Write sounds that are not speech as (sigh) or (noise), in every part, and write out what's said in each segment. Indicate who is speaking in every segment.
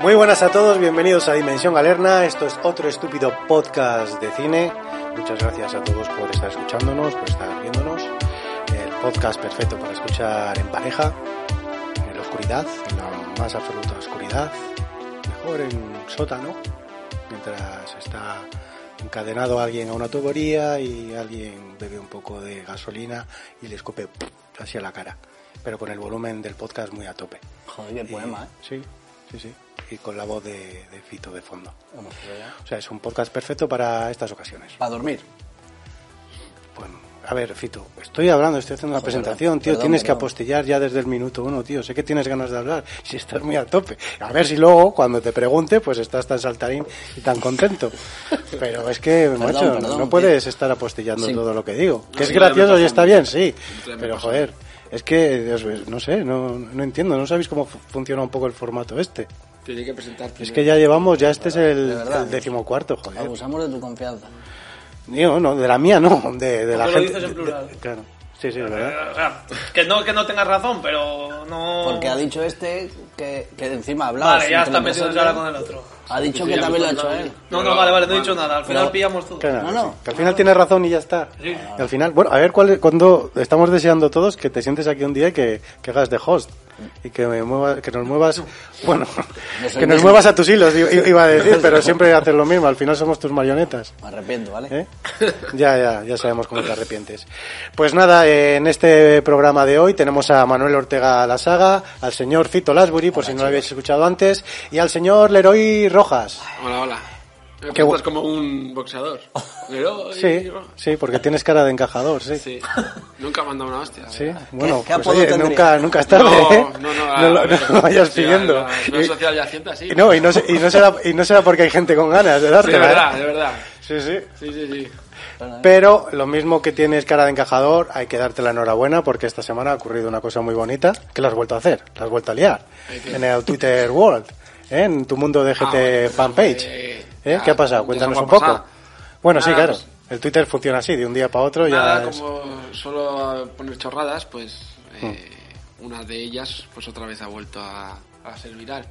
Speaker 1: Muy buenas a todos, bienvenidos a Dimensión Galerna. Esto es otro estúpido podcast de cine. Muchas gracias a todos por estar escuchándonos, por estar viéndonos. El podcast perfecto para escuchar en pareja, en la oscuridad, en la más absoluta oscuridad. Mejor en un sótano, mientras está encadenado alguien a una tubería y alguien bebe un poco de gasolina y le escupe hacia la cara. Pero con el volumen del podcast muy a tope.
Speaker 2: Joder, qué
Speaker 1: Y-
Speaker 2: poema, ¿eh?
Speaker 1: Sí, sí, sí. Y con la voz de, de Fito de fondo.
Speaker 2: ¿eh?
Speaker 1: O sea, es un podcast perfecto para estas ocasiones.
Speaker 2: Para dormir.
Speaker 1: Bueno, a ver, Fito, estoy hablando, estoy haciendo una
Speaker 2: Joder,
Speaker 1: presentación, tío.
Speaker 2: perdón,
Speaker 1: tienes que
Speaker 2: perdón.
Speaker 1: apostillar ya desde el minuto uno, tío. Sé que tienes ganas de hablar, (laughs) si estás muy a tope. A ver si luego, cuando te pregunte, pues estás tan saltarín y tan
Speaker 2: (laughs)
Speaker 1: contento. Pero es que, macho,
Speaker 2: perdón,
Speaker 1: no
Speaker 2: tío.
Speaker 1: puedes estar apostillando
Speaker 2: Sí.
Speaker 1: todo lo que digo. Que es
Speaker 3: mira, me
Speaker 1: gracioso y
Speaker 3: pasa
Speaker 1: está
Speaker 3: mucho.
Speaker 1: bien, sí.
Speaker 3: Mira, me
Speaker 1: Pero,
Speaker 3: pasa.
Speaker 1: joder, es que, es- no sé, no, no entiendo, no sabéis cómo fu- funciona un poco el formato este.
Speaker 3: Tiene que presentar primero.
Speaker 1: Es que ya llevamos, ya este es el,
Speaker 2: de verdad.
Speaker 1: el decimocuarto, joder.
Speaker 2: Abusamos de tu confianza.
Speaker 1: Digo, no, de la mía no, de, de la
Speaker 4: lo
Speaker 1: gente.
Speaker 4: dices
Speaker 1: de-
Speaker 4: en
Speaker 1: de-
Speaker 4: plural.
Speaker 1: claro. Sí, sí, ¿verdad?
Speaker 4: O sea, que no, que no tengas razón, pero no.
Speaker 2: Porque ha dicho este que, que encima hablaba.
Speaker 4: Vale,
Speaker 2: sin
Speaker 4: ya
Speaker 2: que
Speaker 4: está
Speaker 2: lo
Speaker 4: metiéndose
Speaker 2: presenten.
Speaker 4: ahora con el otro.
Speaker 2: Ha dicho
Speaker 3: Sí,
Speaker 2: que
Speaker 3: ya
Speaker 2: también lo
Speaker 3: me
Speaker 2: ha hecho
Speaker 3: faltaba.
Speaker 2: él.
Speaker 4: No,
Speaker 3: Pero,
Speaker 4: no, vale, vale, no he
Speaker 3: vale.
Speaker 4: dicho nada. Al
Speaker 2: Pero-
Speaker 4: final pillamos todo.
Speaker 1: Claro,
Speaker 2: No, no.
Speaker 1: que al final tienes razón y ya está.
Speaker 4: Sí.
Speaker 1: Y al final, bueno, a ver cuál, cuando estamos deseando todos que te sientes aquí un día y que, que hagas de host y que me mueva- que nos
Speaker 2: (laughs)
Speaker 1: muevas, bueno,
Speaker 2: Yo soy
Speaker 1: que nos
Speaker 2: mismo.
Speaker 1: muevas a tus hilos, i- iba a
Speaker 2: (laughs)
Speaker 1: decir, pero siempre haces lo mismo. Al final somos tus marionetas.
Speaker 2: Me arrepiento, ¿vale?
Speaker 1: ¿Eh? Ya, ya, ya sabemos cómo te arrepientes. Pues nada, eh, en este programa de hoy tenemos a Manuel Ortega La Saga, al señor Cito Lasbury, por si no lo habéis escuchado antes, y al señor Leroy Rojas.
Speaker 3: Hola, hola. Me
Speaker 1: Qué
Speaker 3: presentas
Speaker 1: gu-
Speaker 3: como un boxeador.
Speaker 1: (laughs)
Speaker 3: Pero...
Speaker 1: Sí, sí, porque tienes cara de encajador, sí. Sí,
Speaker 3: Sí. Nunca me han dado una hostia.
Speaker 1: bueno,
Speaker 2: qué
Speaker 1: pues
Speaker 2: apodo
Speaker 1: oye,
Speaker 2: tendría?
Speaker 1: nunca, nunca es tarde,
Speaker 3: No,
Speaker 1: ¿eh?
Speaker 3: no, no, a-
Speaker 1: (laughs) No lo,
Speaker 3: a ver,
Speaker 1: no lo vayas
Speaker 3: sí, a-
Speaker 1: pidiendo.
Speaker 3: La la red social yaciente así.
Speaker 1: Y, ¿eh? no, y no, se- y no será, y no será porque hay gente con ganas de
Speaker 3: Sí,
Speaker 1: darte,
Speaker 3: de verdad, de verdad.
Speaker 1: Sí, sí.
Speaker 3: Sí, sí, sí.
Speaker 1: Pero lo mismo que tienes cara de encajador, hay que darte la enhorabuena porque esta semana ha ocurrido una cosa muy bonita que la has vuelto a hacer, la has vuelto a liar en el Twitter World, ¿eh? en tu mundo de GT
Speaker 3: Ah, bueno,
Speaker 1: fanpage.
Speaker 3: eh,
Speaker 1: ¿Eh? ¿Qué
Speaker 3: ya,
Speaker 1: ha pasado?
Speaker 3: ya
Speaker 1: Cuéntanos
Speaker 3: se
Speaker 1: un
Speaker 3: fue a
Speaker 1: poco.
Speaker 3: pasar.
Speaker 1: Bueno, sí,
Speaker 3: Nada,
Speaker 1: claro.
Speaker 3: pues-
Speaker 1: El Twitter funciona así, de un día para otro
Speaker 3: Nada,
Speaker 1: Pues ya es-
Speaker 3: como solo poner chorradas, pues
Speaker 1: Hmm.
Speaker 3: eh, una de ellas pues otra vez ha vuelto a, a ser viral.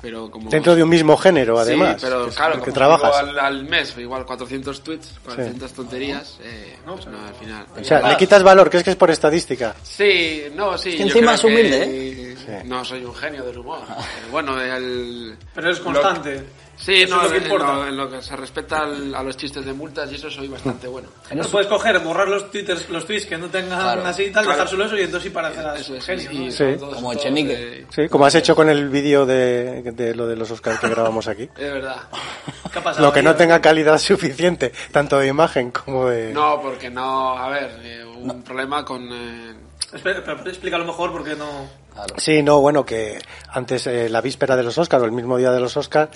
Speaker 3: Pero como...
Speaker 1: dentro de un mismo género, además,
Speaker 3: sí, pero
Speaker 1: que es
Speaker 3: claro,
Speaker 1: el que
Speaker 3: como
Speaker 1: trabajas.
Speaker 3: digo, Al, al mes, igual 400 tweets, 400 tonterías, eh, pues no, al final.
Speaker 1: O sea, le quitas valor, que es que es por estadística.
Speaker 3: Sí, no, sí.
Speaker 2: que
Speaker 3: yo
Speaker 2: encima
Speaker 3: creo
Speaker 2: es humilde,
Speaker 1: ¿eh?
Speaker 3: que- No soy un genio del humor.
Speaker 1: Ah.
Speaker 3: pero bueno, el...
Speaker 4: Pero es constante.
Speaker 3: Sí,
Speaker 4: Eso
Speaker 3: no,
Speaker 4: es
Speaker 3: eh,
Speaker 4: lo que
Speaker 3: en,
Speaker 4: importa.
Speaker 3: lo, en lo que se respecta al- a los chistes de multas y eso soy bastante
Speaker 1: Ah.
Speaker 3: bueno.
Speaker 4: No puedes coger, borrar los twitters, los tweets que no tengan
Speaker 2: Claro. Eh,
Speaker 4: así y tal,
Speaker 3: Claro.
Speaker 4: dejar solo eso y entonces sí para hacer las
Speaker 3: Eso es,
Speaker 4: genio,
Speaker 3: y-
Speaker 4: ¿no?
Speaker 3: y
Speaker 1: Sí.
Speaker 3: todos-
Speaker 2: Como
Speaker 3: todos,
Speaker 2: Echenique.
Speaker 3: eh,
Speaker 1: Sí, como has hecho con el vídeo de, de lo de los Oscars que grabamos aquí.
Speaker 3: Es verdad.
Speaker 4: ¿Qué ha pasado?
Speaker 1: Lo que no
Speaker 4: tío?
Speaker 1: tenga calidad (laughs) suficiente, tanto de imagen como de...
Speaker 3: No, porque no, a ver, eh, un problema con... eh,
Speaker 4: Espera, pero explícalo mejor porque no.
Speaker 2: Claro.
Speaker 1: Sí, no, bueno, que antes, eh, la víspera de los Oscars o el mismo día de los Oscars,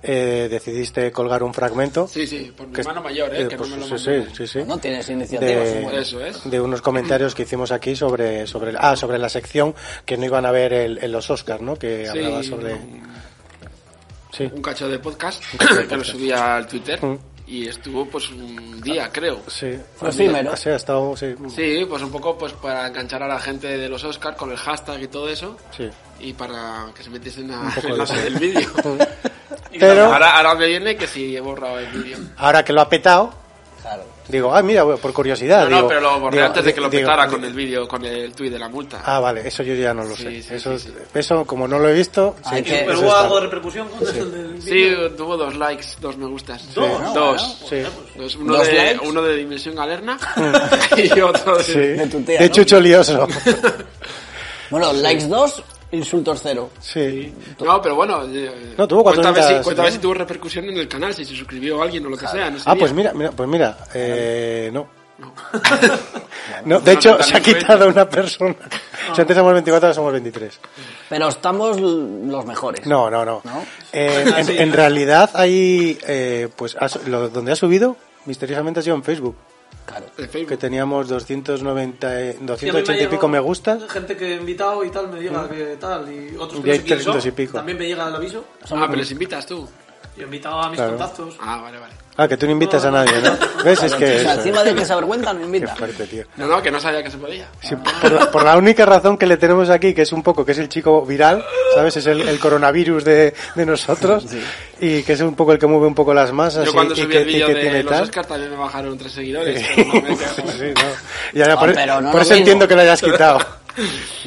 Speaker 1: eh, decidiste colgar un fragmento.
Speaker 3: sí, sí, por mi
Speaker 1: que es-
Speaker 3: hermano mayor, eh,
Speaker 1: eh,
Speaker 3: que
Speaker 1: pues,
Speaker 3: no me lo
Speaker 1: sí,
Speaker 3: mandó.
Speaker 1: sí, sí, sí.
Speaker 2: No tienes iniciativas.
Speaker 1: De,
Speaker 2: bueno.
Speaker 3: Eso es.
Speaker 1: de unos comentarios que hicimos aquí sobre sobre ah, sobre la sección que no iban a ver el- en los Oscars, ¿no? Que
Speaker 3: Sí,
Speaker 1: hablaba sobre
Speaker 3: un,
Speaker 1: sí,
Speaker 3: un cacho de podcast
Speaker 1: cacho de
Speaker 3: (laughs) que lo
Speaker 1: podcast.
Speaker 3: subí al Twitter
Speaker 1: Mm.
Speaker 3: y estuvo pues un día, creo.
Speaker 1: sí,
Speaker 2: Fue efímero.
Speaker 1: Sí, ha estado sí,
Speaker 3: Sí, pues un poco pues para enganchar a la gente de los Oscars con el hashtag y todo eso.
Speaker 1: sí.
Speaker 3: Y para que se metiesen a
Speaker 1: poco
Speaker 3: enlace
Speaker 1: de-
Speaker 3: del vídeo.
Speaker 1: (laughs) Pero
Speaker 3: (laughs) Ahora, ahora me viene que sí he borrado el vídeo.
Speaker 1: ahora que lo ha petado,
Speaker 2: Claro.
Speaker 1: digo, ah, mira, por curiosidad,
Speaker 3: No, no,
Speaker 1: digo,
Speaker 3: pero lo borré
Speaker 1: digo,
Speaker 3: antes de que lo
Speaker 1: digo,
Speaker 3: petara con el vídeo, con el tuit de la multa.
Speaker 1: Ah, vale, eso yo ya no lo
Speaker 3: Sí,
Speaker 1: sé.
Speaker 3: sí,
Speaker 1: eso,
Speaker 3: sí,
Speaker 1: es- eso, como no lo he visto,
Speaker 2: Hay
Speaker 1: sí,
Speaker 2: que-
Speaker 1: eso
Speaker 4: Pero hubo
Speaker 1: está.
Speaker 4: algo de repercusión con el del
Speaker 3: sí,
Speaker 4: vídeo.
Speaker 3: tuvo dos likes, dos me gustas.
Speaker 4: Dos,
Speaker 2: ¿no?
Speaker 3: Dos.
Speaker 1: Sí,
Speaker 3: Dos, uno,
Speaker 2: ¿Dos
Speaker 3: de,
Speaker 2: likes?
Speaker 3: uno de Dimensión
Speaker 1: (laughs)
Speaker 3: Galerna (laughs) y otro de...
Speaker 1: sí. De,
Speaker 2: tu tía, ¿no?
Speaker 1: Chucho (laughs) Lioso.
Speaker 2: Bueno, likes 2, insultos 0.
Speaker 1: sí.
Speaker 3: No, pero bueno, eh,
Speaker 1: No, tuvo cuatro
Speaker 3: cuéntame, si,
Speaker 1: ventas,
Speaker 3: cuéntame
Speaker 1: sí.
Speaker 3: si tuvo repercusión en el canal, si se suscribió alguien o lo que sea. en ese
Speaker 1: Ah, pues
Speaker 3: día.
Speaker 1: mira, mira, pues mira, eh, no. (laughs) No, de hecho,
Speaker 3: no
Speaker 1: se ha
Speaker 3: tenemos
Speaker 1: quitado una persona.
Speaker 3: Ah.
Speaker 1: Si antes éramos 24, ahora somos 23.
Speaker 2: Pero estamos l- los mejores.
Speaker 1: No, no, no.
Speaker 2: ¿No? Ah,
Speaker 1: Eh, en, en realidad, ahí, eh, pues, ha su- lo- donde ha subido, misteriosamente ha sido en Facebook.
Speaker 2: Claro.
Speaker 3: De Facebook.
Speaker 1: Que teníamos 290, eh,
Speaker 4: Sí, a mí me ha
Speaker 1: 280 y pico
Speaker 4: llegado
Speaker 1: me gustas.
Speaker 4: Gente que he invitado y tal me llega que tal. Y otros
Speaker 1: Y
Speaker 4: que no
Speaker 1: hay
Speaker 4: sé quiénes son,
Speaker 1: 300 y pico.
Speaker 4: También me llega el aviso.
Speaker 1: Mm.
Speaker 3: Ah, pero les invitas tú.
Speaker 4: Y Yo he invitado a mis
Speaker 1: Claro.
Speaker 4: contactos.
Speaker 3: Ah, vale, vale.
Speaker 1: Ah, que tú no invitas a nadie,
Speaker 2: (laughs)
Speaker 1: ¿no? ¿Ves? Es que...
Speaker 2: o
Speaker 1: eso,
Speaker 2: sea, encima de que se avergüenza, no
Speaker 1: Qué
Speaker 2: invita.
Speaker 1: fuerte, tío.
Speaker 3: No, no, que no sabía que se podía.
Speaker 1: Sí, por, la, por la única razón que le tenemos aquí, que es un poco, que es el chico viral, ¿sabes? Es el, el coronavirus de, de nosotros y que es un poco el que mueve un poco las masas
Speaker 3: Yo
Speaker 1: y,
Speaker 3: cuando
Speaker 1: y
Speaker 3: subí
Speaker 1: que,
Speaker 3: el
Speaker 1: y
Speaker 3: vídeo
Speaker 1: que
Speaker 3: de
Speaker 1: tiene
Speaker 3: los
Speaker 1: tal.
Speaker 3: Oscar también me bajaron
Speaker 1: (laughs)
Speaker 3: tres seguidores.
Speaker 1: Sí,
Speaker 3: pero no me quejo.
Speaker 1: sí, no. Y ahora
Speaker 2: Ah,
Speaker 1: por,
Speaker 2: pero no
Speaker 1: por
Speaker 2: lo
Speaker 1: eso
Speaker 2: mismo.
Speaker 1: entiendo que lo hayas
Speaker 2: (laughs)
Speaker 1: quitado.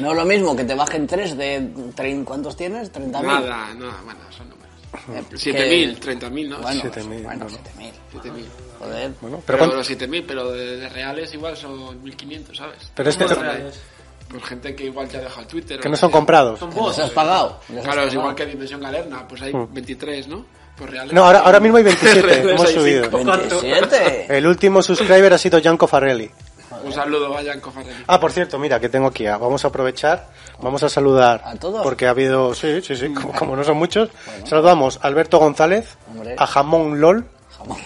Speaker 2: No es lo mismo que te bajen tres de... trein- ¿Cuántos tienes? ¿30.000?
Speaker 3: (laughs) Nada, nada, bueno, son números.
Speaker 2: Eh, que-
Speaker 3: 7.000, 30.000, ¿no?
Speaker 2: Bueno,
Speaker 1: 7.000,
Speaker 2: bueno,
Speaker 1: bueno.
Speaker 2: 7.000.
Speaker 3: 7.000.
Speaker 2: Joder.
Speaker 1: Bueno, pero,
Speaker 3: Pero,
Speaker 1: cuan-
Speaker 3: los 7.000, pero de, de reales igual son 1.500, ¿sabes?
Speaker 1: pero Este es que,
Speaker 4: Son
Speaker 1: to-
Speaker 4: reales.
Speaker 3: Por gente que igual te ha dejado Twitter. o
Speaker 1: que no
Speaker 3: lo
Speaker 1: son
Speaker 3: sea.
Speaker 1: comprados. Ah.
Speaker 4: Son
Speaker 2: ¿Los
Speaker 4: bots.
Speaker 2: has pagado? ¿Los has
Speaker 3: Claro, es
Speaker 2: pagado?
Speaker 3: igual que Dimensión Galerna, pues hay 23, ¿no? Pues reales.
Speaker 1: Hmm. No, ahora, ahora mismo hay
Speaker 3: (laughs)
Speaker 1: 27,
Speaker 3: Reales
Speaker 1: hemos
Speaker 3: hay
Speaker 1: subido.
Speaker 3: cinco.
Speaker 2: 27.
Speaker 1: El último subscriber ha sido Gianco Farrelli.
Speaker 3: Un saludo a Janko Farrelly.
Speaker 1: Ah, por cierto, mira, que tengo aquí. ah, Vamos a aprovechar, vamos a saludar.
Speaker 2: ¿A todos? Mm.
Speaker 1: Porque ha habido, sí, sí, sí, como, como no son muchos. Saludamos a Alberto González,
Speaker 2: Hombre.
Speaker 1: a Jamón LOL,
Speaker 2: Jamón.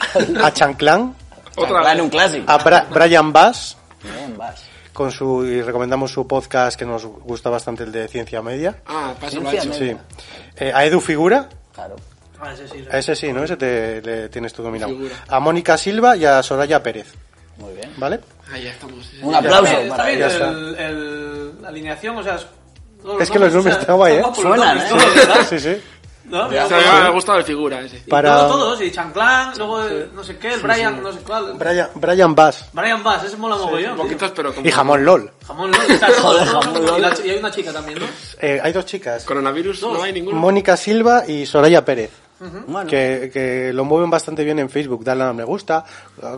Speaker 1: a Chanclán,
Speaker 3: (laughs) Otra
Speaker 2: Chanclán,
Speaker 3: vez.
Speaker 2: un clásico.
Speaker 1: a Bra- Brian Bass,
Speaker 2: Bien, vas.
Speaker 1: con su, y recomendamos su podcast que nos gusta bastante, el de Ciencia Media.
Speaker 3: Ah, paso lo ha
Speaker 2: Ciencia
Speaker 3: hecho.
Speaker 2: media.
Speaker 1: Sí. Eh, a Edu Figura,
Speaker 2: Claro.
Speaker 4: Ah, ese sí.
Speaker 1: a ese sí, ¿no? Ese te, le tienes tú dominado.
Speaker 3: Figura.
Speaker 1: A Mónica Silva y a Soraya Pérez,
Speaker 2: Muy bien.
Speaker 1: ¿vale?
Speaker 3: Ah, ya estamos. sí,
Speaker 2: Un
Speaker 4: Está
Speaker 3: sí.
Speaker 2: aplauso
Speaker 4: bien, está
Speaker 2: para
Speaker 4: bien
Speaker 1: ya
Speaker 2: ellos.
Speaker 1: está.
Speaker 4: el, el- la alineación, o sea... Es todos
Speaker 1: Es que los nombres
Speaker 4: o sea,
Speaker 1: están guay, ¿eh?
Speaker 4: van por los
Speaker 2: Suenan,
Speaker 4: nombres, todos, ¿verdad?
Speaker 1: Sí, sí.
Speaker 4: ¿No?
Speaker 1: (laughs)
Speaker 3: Ya,
Speaker 4: Van
Speaker 3: se
Speaker 4: por
Speaker 3: me
Speaker 4: los
Speaker 3: ha gustado el figura ese.
Speaker 1: Para
Speaker 4: Todos, todos, y Chanclán, luego el no sé qué, el Brian, no sé cuál.
Speaker 1: Brian, Brian Bass
Speaker 4: Brian Bass, ese mola mogollón. tío.
Speaker 3: Poquitos, pero como.
Speaker 1: y Jamón LOL.
Speaker 4: Jamón, ¿no?
Speaker 1: (laughs)
Speaker 4: Está todo,
Speaker 2: Joder,
Speaker 4: ¿no?
Speaker 2: jamón, ¿no?
Speaker 4: Y, la chi- y hay una chica también, ¿no?
Speaker 1: Eh, hay dos chicas.
Speaker 3: Coronavirus no hay ninguno.
Speaker 1: Mónica Silva y Soraya Pérez.
Speaker 2: Bueno,
Speaker 1: Que, que lo mueven bastante bien en Facebook. Dale a me gusta,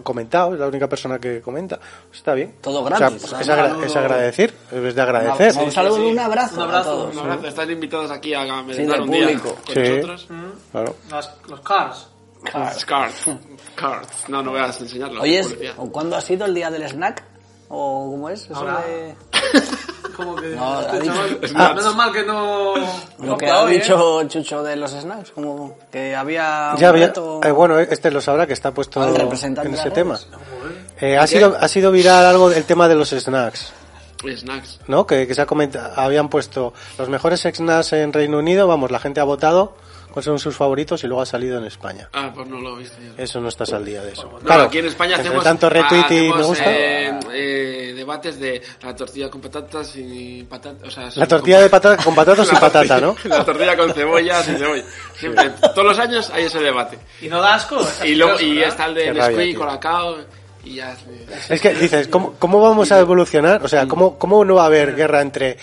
Speaker 1: comentado, es la única persona que comenta. Está bien.
Speaker 2: Todo gratis.
Speaker 1: O sea, pues, es, agra- es agradecer, es de agradecer.
Speaker 2: un saludo,
Speaker 3: sí, sí.
Speaker 2: un abrazo.
Speaker 4: Un abrazo,
Speaker 2: a todos.
Speaker 3: Un abrazo, estáis invitados aquí a
Speaker 2: Sí,
Speaker 3: merendar
Speaker 2: del
Speaker 3: un día
Speaker 2: público. Ah.
Speaker 3: con
Speaker 1: Sí.
Speaker 3: nosotros.
Speaker 2: Mm.
Speaker 1: Claro.
Speaker 4: Las- los Cars.
Speaker 3: Cards. Cards. Cards. No, no voy a enseñarlo.
Speaker 2: Hoy es,
Speaker 3: publicidad.
Speaker 2: ¿o cuándo ha sido el día del snack? ¿O cómo es? Eso
Speaker 4: Ahora.
Speaker 2: de-
Speaker 4: Como que
Speaker 2: No,
Speaker 4: este
Speaker 2: ha dicho-
Speaker 4: chaval-
Speaker 3: Es
Speaker 4: (laughs)
Speaker 3: nuts.
Speaker 4: menos mal que no.
Speaker 2: Lo que
Speaker 4: Opa,
Speaker 2: ha
Speaker 4: oye,
Speaker 3: ¿eh?
Speaker 2: dicho Chucho de los snacks, como que había un
Speaker 1: Ya había-
Speaker 2: reto-
Speaker 1: eh, bueno, este lo sabrá que está puesto
Speaker 2: Al representante
Speaker 1: en
Speaker 2: de
Speaker 1: ese
Speaker 2: las
Speaker 1: tema.
Speaker 2: redes.
Speaker 1: Eh, ha, sido, ha sido viral algo el tema de los snacks,
Speaker 3: Snacks.
Speaker 1: ¿no? Que, que se ha comentado, habían puesto los mejores snacks en Reino Unido, vamos, la gente ha votado, cuáles son sus favoritos y luego ha salido en España.
Speaker 3: Ah, pues no lo he visto yo.
Speaker 1: Eso no estás al día de eso.
Speaker 3: No, aquí en España
Speaker 1: entre
Speaker 3: hacemos, Ah,
Speaker 1: tanto retweet y
Speaker 3: hacemos,
Speaker 1: me gusta.
Speaker 3: eh, eh, debates de la tortilla con patatas y patatas. O sea,
Speaker 1: La
Speaker 3: sin-
Speaker 1: tortilla de patata con patatas y
Speaker 3: (laughs) La-
Speaker 1: patata, ¿no?
Speaker 3: (laughs) La tortilla con cebolla sin cebolla. Siempre, todos los años hay ese debate.
Speaker 4: Y no da asco. es
Speaker 3: Y, luego,
Speaker 4: asqueroso,
Speaker 3: y
Speaker 4: ¿verdad?
Speaker 3: está el de
Speaker 1: Qué rabia,
Speaker 3: Nesquik,
Speaker 1: tío.
Speaker 3: Colacao y ya.
Speaker 1: Es que dices, ¿cómo, cómo vamos a evolucionar? O sea, ¿cómo, ¿cómo no va a haber guerra entre,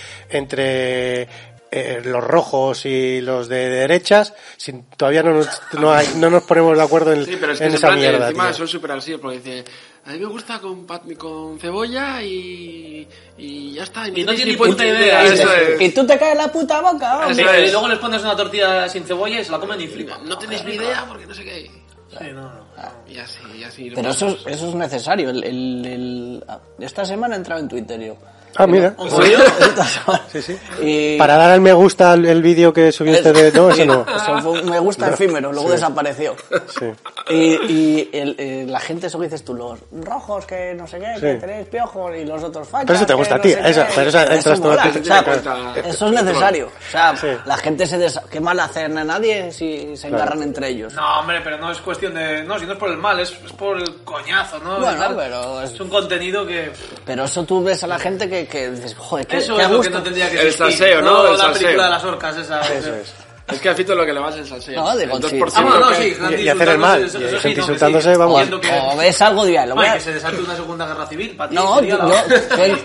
Speaker 1: entre eh, los rojos y los de derechas si todavía no nos, no hay- no nos ponemos de acuerdo en,
Speaker 3: Sí, pero es que
Speaker 1: en
Speaker 3: se
Speaker 1: esa
Speaker 3: plan-
Speaker 1: mierda?
Speaker 3: encima
Speaker 1: tío?
Speaker 3: son súper así, porque dice, a mí me gusta con, pat- con cebolla y, y ya está.
Speaker 4: Y no
Speaker 3: tenéis
Speaker 4: tiene ni puta idea.
Speaker 2: Y-
Speaker 3: eso es.
Speaker 2: Y tú te caes la puta boca,
Speaker 4: Sí,
Speaker 2: hombre.
Speaker 3: Eso es.
Speaker 4: Y luego les pones una tortilla sin cebolla y se la comen y flipan.
Speaker 3: (laughs) No tenéis ni idea porque no sé qué.
Speaker 4: Sí, no, no.
Speaker 3: Y así, y así.
Speaker 2: Pero eso, es- eso es necesario. El, el- el- esta semana he entrado en Twitter yo.
Speaker 1: Ah, mira.
Speaker 2: ¿Ocurrió? Esta semana.
Speaker 1: (laughs) Sí, sí.
Speaker 2: Y-
Speaker 1: Para dar al me gusta al el vídeo que subiste de... No, ese no.
Speaker 2: (laughs) Eso fue un me gusta efímero,
Speaker 1: (laughs)
Speaker 2: luego desapareció.
Speaker 1: Sí.
Speaker 2: Y, y el- eh, la gente, eso que dices tú, los rojos que no sé qué, que
Speaker 1: Sí.
Speaker 2: tenéis piojos y los otros fachas.
Speaker 1: Pero eso te
Speaker 2: que
Speaker 1: gusta a
Speaker 2: no
Speaker 1: ti,
Speaker 2: sé
Speaker 1: esa-
Speaker 2: qué.
Speaker 1: pero esa
Speaker 2: Eso
Speaker 1: entras tú a
Speaker 2: mola,
Speaker 1: Twitter
Speaker 2: o sea, pues,
Speaker 1: y te este
Speaker 3: cuenta-
Speaker 2: Eso es necesario. O sea,
Speaker 1: Sí.
Speaker 2: la gente se desa- Qué mal hacen a nadie si se
Speaker 1: Claro.
Speaker 2: engarran entre ellos.
Speaker 4: No, hombre, pero no es cuestión de. No, si no es por el mal, es, es por el coñazo, ¿no?
Speaker 2: Bueno,
Speaker 4: De dar-
Speaker 2: pero es-
Speaker 4: Es un contenido que.
Speaker 2: Pero eso tú ves a la gente que, que dices, joder, qué,
Speaker 4: Eso
Speaker 2: qué a
Speaker 4: es lo que
Speaker 2: gusto.
Speaker 4: no tendría que
Speaker 3: El
Speaker 4: existir.
Speaker 3: salseo, ¿no? El
Speaker 4: la
Speaker 3: salseo.
Speaker 4: película de las orcas, esa.
Speaker 1: Eso es.
Speaker 3: Es que a Fito lo que le va es el salseo.
Speaker 2: No,
Speaker 3: el
Speaker 2: digo, sí.
Speaker 3: 2%.
Speaker 4: Ah, bueno, no,
Speaker 3: que-
Speaker 4: sí,
Speaker 1: Y-
Speaker 4: gente
Speaker 1: y hacer el mal,
Speaker 4: insultándose,
Speaker 1: y gente
Speaker 4: eso sí, no, que
Speaker 1: insultándose,
Speaker 4: sí,
Speaker 1: vamos.
Speaker 4: entiendo que-
Speaker 2: O ves Pues, algo de lo
Speaker 4: Ay,
Speaker 2: veas.
Speaker 4: que se desate una segunda guerra civil, para ti.
Speaker 2: No,
Speaker 4: sería
Speaker 2: tú,
Speaker 4: (laughs) la-
Speaker 2: no, tú en-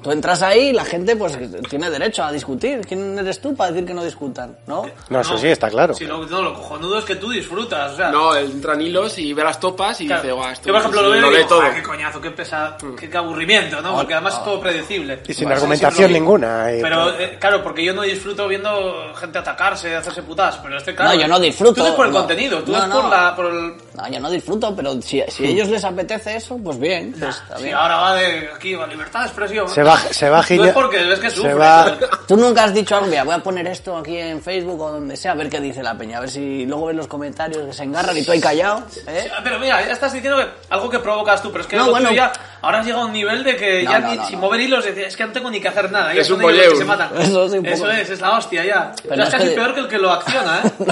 Speaker 2: tú entras ahí y la gente pues tiene derecho a discutir. ¿Quién eres tú para decir que no discutan? ¿No?
Speaker 1: No, eso sí, está claro.
Speaker 4: Si lo, no, lo cojonudo es que tú disfrutas, o sea.
Speaker 3: No, entran hilos y ve las topas y
Speaker 4: claro.
Speaker 3: dice, guau, esto
Speaker 4: yo, por ejemplo,
Speaker 3: sí,
Speaker 4: lo veo y
Speaker 3: lee
Speaker 4: digo,
Speaker 3: todo.
Speaker 4: "Ah, qué coñazo, qué pesado,
Speaker 2: Mm.
Speaker 4: qué, qué aburrimiento, ¿no? Porque además es todo predecible.
Speaker 1: Y sin
Speaker 4: Bueno,
Speaker 1: argumentación
Speaker 4: siempre lo digo.
Speaker 1: ninguna, pues. y
Speaker 4: Pero,
Speaker 1: todo.
Speaker 4: eh, claro, porque yo no disfruto viendo gente atacarse, hacerse putas, pero este claro.
Speaker 2: No, yo no disfruto,
Speaker 4: Tú ves por el
Speaker 2: no.
Speaker 4: contenido, tú
Speaker 2: No,
Speaker 4: ves
Speaker 2: no.
Speaker 4: por la... Por el...
Speaker 2: No, yo no disfruto, pero si, si a ellos les apetece eso, pues bien. pues está
Speaker 4: Sí,
Speaker 2: bien.
Speaker 4: ahora va de aquí, va libertad de expresión.
Speaker 1: Se va, se va
Speaker 4: Tú
Speaker 1: Giña-
Speaker 4: es porque ves que
Speaker 1: se
Speaker 4: sufre.
Speaker 1: va-
Speaker 4: (laughs)
Speaker 2: Tú nunca has dicho, "Ah, mira, voy a poner esto aquí en Facebook o donde sea, a ver qué dice la peña, a ver si luego ven los comentarios que se engarran y tú ahí callado. ¿eh? (laughs)
Speaker 4: Ah, Pero mira, ya estás diciendo que algo que provocas tú, pero es que
Speaker 2: No,
Speaker 4: lo
Speaker 2: bueno.
Speaker 4: tuyo ya, ahora has llegado a un nivel de que
Speaker 2: No,
Speaker 4: ya
Speaker 2: no,
Speaker 4: ni,
Speaker 2: no,
Speaker 4: sin
Speaker 2: no.
Speaker 4: mover hilos decía, es que no tengo ni que hacer nada. ya
Speaker 3: Es
Speaker 4: son
Speaker 3: un
Speaker 4: ellos los que se
Speaker 3: volleu.
Speaker 4: matan.
Speaker 2: Eso sí, un poco.
Speaker 4: Eso es, es la hostia ya.
Speaker 2: Pero
Speaker 4: Ya es
Speaker 2: es que- (laughs)
Speaker 4: casi peor que el que lo acciona, ¿eh?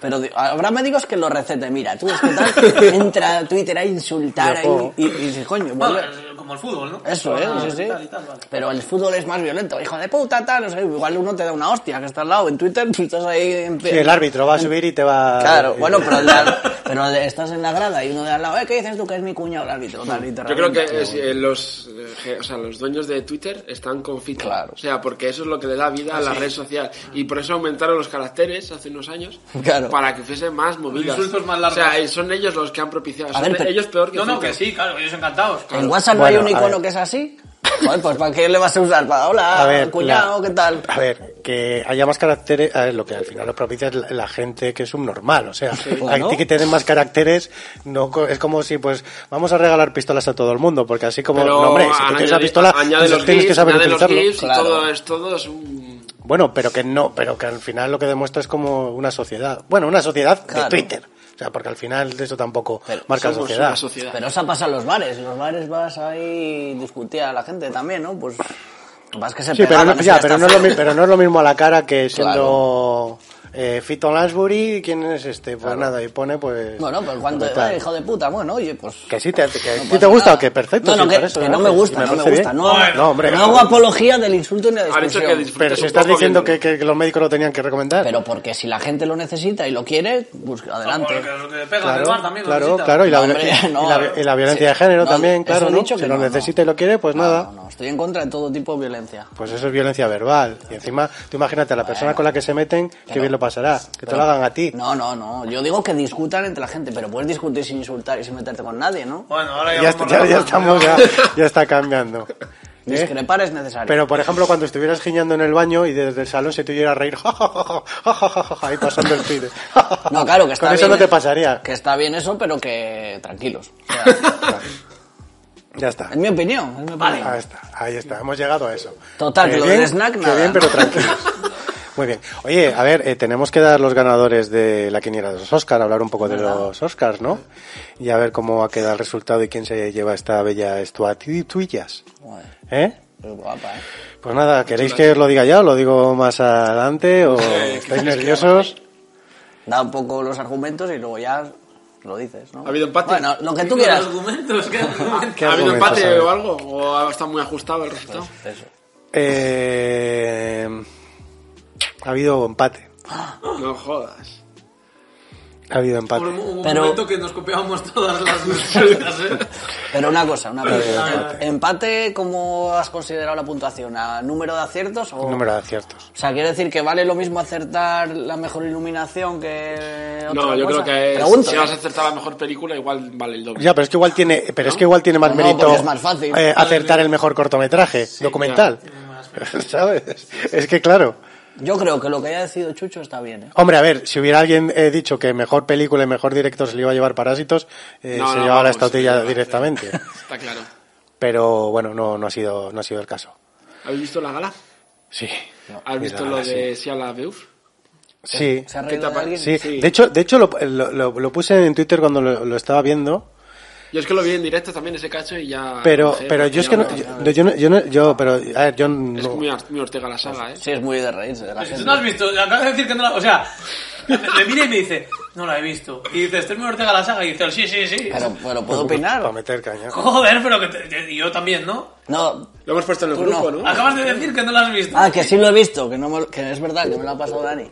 Speaker 2: Pero di- habrá médicos que lo receten. Mira, tú es que
Speaker 4: (laughs)
Speaker 2: tal, entra a Twitter a insultar ahí,
Speaker 1: Ojo.
Speaker 2: y, y dices, coño,
Speaker 4: Bueno,
Speaker 2: vuelve-
Speaker 4: eh, como el fútbol, ¿no?
Speaker 2: Eso, ¿eh?
Speaker 4: Ah,
Speaker 2: sí, sí.
Speaker 4: y tal, y tal, vale.
Speaker 2: Pero el fútbol es más violento. Hijo de puta, tal, no sé. Igual uno te da una hostia que está al lado. En Twitter (laughs) tú estás ahí... En...
Speaker 1: Sí, el árbitro va a subir y te va...
Speaker 2: Claro,
Speaker 1: y-
Speaker 2: bueno, pero, el de al-
Speaker 1: (laughs)
Speaker 2: pero el de- estás en la grada y uno de al lado, eh, ¿qué dices tú que es mi cuñado el árbitro? Tal, y te
Speaker 3: Yo creo
Speaker 2: revienta.
Speaker 3: que es, eh, los, eh, je- o sea, los dueños de Twitter están con FIFA.
Speaker 2: Claro.
Speaker 3: O sea, porque eso es lo que le da vida a la red social. Y por eso aumentaron los caracteres hace unos años.
Speaker 2: Claro.
Speaker 3: eh, Para que fuese más movidas.
Speaker 4: insultos más largos.
Speaker 3: O sea, eh, son ellos los que han propiciado.
Speaker 2: A
Speaker 3: Son
Speaker 2: ver, pero-
Speaker 3: ellos peor que
Speaker 4: No, no,
Speaker 3: FIFA.
Speaker 4: que sí, claro, ellos encantados.
Speaker 2: ¿En WhatsApp no hay
Speaker 1: Bueno,
Speaker 2: un
Speaker 1: a
Speaker 2: icono
Speaker 1: ver.
Speaker 2: que es así? Joder, pues ¿para qué le vas a usar? Para, hola,
Speaker 1: A ver,
Speaker 2: Ah, cuñado,
Speaker 1: la-
Speaker 2: ¿qué tal?
Speaker 1: A ver, que haya más caracteres, a ver, lo que al final lo propicia es la, la gente que es subnormal, o sea,
Speaker 2: Bueno.
Speaker 1: a ti que tienen más caracteres, no co- es como si, pues, vamos a regalar pistolas a todo el mundo, porque así como,
Speaker 3: Pero
Speaker 1: no, hombre, si tú
Speaker 3: han
Speaker 1: tienes
Speaker 3: añadido-
Speaker 1: una pistola,
Speaker 3: añade
Speaker 1: tú
Speaker 3: los
Speaker 1: tienes que
Speaker 3: GIFs,
Speaker 1: saber
Speaker 3: añade los
Speaker 1: utilizarlo.
Speaker 3: GIFs y
Speaker 2: Claro.
Speaker 3: todo es, todo es un...
Speaker 1: Bueno, pero que no, pero que al final lo que demuestra es como una sociedad, bueno, una sociedad
Speaker 2: Claro.
Speaker 1: de Twitter, o sea, porque al final de eso tampoco
Speaker 2: Pero
Speaker 1: marca
Speaker 3: somos
Speaker 1: sociedad.
Speaker 3: una sociedad.
Speaker 2: Pero eso pasa en los bares. En los bares vas ahí y discutir a la gente también, ¿no? Pues más (laughs) que se
Speaker 1: Sí, pero
Speaker 2: pegaban,
Speaker 1: no,
Speaker 2: eso
Speaker 1: ya,
Speaker 2: ya
Speaker 1: pero,
Speaker 2: está
Speaker 1: no es lo,
Speaker 2: feo.
Speaker 1: mi- pero no es lo mismo a la cara que siendo eh, Fito Lansbury. ¿Quién es este? Pues nada, y pone pues.
Speaker 2: (laughs) Bueno, pues cuando...
Speaker 1: pues, tal.
Speaker 2: eh, hijo de puta, bueno, oye, pues...
Speaker 1: Que sí, te, que a ti
Speaker 2: pasa
Speaker 1: te gusta
Speaker 2: pues nada.
Speaker 1: o que perfecto.
Speaker 2: No, no,
Speaker 1: sí,
Speaker 2: que,
Speaker 1: por eso,
Speaker 2: que no
Speaker 1: gracias,
Speaker 2: me
Speaker 1: sí,
Speaker 2: gusta, no me
Speaker 1: parece
Speaker 2: gusta.
Speaker 1: bien.
Speaker 2: No,
Speaker 4: Bueno,
Speaker 1: no, hombre,
Speaker 2: no hago apología del insulto ni de
Speaker 3: Han hecho
Speaker 2: discusión.
Speaker 3: que disfrutes
Speaker 1: Pero si
Speaker 3: un
Speaker 1: estás
Speaker 3: poco
Speaker 1: diciendo que,
Speaker 3: viendo.
Speaker 1: que- que los médicos lo tenían que recomendar.
Speaker 2: Pero porque si la gente lo necesita y lo quiere, pues adelante.
Speaker 4: Porque los que le pegan
Speaker 1: Claro,
Speaker 4: el bar también lo
Speaker 1: claro,
Speaker 4: necesitan.
Speaker 1: claro, y la,
Speaker 2: No, hombre,
Speaker 1: y
Speaker 2: (laughs) no.
Speaker 1: la- y la violencia
Speaker 2: Sí.
Speaker 1: de género
Speaker 2: No,
Speaker 1: también,
Speaker 2: eso
Speaker 1: claro,
Speaker 2: he
Speaker 1: ¿no?
Speaker 2: dicho
Speaker 1: Si
Speaker 2: que
Speaker 1: lo
Speaker 2: no, no.
Speaker 1: necesita y lo quiere, pues
Speaker 2: No,
Speaker 1: nada.
Speaker 2: No, no, estoy en contra de todo tipo de violencia.
Speaker 1: Pues eso es violencia verbal. Y encima, tú imagínate a la persona con la que se meten, qué bien lo pasará. Que te lo hagan a ti.
Speaker 2: No, no, no. Yo digo que discutan entre la gente, pero puedes discutir sin insultar y sin meterte con nadie, ¿no?
Speaker 4: Bueno, ahora ya,
Speaker 1: ya,
Speaker 4: vamos
Speaker 1: está- ya-
Speaker 4: a-
Speaker 1: ya estamos, ya, ya está cambiando. ¿Eh?
Speaker 2: Discrepar es necesario.
Speaker 1: Pero, por ejemplo, cuando estuvieras giñando en el baño y desde el salón se te oyera reír, ahí pasando el pide.
Speaker 2: (laughs) no, claro, que está
Speaker 1: Con eso
Speaker 2: bien, ¿eh?
Speaker 1: no te pasaría.
Speaker 2: Que está bien eso, pero que tranquilos. O
Speaker 1: (laughs)
Speaker 2: sea,
Speaker 1: Ya está.
Speaker 2: es mi opinión. es mi opinión.
Speaker 1: Ahí está, ahí está, hemos llegado a eso.
Speaker 2: Total,
Speaker 1: Eh,
Speaker 2: que lo
Speaker 1: bien,
Speaker 2: del snack,
Speaker 1: que
Speaker 2: nada,
Speaker 1: bien,
Speaker 2: ¿no?
Speaker 1: pero tranquilo. (laughs) Muy bien. Oye, a ver, eh, tenemos que dar los ganadores de la quiniela de los Oscars, hablar un poco de los Oscars, ¿no? Y a ver cómo ha quedado el resultado y quién se lleva esta bella estatuillas.
Speaker 2: Joder,
Speaker 1: ¿Eh?
Speaker 2: qué guapa, ¿eh?
Speaker 1: Pues nada, ¿queréis que os lo diga ya o lo digo más adelante o estáis nerviosos?
Speaker 2: Da un poco los argumentos y luego ya lo dices, ¿no?
Speaker 3: ¿Ha habido empate?
Speaker 2: Bueno, lo que tú quieras.
Speaker 4: argumentos, ¿eh? ¿qué
Speaker 1: ¿Qué
Speaker 2: (laughs)
Speaker 4: argumentos?
Speaker 3: ¿Ha habido
Speaker 1: argumentos,
Speaker 3: empate
Speaker 1: a ver?
Speaker 3: o algo? ¿O ha- está muy ajustado el resultado?
Speaker 2: Eso.
Speaker 1: Eh, ha habido empate.
Speaker 3: (laughs) No jodas.
Speaker 1: Ha habido
Speaker 4: Hubo un-
Speaker 1: empate.
Speaker 4: hubo un
Speaker 2: Pero-
Speaker 4: momento que nos copiábamos
Speaker 2: (laughs)
Speaker 4: todas las (laughs) respuestas, ¿eh?
Speaker 2: Pero una cosa, una cosa.
Speaker 1: empate.
Speaker 2: Empate, ¿cómo has considerado la puntuación? ¿A número de aciertos o...?
Speaker 1: Número de aciertos.
Speaker 2: O sea, quiere decir que vale lo mismo acertar la mejor iluminación que otra
Speaker 3: No, yo
Speaker 2: cosa?
Speaker 3: creo que es-
Speaker 2: Pregunto,
Speaker 3: si
Speaker 2: ¿eh?
Speaker 3: has acertado la mejor película, igual vale el doble.
Speaker 1: Ya, pero es que igual tiene, pero es que igual tiene más
Speaker 2: No,
Speaker 1: mérito
Speaker 2: porque es más fácil.
Speaker 1: eh, acertar el mejor cortometraje documental. (laughs) ¿Sabes? Es que claro.
Speaker 2: Yo creo que lo que haya decidido Chucho está bien, ¿eh?
Speaker 1: Hombre, a ver, si hubiera alguien eh, dicho que mejor película y mejor director se le iba a llevar Parásitos, eh,
Speaker 3: No,
Speaker 1: se
Speaker 3: no,
Speaker 1: llevaba la
Speaker 3: vamos,
Speaker 1: estautilla
Speaker 3: sí,
Speaker 1: directamente.
Speaker 3: Está claro.
Speaker 1: Pero bueno, no, no ha sido, no ha sido el caso.
Speaker 3: ¿Habéis visto la gala?
Speaker 1: Sí.
Speaker 3: ¿Has visto
Speaker 1: la
Speaker 3: lo
Speaker 1: gala,
Speaker 3: de Sia la Beuf?
Speaker 1: Sí.
Speaker 2: ¿Se ha
Speaker 3: ¿Qué
Speaker 2: reído
Speaker 3: te
Speaker 2: de
Speaker 3: pa-
Speaker 2: alguien?
Speaker 1: Sí,
Speaker 3: Sí.
Speaker 1: de hecho, de hecho lo, lo- lo- lo puse en Twitter cuando lo, lo estaba viendo,
Speaker 3: Yo es que lo vi en directo también ese cacho y ya...
Speaker 1: pero,
Speaker 3: Ah, no sé,
Speaker 1: pero
Speaker 3: porque
Speaker 1: yo es
Speaker 3: ya
Speaker 1: que no,
Speaker 3: me-
Speaker 1: yo, yo no, yo no- yo, pero, a ver, yo no-
Speaker 3: Es muy, ar- muy Ortega la saga, ¿eh?
Speaker 2: Sí, es muy de reírse de la
Speaker 4: Si tú
Speaker 2: gente.
Speaker 4: no has visto, acabas de decir que no la... O sea, me, me mira y me dice, no la he visto. Y dice, estoy muy Ortega la saga. Y dice, sí, sí, sí.
Speaker 2: Pero, pero
Speaker 3: (laughs)
Speaker 2: ¿puedo opinar?
Speaker 1: para meter caña.
Speaker 4: Joder, pero que te- te- y yo también, ¿no?
Speaker 2: No.
Speaker 3: Lo hemos puesto en el
Speaker 2: Tú
Speaker 3: grupo,
Speaker 2: no.
Speaker 3: ¿no?
Speaker 4: Acabas de decir que no la has visto.
Speaker 2: Ah, que sí lo he visto, que, no me- que es verdad, que me lo ha pasado Dani.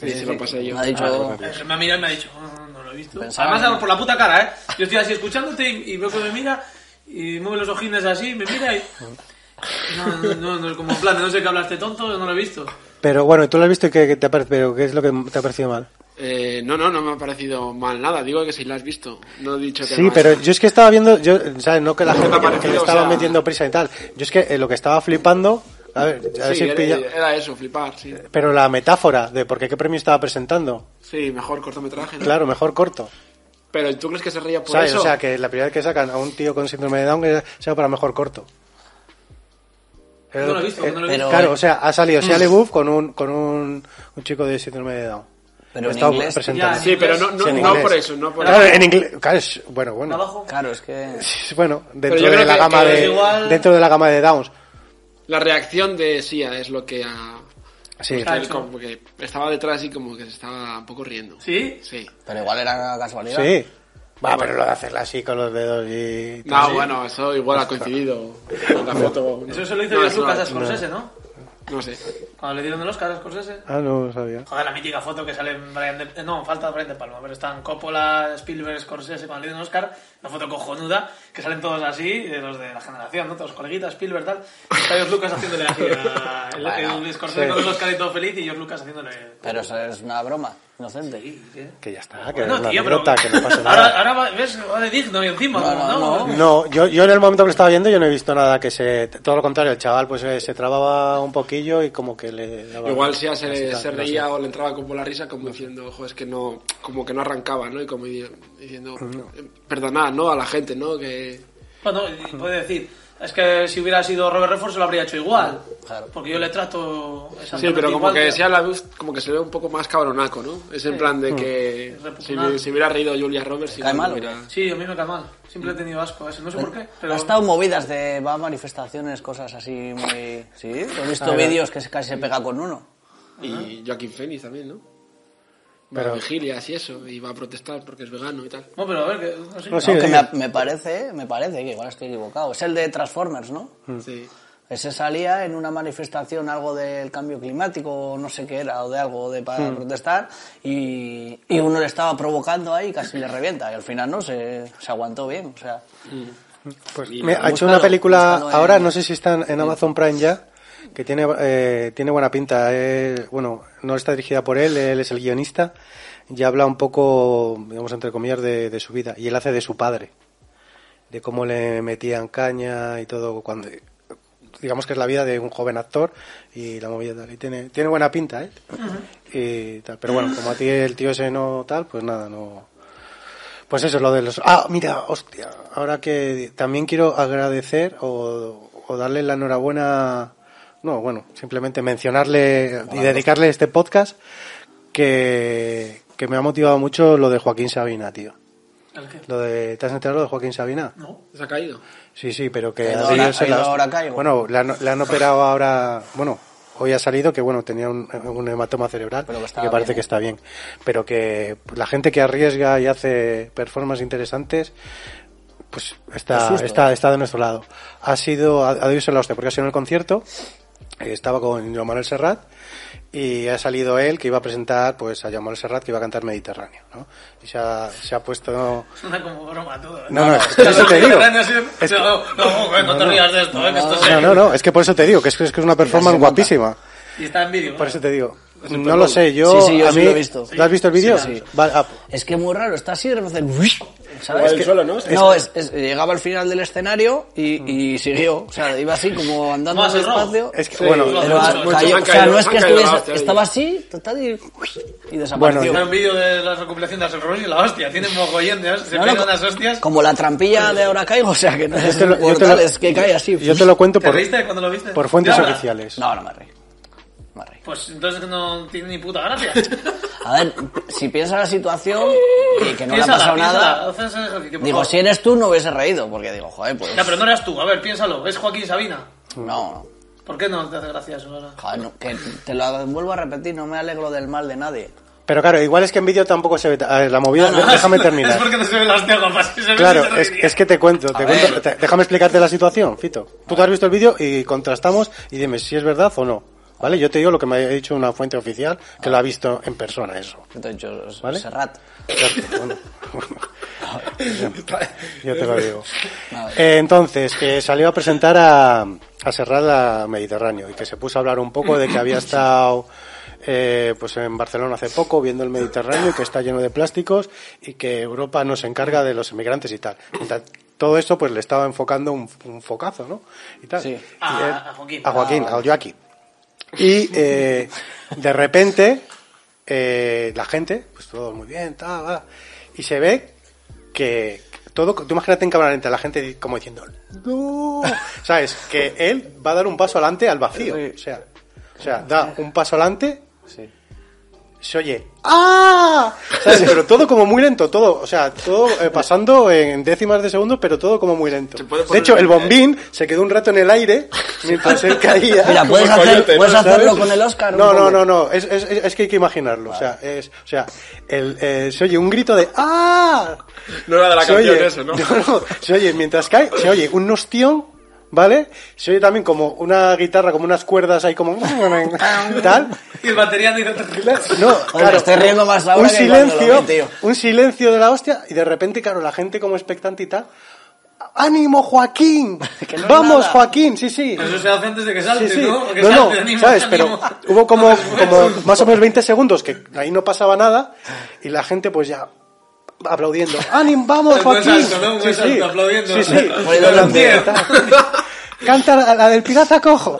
Speaker 3: Sí, sí, lo pasé yo.
Speaker 2: Me ha dicho...
Speaker 4: Eh, Me ha mirado y me ha dicho, no, no, no lo he visto.
Speaker 2: Pensaba
Speaker 4: Además,
Speaker 2: que no.
Speaker 4: por la puta cara, ¿eh? Yo estoy así escuchándote y, y veo que me mira y mueve los ojines así, me mira y... No, no, no, no, como en plan, de no sé qué hablaste tonto, no lo he visto.
Speaker 1: Pero bueno, tú lo has visto y qué, qué te ha parecido, pero qué es lo que te ha parecido mal.
Speaker 3: Eh, no, no, no me ha parecido mal nada. Digo que si la has visto. No he dicho que
Speaker 1: Sí,
Speaker 3: no.
Speaker 1: pero yo es que estaba viendo, yo, ¿sabes? No que la gente
Speaker 3: te
Speaker 1: que-
Speaker 3: ha
Speaker 1: que
Speaker 3: parecido?
Speaker 1: le
Speaker 3: O
Speaker 1: estaba
Speaker 3: sea-
Speaker 1: metiendo prisa y tal. Yo es que eh, lo que estaba flipando, a ver, a ver
Speaker 3: Sí, eh,
Speaker 1: si
Speaker 3: era,
Speaker 1: pilla.
Speaker 3: era eso, flipar, sí.
Speaker 1: Pero la metáfora de por qué qué premio estaba presentando.
Speaker 3: Sí, mejor cortometraje. ¿no?
Speaker 1: Claro, mejor corto.
Speaker 3: Pero ¿tú crees que se reía por
Speaker 1: ¿Sabes?
Speaker 3: eso?
Speaker 1: O sea, que la primera vez que sacan a un tío con síndrome de Down que sea para mejor corto.
Speaker 4: No lo he visto,
Speaker 1: Eh,
Speaker 4: no lo he
Speaker 2: visto.
Speaker 1: Claro, o sea, ha salido Shia LaBeouf con un, con un, un chico de síndrome de Down.
Speaker 2: Pero en
Speaker 1: Estaba
Speaker 2: inglés,
Speaker 1: presentando.
Speaker 3: Sí, pero no, no,
Speaker 1: Sí, en
Speaker 3: no
Speaker 1: inglés.
Speaker 3: por eso, no por
Speaker 1: Claro,
Speaker 3: eso.
Speaker 1: en inglés. Claro, es- bueno, bueno.
Speaker 4: Abajo.
Speaker 2: Claro, es que...
Speaker 1: (laughs) Bueno,
Speaker 3: Pero
Speaker 1: dentro
Speaker 3: yo
Speaker 1: de,
Speaker 3: creo
Speaker 1: la
Speaker 3: que-
Speaker 1: gama
Speaker 3: que
Speaker 1: de,
Speaker 4: igual-
Speaker 1: dentro de la gama de Downs.
Speaker 3: La reacción de Sia es lo que ha...
Speaker 1: Sí,
Speaker 4: sea,
Speaker 3: Él
Speaker 4: eso.
Speaker 3: como que estaba detrás y como que se estaba un poco riendo.
Speaker 4: ¿Sí?
Speaker 3: Sí.
Speaker 2: Pero igual era casualidad.
Speaker 1: sí. Va, pero lo de hacerla así con los dedos y...
Speaker 3: No, Ah, bueno, eso igual ha coincidido con la foto.
Speaker 4: Eso se lo hizo
Speaker 3: No,
Speaker 4: yo
Speaker 3: eso
Speaker 4: su
Speaker 3: no-
Speaker 4: casa Scorsese, ¿no?
Speaker 3: No sé.
Speaker 4: Cuando le dieron el Oscar a Scorsese.
Speaker 1: Ah, no lo sabía.
Speaker 4: Joder, la mítica foto que sale en Brian de... No, falta Brian de Palma, pero están Coppola, Spielberg, Scorsese, cuando le dieron el Oscar, una foto cojonuda, que salen todos así, de los de la generación, ¿no? Todos coleguitas, Spielberg, tal. Está George Lucas haciéndole así a... el,
Speaker 2: Bueno,
Speaker 4: el Scorsese
Speaker 1: sí.
Speaker 4: con el Oscar y todo feliz, y George Lucas haciéndole...
Speaker 2: Pero eso es una broma, inocente.
Speaker 4: Sí, ¿qué?
Speaker 1: Que ya está, que es
Speaker 4: Bueno,
Speaker 1: una
Speaker 4: tío, pero...
Speaker 1: anécdota, que no pasa nada.
Speaker 4: ahora, ahora va- ves, va de digno y encima,
Speaker 2: No,
Speaker 4: ¿no?
Speaker 2: no, no.
Speaker 1: No, yo, yo en el momento que lo estaba viendo yo no he visto nada que se... Todo lo contrario, el chaval pues eh, se trababa un poquillo y como que le... daba-
Speaker 3: Igual si ya se,
Speaker 1: Así
Speaker 3: le-
Speaker 1: tal,
Speaker 3: se
Speaker 1: no sé.
Speaker 3: reía o le entraba como la risa como diciendo, ojo, es que no, como que no arrancaba, ¿no? Y como di- diciendo, eh, perdonad, ¿no? A la gente, ¿no? Que...
Speaker 4: Bueno, y puede decir, es que si hubiera sido Robert Redford se lo habría hecho igual.
Speaker 2: Claro.
Speaker 4: Porque yo le trato exactamente
Speaker 3: Sí, pero como
Speaker 4: igual,
Speaker 3: que
Speaker 4: tío.
Speaker 3: sea la luz, como que se ve un poco más cabronaco, ¿no? Es en plan de que si,
Speaker 4: Repugnante.
Speaker 3: si hubiera reído Julia Roberts...
Speaker 2: Cae
Speaker 3: igual
Speaker 2: malo.
Speaker 3: hubiera-
Speaker 4: Sí, a mí me cae mal. Siempre he tenido asco a ese, no
Speaker 1: Eh,
Speaker 4: sé por qué. Pero
Speaker 2: Ha estado movidas de va a manifestaciones, cosas así muy... Sí, he visto
Speaker 1: Ah,
Speaker 2: vídeos que se- casi se pega con uno.
Speaker 3: Y Joaquín Phoenix también, ¿no?
Speaker 1: Pero-
Speaker 3: Pero vigilias y eso, y va a protestar porque es vegano y tal.
Speaker 4: No, pero a ver, que, no sé.
Speaker 1: No, sí,
Speaker 2: Aunque
Speaker 1: sí.
Speaker 2: me, me parece, me parece que igual estoy equivocado. Es el de Transformers, ¿no?
Speaker 3: Sí.
Speaker 2: Ese salía en una manifestación algo del cambio climático, o no sé qué era, o de algo de para
Speaker 1: Hmm.
Speaker 2: protestar, y, y uno le estaba provocando ahí y casi le revienta. Y al final no, se, se aguantó bien. O sea,
Speaker 1: Pues
Speaker 3: Y
Speaker 1: me ha hecho
Speaker 2: búscalo,
Speaker 1: una película
Speaker 2: búscalo en-
Speaker 1: ahora, no sé si está en- en Amazon Prime ya, que tiene, eh, tiene buena pinta. eh, bueno, no está dirigida por él, él es el guionista, y habla un poco, digamos, entre comillas, de, de su vida. Y él hace de su padre, de cómo le metían caña y todo, cuando digamos que es la vida de un joven actor y la movida tal. Y tiene, tiene buena pinta, ¿eh? Y tal. Pero bueno, como a ti el tío ese no tal, pues nada, no, pues eso, lo de los... Ah, mira, hostia. Ahora que también quiero agradecer o, o darle la enhorabuena... No, bueno, simplemente mencionarle y dedicarle este podcast que, que me ha motivado mucho lo de Joaquín Sabina, tío.
Speaker 4: ¿El qué?
Speaker 1: Lo de, ¿Te has enterado de Joaquín Sabina?
Speaker 4: No.
Speaker 3: ¿Se ha caído?
Speaker 1: Sí, sí, pero que...
Speaker 2: Ha ido
Speaker 1: ha
Speaker 2: ahora-
Speaker 1: debido ser
Speaker 2: ha ido
Speaker 1: la hostia.
Speaker 2: ahora caigo.
Speaker 1: Bueno, le han, le han operado ahora... Bueno, hoy ha salido que, bueno, tenía un, un hematoma cerebral
Speaker 2: Pero que
Speaker 1: y que,
Speaker 2: estaba
Speaker 1: parece
Speaker 2: bien,
Speaker 1: que
Speaker 2: ¿eh?
Speaker 1: está bien. Pero que la gente que arriesga y hace performances interesantes pues
Speaker 2: Qué
Speaker 1: está,
Speaker 2: susto.
Speaker 1: está, está de nuestro lado. Ha sido, ha, ha de irse la hostia, porque ha sido en el concierto, eh, estaba con Joan Manuel Serrat, y ha salido él que iba a presentar pues a Joan Manuel Serrat que iba a cantar Mediterráneo, ¿no? Y se ha, se ha puesto... No,
Speaker 4: Suena como broma todo. ¿eh?
Speaker 1: no,
Speaker 4: (laughs)
Speaker 1: es que por eso te digo.
Speaker 4: No, sí,
Speaker 1: Es que-
Speaker 4: No, no, no, te rías de esto, ¿eh? que esto
Speaker 1: No,
Speaker 4: se...
Speaker 1: no, no, es que por eso te digo, que es, que es que es una performance
Speaker 2: se monta.
Speaker 1: guapísima.
Speaker 4: Y está en vídeo. ¿eh?
Speaker 1: Por
Speaker 4: ¿no?
Speaker 1: eso te digo. No lo sé, yo...
Speaker 2: Sí, sí, yo
Speaker 1: a
Speaker 2: sí
Speaker 1: mí-
Speaker 2: lo he visto.
Speaker 1: ¿Lo has visto el vídeo?
Speaker 2: Sí, sí.
Speaker 1: Vale, ah,
Speaker 2: Es que es muy raro, está así de repente. ¡uish!
Speaker 3: Igual
Speaker 2: ¿Sabes?
Speaker 3: el
Speaker 2: Que-
Speaker 3: suelo, ¿no?
Speaker 2: No, es- es- llegaba al final del escenario y, y siguió. O sea, iba así como andando
Speaker 4: Mm. Más el rojo.
Speaker 2: despacio.
Speaker 1: es que,
Speaker 3: Sí,
Speaker 1: bueno,
Speaker 4: lo-
Speaker 2: Pero
Speaker 4: mucho,
Speaker 2: a-
Speaker 4: mucho,
Speaker 2: cayó-
Speaker 3: se han
Speaker 2: o sea,
Speaker 3: caído,
Speaker 2: no es
Speaker 3: se
Speaker 2: que
Speaker 3: han caído
Speaker 2: estuviese-
Speaker 3: la hostia ahí.
Speaker 2: estaba así, total, y, y
Speaker 1: yo-
Speaker 2: desapareció.
Speaker 4: Está en vídeo de la recopilación de las Rose y la hostia. Tiene mogollón de hostias. Se
Speaker 2: No, no,
Speaker 4: pegan
Speaker 2: co-
Speaker 4: unas hostias.
Speaker 2: Como la trampilla de ahora caigo, o sea, que no es
Speaker 1: yo te lo- yo te
Speaker 2: mortal,
Speaker 1: lo-
Speaker 2: es que cae así.
Speaker 1: Yo te lo cuento
Speaker 4: ¿Te
Speaker 1: por,
Speaker 4: reíste cuando lo viste?
Speaker 1: por fuentes
Speaker 4: ¿Y ahora?
Speaker 1: oficiales.
Speaker 2: No, no me reí. Me reí.
Speaker 4: Pues entonces no tiene ni puta
Speaker 1: (laughs)
Speaker 4: gracia. (laughs)
Speaker 2: A ver, si piensas la situación y que no le ha
Speaker 4: Piénsala,
Speaker 2: pasado
Speaker 4: piénsala.
Speaker 2: nada,
Speaker 4: Haz ese ejercicio, por
Speaker 2: digo,
Speaker 4: favor.
Speaker 2: si eres tú no hubiese reído, porque digo, joder, pues...
Speaker 4: Ya, pero no eras tú. A ver, piénsalo. Es Joaquín Sabina.
Speaker 2: No, no.
Speaker 4: ¿Por qué no te hace gracia eso ahora?
Speaker 2: Joder, no, que te lo vuelvo a repetir, no me alegro del mal de nadie.
Speaker 1: Pero claro, igual es que en vídeo tampoco se ve. ta- a ver, la movida, de-
Speaker 2: (laughs)
Speaker 1: déjame
Speaker 4: (laughs) Es
Speaker 1: terminar.
Speaker 4: porque no se ven las teogopas. Se ven
Speaker 1: Claro,
Speaker 4: y se
Speaker 1: es,
Speaker 4: reiría.
Speaker 1: es que te cuento, te
Speaker 2: A
Speaker 1: cuento-
Speaker 2: ver.
Speaker 1: te- déjame explicarte la situación, Fito. Tú te has visto el vídeo y contrastamos y dime si es verdad o no. ¿Vale? Yo te digo lo que me ha dicho una fuente oficial que lo ha visto en persona, eso.
Speaker 2: Que te he dicho, es-
Speaker 1: ¿Vale?
Speaker 2: Serrat.
Speaker 1: Exacto, bueno. Yo te lo digo.
Speaker 2: Vale.
Speaker 1: Eh, entonces, que salió a presentar a, a Serrat a Mediterráneo y que se puso a hablar un poco de que había estado eh, pues en Barcelona hace poco viendo el Mediterráneo y que está lleno de plásticos y que Europa nos encarga de los inmigrantes y tal. Mientras todo esto pues le estaba enfocando un, un focazo, ¿no? Y tal.
Speaker 2: Sí.
Speaker 1: Y
Speaker 4: A-
Speaker 1: él-
Speaker 4: a Joaquín.
Speaker 1: A Joaquín, a Joaquín. Y eh, de repente, eh, la gente, pues todo muy bien, ta, va, y se ve que todo, tú imagínate en cámara lenta, la gente di- como diciendo, no, ¿sabes? Que él va a dar un paso adelante al vacío, o sea, o sea, da un paso adelante se oye ¡Ah! ¿Sabes? Pero todo como muy lento, todo, o sea, todo eh, pasando en décimas de segundo, pero todo como muy lento.
Speaker 3: Se puede
Speaker 1: De
Speaker 3: poner
Speaker 1: hecho, el
Speaker 3: el-
Speaker 1: bombín se quedó un rato en el aire mientras él caía.
Speaker 2: Mira,
Speaker 1: Como
Speaker 2: puedes hacer-
Speaker 1: coyote,
Speaker 2: puedes
Speaker 1: ¿sabes?
Speaker 2: hacerlo con el Oscar un
Speaker 1: No, no,
Speaker 2: poco.
Speaker 1: no, no, es, es, es- es que hay que imaginarlo. O sea, es, o sea el, eh, se oye un grito de ¡Ah!
Speaker 5: No era de la
Speaker 1: se
Speaker 5: canción
Speaker 1: oye,
Speaker 5: eso,
Speaker 1: (laughs)
Speaker 5: ¿no?
Speaker 1: no, se oye mientras cae, se oye un ostión, ¿vale? Se oye también como una guitarra, como unas cuerdas ahí como (laughs) tal.
Speaker 4: Y el batería dice...
Speaker 1: No, claro,
Speaker 2: estoy riendo más ahora
Speaker 1: un
Speaker 2: que cuando lo
Speaker 1: silencio,
Speaker 2: vi, tío.
Speaker 1: un silencio de la hostia y de repente, claro, la gente como expectante y tal. ¡Ánimo, Joaquín!
Speaker 2: (laughs) Que no es
Speaker 1: ¡Vamos,
Speaker 2: nada".
Speaker 1: Joaquín! Sí, sí.
Speaker 4: Pero eso se hace antes de que salte,
Speaker 1: Sí, sí.
Speaker 4: ¿no? O que
Speaker 1: No, no,
Speaker 4: salte, ánimo,
Speaker 1: ¿sabes? Pero
Speaker 4: ánimo. Pues
Speaker 1: hubo
Speaker 4: (laughs)
Speaker 1: como,
Speaker 4: No te
Speaker 1: como
Speaker 4: mueves.
Speaker 1: más o menos 20 segundos que ahí no pasaba nada y la gente pues ya aplaudiendo. ánimo vamos,
Speaker 4: (laughs) Un buen
Speaker 1: Joaquín!
Speaker 4: salto, Pues ¿no? Un buen salto, aplaudiendo.
Speaker 1: Sí, sí.
Speaker 4: (laughs) Oye,
Speaker 1: Lo
Speaker 4: lo
Speaker 1: aplaudía,
Speaker 4: entiendo.
Speaker 1: tal. Canta la, la del pirata
Speaker 4: (laughs)
Speaker 1: cojo.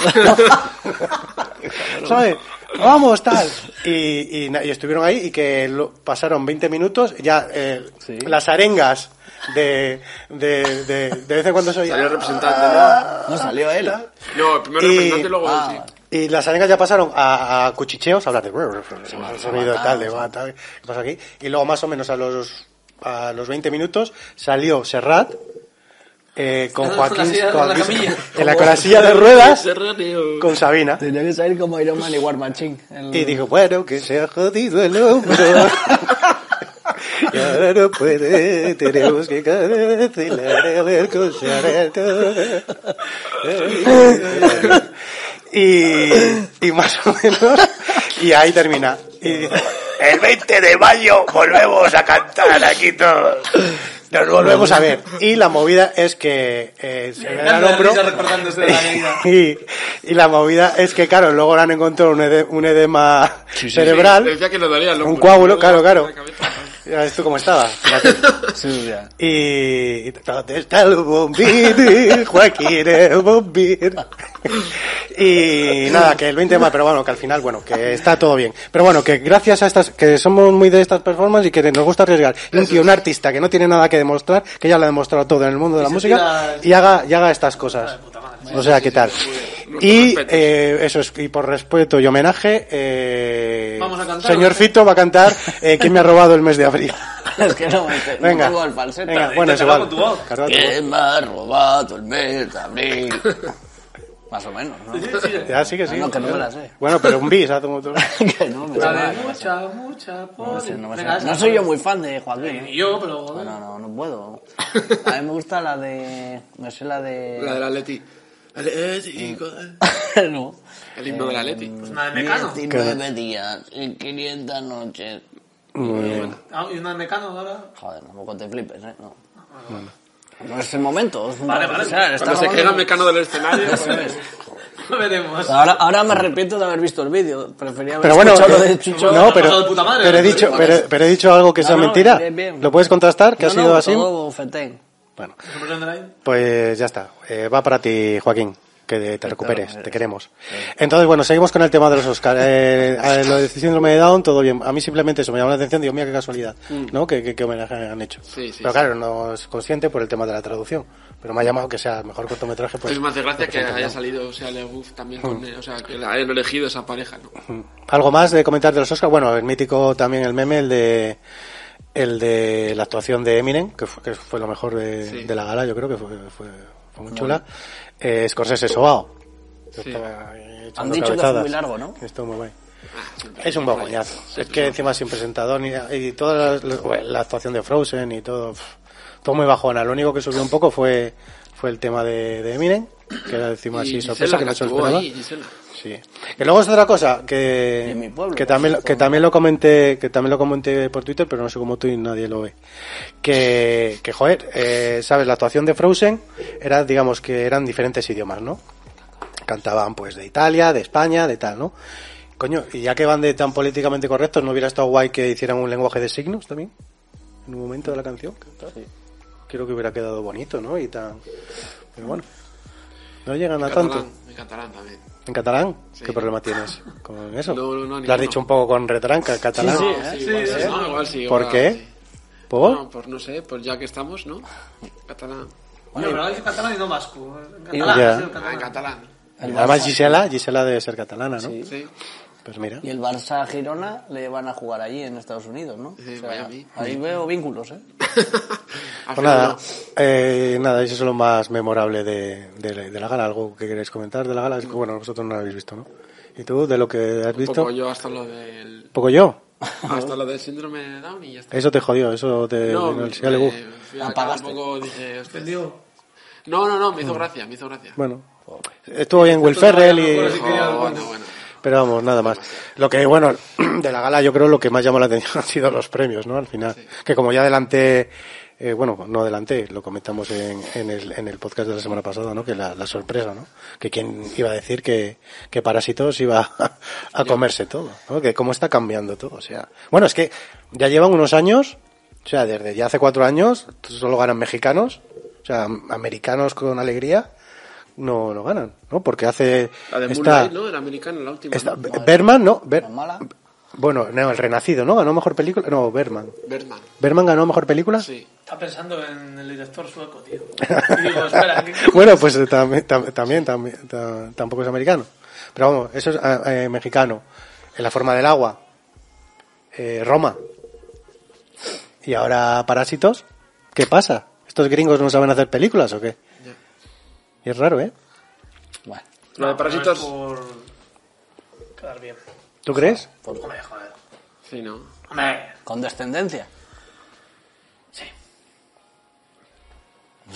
Speaker 1: ¿Sabes? Vamos, tal. Y, y na- y estuvieron ahí y que lo- pasaron 20 minutos, ya eh,
Speaker 2: Sí.
Speaker 1: las arengas de, de, de, de vez en cuando "Ah, soy
Speaker 3: Salió el representante,
Speaker 2: No salió él.
Speaker 3: ¿no? No, primero
Speaker 1: Y-
Speaker 3: el representante y luego
Speaker 2: Ah.
Speaker 3: sí.
Speaker 1: Y las arengas ya pasaron a, a cuchicheos, a hablar de... el sonido de tal, de va, tal, ¿qué pasa aquí? Y luego más o menos a los, a los 20 minutos salió Serrat eh, con
Speaker 4: En la
Speaker 1: Joaquín...
Speaker 4: silla- en
Speaker 1: con
Speaker 4: la
Speaker 1: Joaquín-
Speaker 4: camilla.
Speaker 1: (laughs) en la casilla
Speaker 4: (laughs)
Speaker 1: de ruedas
Speaker 3: Serrano.
Speaker 1: con Sabina.
Speaker 2: Tenía que salir como Iron Man y War Machine. El-
Speaker 1: Y dijo, bueno, que se ha jodido el hombro. Y ahora no puede, tenemos que cancelar a ver con Sarah. Y, y más o menos, y ahí termina. Y dice, el 20 de mayo volvemos a cantar aquí todos. Nos volvemos a ver. Y la movida es que eh, se le da el
Speaker 4: Dando la
Speaker 1: hombro.
Speaker 4: risa recordándose de la caída.
Speaker 1: Y, y la movida es que, claro, luego le han encontrado un, ede- un edema
Speaker 3: Sí,
Speaker 1: cerebral.
Speaker 3: decía que le dolía el
Speaker 1: un
Speaker 3: hombro.
Speaker 1: coágulo,
Speaker 3: Luego,
Speaker 1: claro, claro.
Speaker 3: la cabeza, ¿no?
Speaker 1: Ya ves tú cómo estaba.
Speaker 2: Sí, ya.
Speaker 1: Y ¿dónde está el bombín? (laughs) Joaquín el bombín. Y nada, que el 20 de mayo, pero bueno, que al final, bueno, que está todo bien. Pero bueno, que gracias a estas, que somos muy de estas performances y que nos gusta arriesgar. Y un tío, un artista que no tiene nada que demostrar, que ya lo ha demostrado todo en el mundo de la
Speaker 4: se
Speaker 1: música,
Speaker 4: tira-
Speaker 1: y haga, y haga estas cosas. O sea, ¿qué tal?
Speaker 3: muy bien.
Speaker 1: Y
Speaker 3: Respeto.
Speaker 1: eh, eso es, y por respeto y homenaje, eh,
Speaker 4: Vamos a cantar,
Speaker 1: señor
Speaker 4: ¿no?
Speaker 1: Fito va a cantar eh, ¿Quién me ha robado el mes de abril?
Speaker 2: (laughs) Es que no me no
Speaker 1: Venga.
Speaker 2: tengo el falsete.
Speaker 1: Venga,
Speaker 4: Te
Speaker 1: bueno, es
Speaker 4: toca
Speaker 1: igual.
Speaker 4: con tu voz.
Speaker 1: Cargado tu voz.
Speaker 2: ¿eh? ¿Quién me ha robado el mes de abril? (laughs) Más o menos, ¿no?
Speaker 1: Ya, sí que sí.
Speaker 2: No, que no me la sé.
Speaker 1: Bueno, pero un bis, ¿ah? Como tú.
Speaker 2: (laughs) Que no, me sé
Speaker 4: La
Speaker 2: nada,
Speaker 4: de
Speaker 2: no me sé.
Speaker 4: mucha, mucha,
Speaker 2: No sé,
Speaker 4: pobre.
Speaker 2: no me sé
Speaker 4: Venga,
Speaker 2: nada.
Speaker 4: esa.
Speaker 2: No soy yo muy fan de Joaquín.
Speaker 4: Ni yo, pero... joder.
Speaker 2: No, no, no
Speaker 1: (laughs)
Speaker 2: puedo. A mí me gusta la de... Me sé la
Speaker 3: La
Speaker 2: de...
Speaker 3: del Atleti.
Speaker 1: Eh,
Speaker 3: Atleti, Eh,
Speaker 2: (laughs)
Speaker 3: joder.
Speaker 2: no.
Speaker 3: El himno del Atleti.
Speaker 4: Pues nada de Mecano.
Speaker 2: 19 días y 500 noches.
Speaker 4: Ah, y una de Mecano ahora. (laughs)
Speaker 2: Joder, tampoco te flipes, ¿eh? No. No es el momento. es un-
Speaker 4: Vale, vale.
Speaker 2: o sea, está
Speaker 3: Cuando se
Speaker 2: robando-
Speaker 3: caiga Mecano
Speaker 1: (laughs)
Speaker 3: del escenario. joder.
Speaker 4: Lo veremos.
Speaker 2: Ahora, ahora me arrepiento de haber visto el vídeo. Prefería haber
Speaker 1: Pero bueno,
Speaker 2: escuchado lo
Speaker 1: eh,
Speaker 2: de Chucho.
Speaker 1: no,
Speaker 4: Lo
Speaker 1: pero,
Speaker 4: de puta madre,
Speaker 1: pero he
Speaker 4: ¿no?
Speaker 1: dicho, pero, pero he dicho algo que sea
Speaker 2: pues. no,
Speaker 1: mentira.
Speaker 2: bien, bien.
Speaker 1: ¿Lo puedes contrastar? ¿Que ha
Speaker 2: No,
Speaker 1: sido
Speaker 2: no,
Speaker 1: así?
Speaker 2: todo fetén.
Speaker 1: Bueno,
Speaker 4: Superman Drive.
Speaker 1: pues ya está. Eh, va para ti, Joaquín. Que te- te
Speaker 3: eh,
Speaker 1: recuperes, te queremos. Entonces, bueno, seguimos con el tema de los Oscars. Eh, a lo de síndrome de Down, todo bien. A mí simplemente eso me llamó la atención. Digo, mira qué casualidad, ¿no? Que, que, que homenaje han hecho.
Speaker 3: Mm. Sí, sí,
Speaker 1: Pero
Speaker 3: sí.
Speaker 1: claro, no es consciente por el tema de la traducción. Pero me ha llamado que sea el mejor cortometraje. Pues, Mm.
Speaker 3: Entonces me hace gracia que
Speaker 1: representa,
Speaker 3: haya
Speaker 1: ¿no?
Speaker 3: salido, o sea, Leouf también con él, o sea, que la hayan elegido esa pareja, ¿no?
Speaker 1: ¿Algo más de comentar de los Oscars? Bueno, el mítico también el meme, el de el de la actuación de Eminem, que fue, que fue lo mejor de,
Speaker 3: Sí.
Speaker 1: de la gala, yo creo que fue, fue, fue muy chula. Eh, Scorsese sobao.
Speaker 3: Sí.
Speaker 2: Han dicho que fue muy largo, ¿no?
Speaker 1: Estuvo muy guay.
Speaker 3: Ah,
Speaker 1: Es un bagoñazo. Es que encima sin presentador ni, y toda la, la- la actuación de Frozen y todo, pf, todo muy bajona. Lo único que subió un poco fue fue el tema de, de Eminem, que era encima así sorpresa que no se lo
Speaker 3: estuvo
Speaker 1: esperaba.
Speaker 3: ahí, Gisela.
Speaker 1: Sí. Que luego es otra cosa
Speaker 2: Y
Speaker 1: que,
Speaker 2: en mi pueblo,
Speaker 1: que
Speaker 2: por
Speaker 1: también
Speaker 2: cierto.
Speaker 1: que también lo comenté que también lo comenté por Twitter, pero no sé cómo tú y nadie lo ve. Que, que joder, eh, sabes, la actuación de Frozen era, digamos que eran diferentes idiomas, ¿no? Cantaban pues de Italia, de España, de tal, ¿no? Coño, y ya que van de tan políticamente correctos, ¿no hubiera estado guay que hicieran un lenguaje de signos también? En un momento de la canción. Creo que hubiera quedado bonito, ¿no? Y tan... Pero bueno. No llegan a
Speaker 3: En
Speaker 1: tanto.
Speaker 3: catalán, en catalán también.
Speaker 1: ¿En catalán?
Speaker 3: Sí.
Speaker 1: ¿Qué problema tienes con eso?
Speaker 3: No, no, no,
Speaker 1: Lo
Speaker 3: ninguno.
Speaker 1: has dicho un poco con retranca, en catalán.
Speaker 2: Sí,
Speaker 3: Sí,
Speaker 2: ¿eh?
Speaker 3: igual
Speaker 4: Sí,
Speaker 3: sí,
Speaker 4: sí.
Speaker 3: no, igual sí,
Speaker 1: ¿Por
Speaker 3: igual
Speaker 1: qué?
Speaker 3: sí.
Speaker 1: ¿Por?
Speaker 3: No, pues no sé, pues ya que estamos, ¿no? Catalán.
Speaker 4: Bueno, pero ahora es catalán y no vasco. En
Speaker 1: Ya.
Speaker 4: catalán. ha sido
Speaker 3: Ah, en
Speaker 4: catalán.
Speaker 3: catalán.
Speaker 1: (laughs) Además, Gisela, Gisela debe ser catalana, ¿no?
Speaker 3: Sí.
Speaker 1: Pues mira.
Speaker 2: Y el Barça-Girona le van a jugar allí en Estados Unidos, ¿no?
Speaker 3: Sí, Miami.
Speaker 2: Ahí veo vínculos, ¿eh?
Speaker 3: Al
Speaker 1: Pues
Speaker 3: final,
Speaker 1: nada, eh, nada, eso es lo más memorable de, de- de la gala. ¿Algo que queréis comentar de la gala? Es que, bueno, vosotros no lo habéis visto, ¿no? ¿Y tú, de lo que has
Speaker 3: un
Speaker 1: visto?
Speaker 3: poco yo hasta lo del
Speaker 1: Poco yo.
Speaker 3: hasta lo del síndrome de Down y ya está.
Speaker 1: Eso te jodió, eso te...
Speaker 3: me-
Speaker 1: el Shia LaBeouf.
Speaker 3: me pues, eh, fui a acabar un
Speaker 2: Apagaste.
Speaker 3: poco, dije, hostia.
Speaker 4: Entendido.
Speaker 3: No, no, no, me hizo gracia, me hizo gracia.
Speaker 1: Bueno, estuvo bien Will
Speaker 4: Esto no,
Speaker 1: Ferrell
Speaker 4: no,
Speaker 1: y...
Speaker 4: no, no, no, no, bueno.
Speaker 3: Oh, bueno, bueno.
Speaker 1: Pero vamos, nada más. Lo que, bueno, (clears throat) de la gala yo creo lo que más llamó la atención (laughs) han sido los premios, ¿no? Al final. Que como ya adelanté, eh, bueno, no adelanté, lo comentamos en, en, el, en el podcast de la semana pasada, ¿no? Que la, la sorpresa, ¿no? Que quien iba a decir que, que Parásitos iba (laughs) a, a comerse todo, ¿no? Que cómo está cambiando todo, o sea. Bueno, es que ya llevan unos años, o sea, desde ya hace cuatro años, solo ganan mexicanos, o sea, am- americanos con alegría, no lo ganan, ¿no? Porque hace...
Speaker 3: La de
Speaker 1: está-
Speaker 3: Moonlight, ¿no? La americana, la última.
Speaker 1: Esta-
Speaker 3: ¿no?
Speaker 1: Be- Berman, no. Ber-
Speaker 2: ¿La mala?
Speaker 1: Bueno, no, el Renacido, ¿no? Ganó mejor película. No, Berman.
Speaker 3: Birdman,
Speaker 1: ¿Berman ganó mejor película?
Speaker 3: sí.
Speaker 4: Está pensando en el director sueco,
Speaker 2: (laughs)
Speaker 4: tío. Y digo,
Speaker 1: (laughs)
Speaker 4: espera, ¿qué- qué-
Speaker 1: bueno, pues eh, tam- tam- también, también, ta- tampoco es americano. Pero vamos, eso es ah, eh, mexicano. En la forma del agua. Eh, Roma. Y ahora Parásitos. ¿Qué pasa? ¿Estos gringos no saben hacer películas o qué?
Speaker 3: Ya.
Speaker 1: Y es raro, ¿eh?
Speaker 2: Bueno,
Speaker 3: Lo de
Speaker 4: No,
Speaker 3: Parásitos.
Speaker 4: no es por quedar bien.
Speaker 1: ¿Tú crees?
Speaker 4: Hombre, joder.
Speaker 3: Sí, ¿no?
Speaker 4: Hombre,
Speaker 2: con descendencia.
Speaker 4: sí.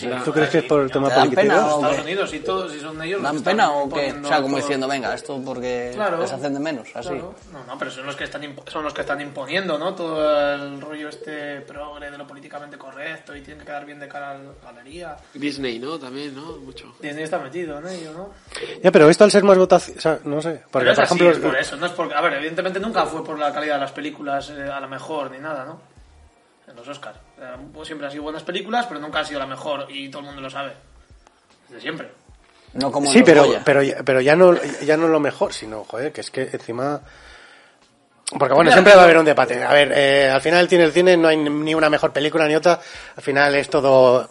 Speaker 3: Era-
Speaker 1: ¿Tú crees que es por el tema
Speaker 2: ¿Te dan pena
Speaker 1: político?
Speaker 2: o-
Speaker 4: Estados
Speaker 2: qué?
Speaker 4: Unidos y todos, si son ellos... los que
Speaker 2: ¿Dan
Speaker 4: están
Speaker 2: pena o qué?
Speaker 4: poniendo
Speaker 2: O sea, como
Speaker 4: todo-
Speaker 2: diciendo, venga, esto porque
Speaker 4: Claro.
Speaker 2: les hacen de menos, así.
Speaker 4: Claro. No, no, pero son los que están impo- son los que están imponiendo, ¿no? Todo el rollo este progre de lo políticamente correcto y tienen que quedar bien de cara a la galería.
Speaker 3: Disney, ¿no? También, ¿no? Mucho.
Speaker 4: Disney está metido en ello, ¿no?
Speaker 1: Ya, pero esto al ser más votación... o sea, no sé. Porque,
Speaker 4: Pero es
Speaker 1: por
Speaker 4: así,
Speaker 1: ejemplo...
Speaker 4: es por eso, no es porque, a ver, evidentemente nunca fue por la calidad de las películas eh, a la mejor ni nada, ¿no? En los Oscars. Eh, pues siempre han sido buenas películas, pero nunca ha sido la mejor y todo el mundo lo sabe. Desde siempre.
Speaker 2: No como
Speaker 1: Sí,
Speaker 2: los
Speaker 1: pero,
Speaker 2: Goya.
Speaker 1: pero, ya- pero ya, no, ya no lo mejor, sino, joder, que es que encima... Porque bueno,
Speaker 4: Mira,
Speaker 1: siempre va a haber
Speaker 4: pero-
Speaker 1: un debate. A ver, eh, al final el cine, el cine, no hay ni una mejor película ni otra. Al final es todo...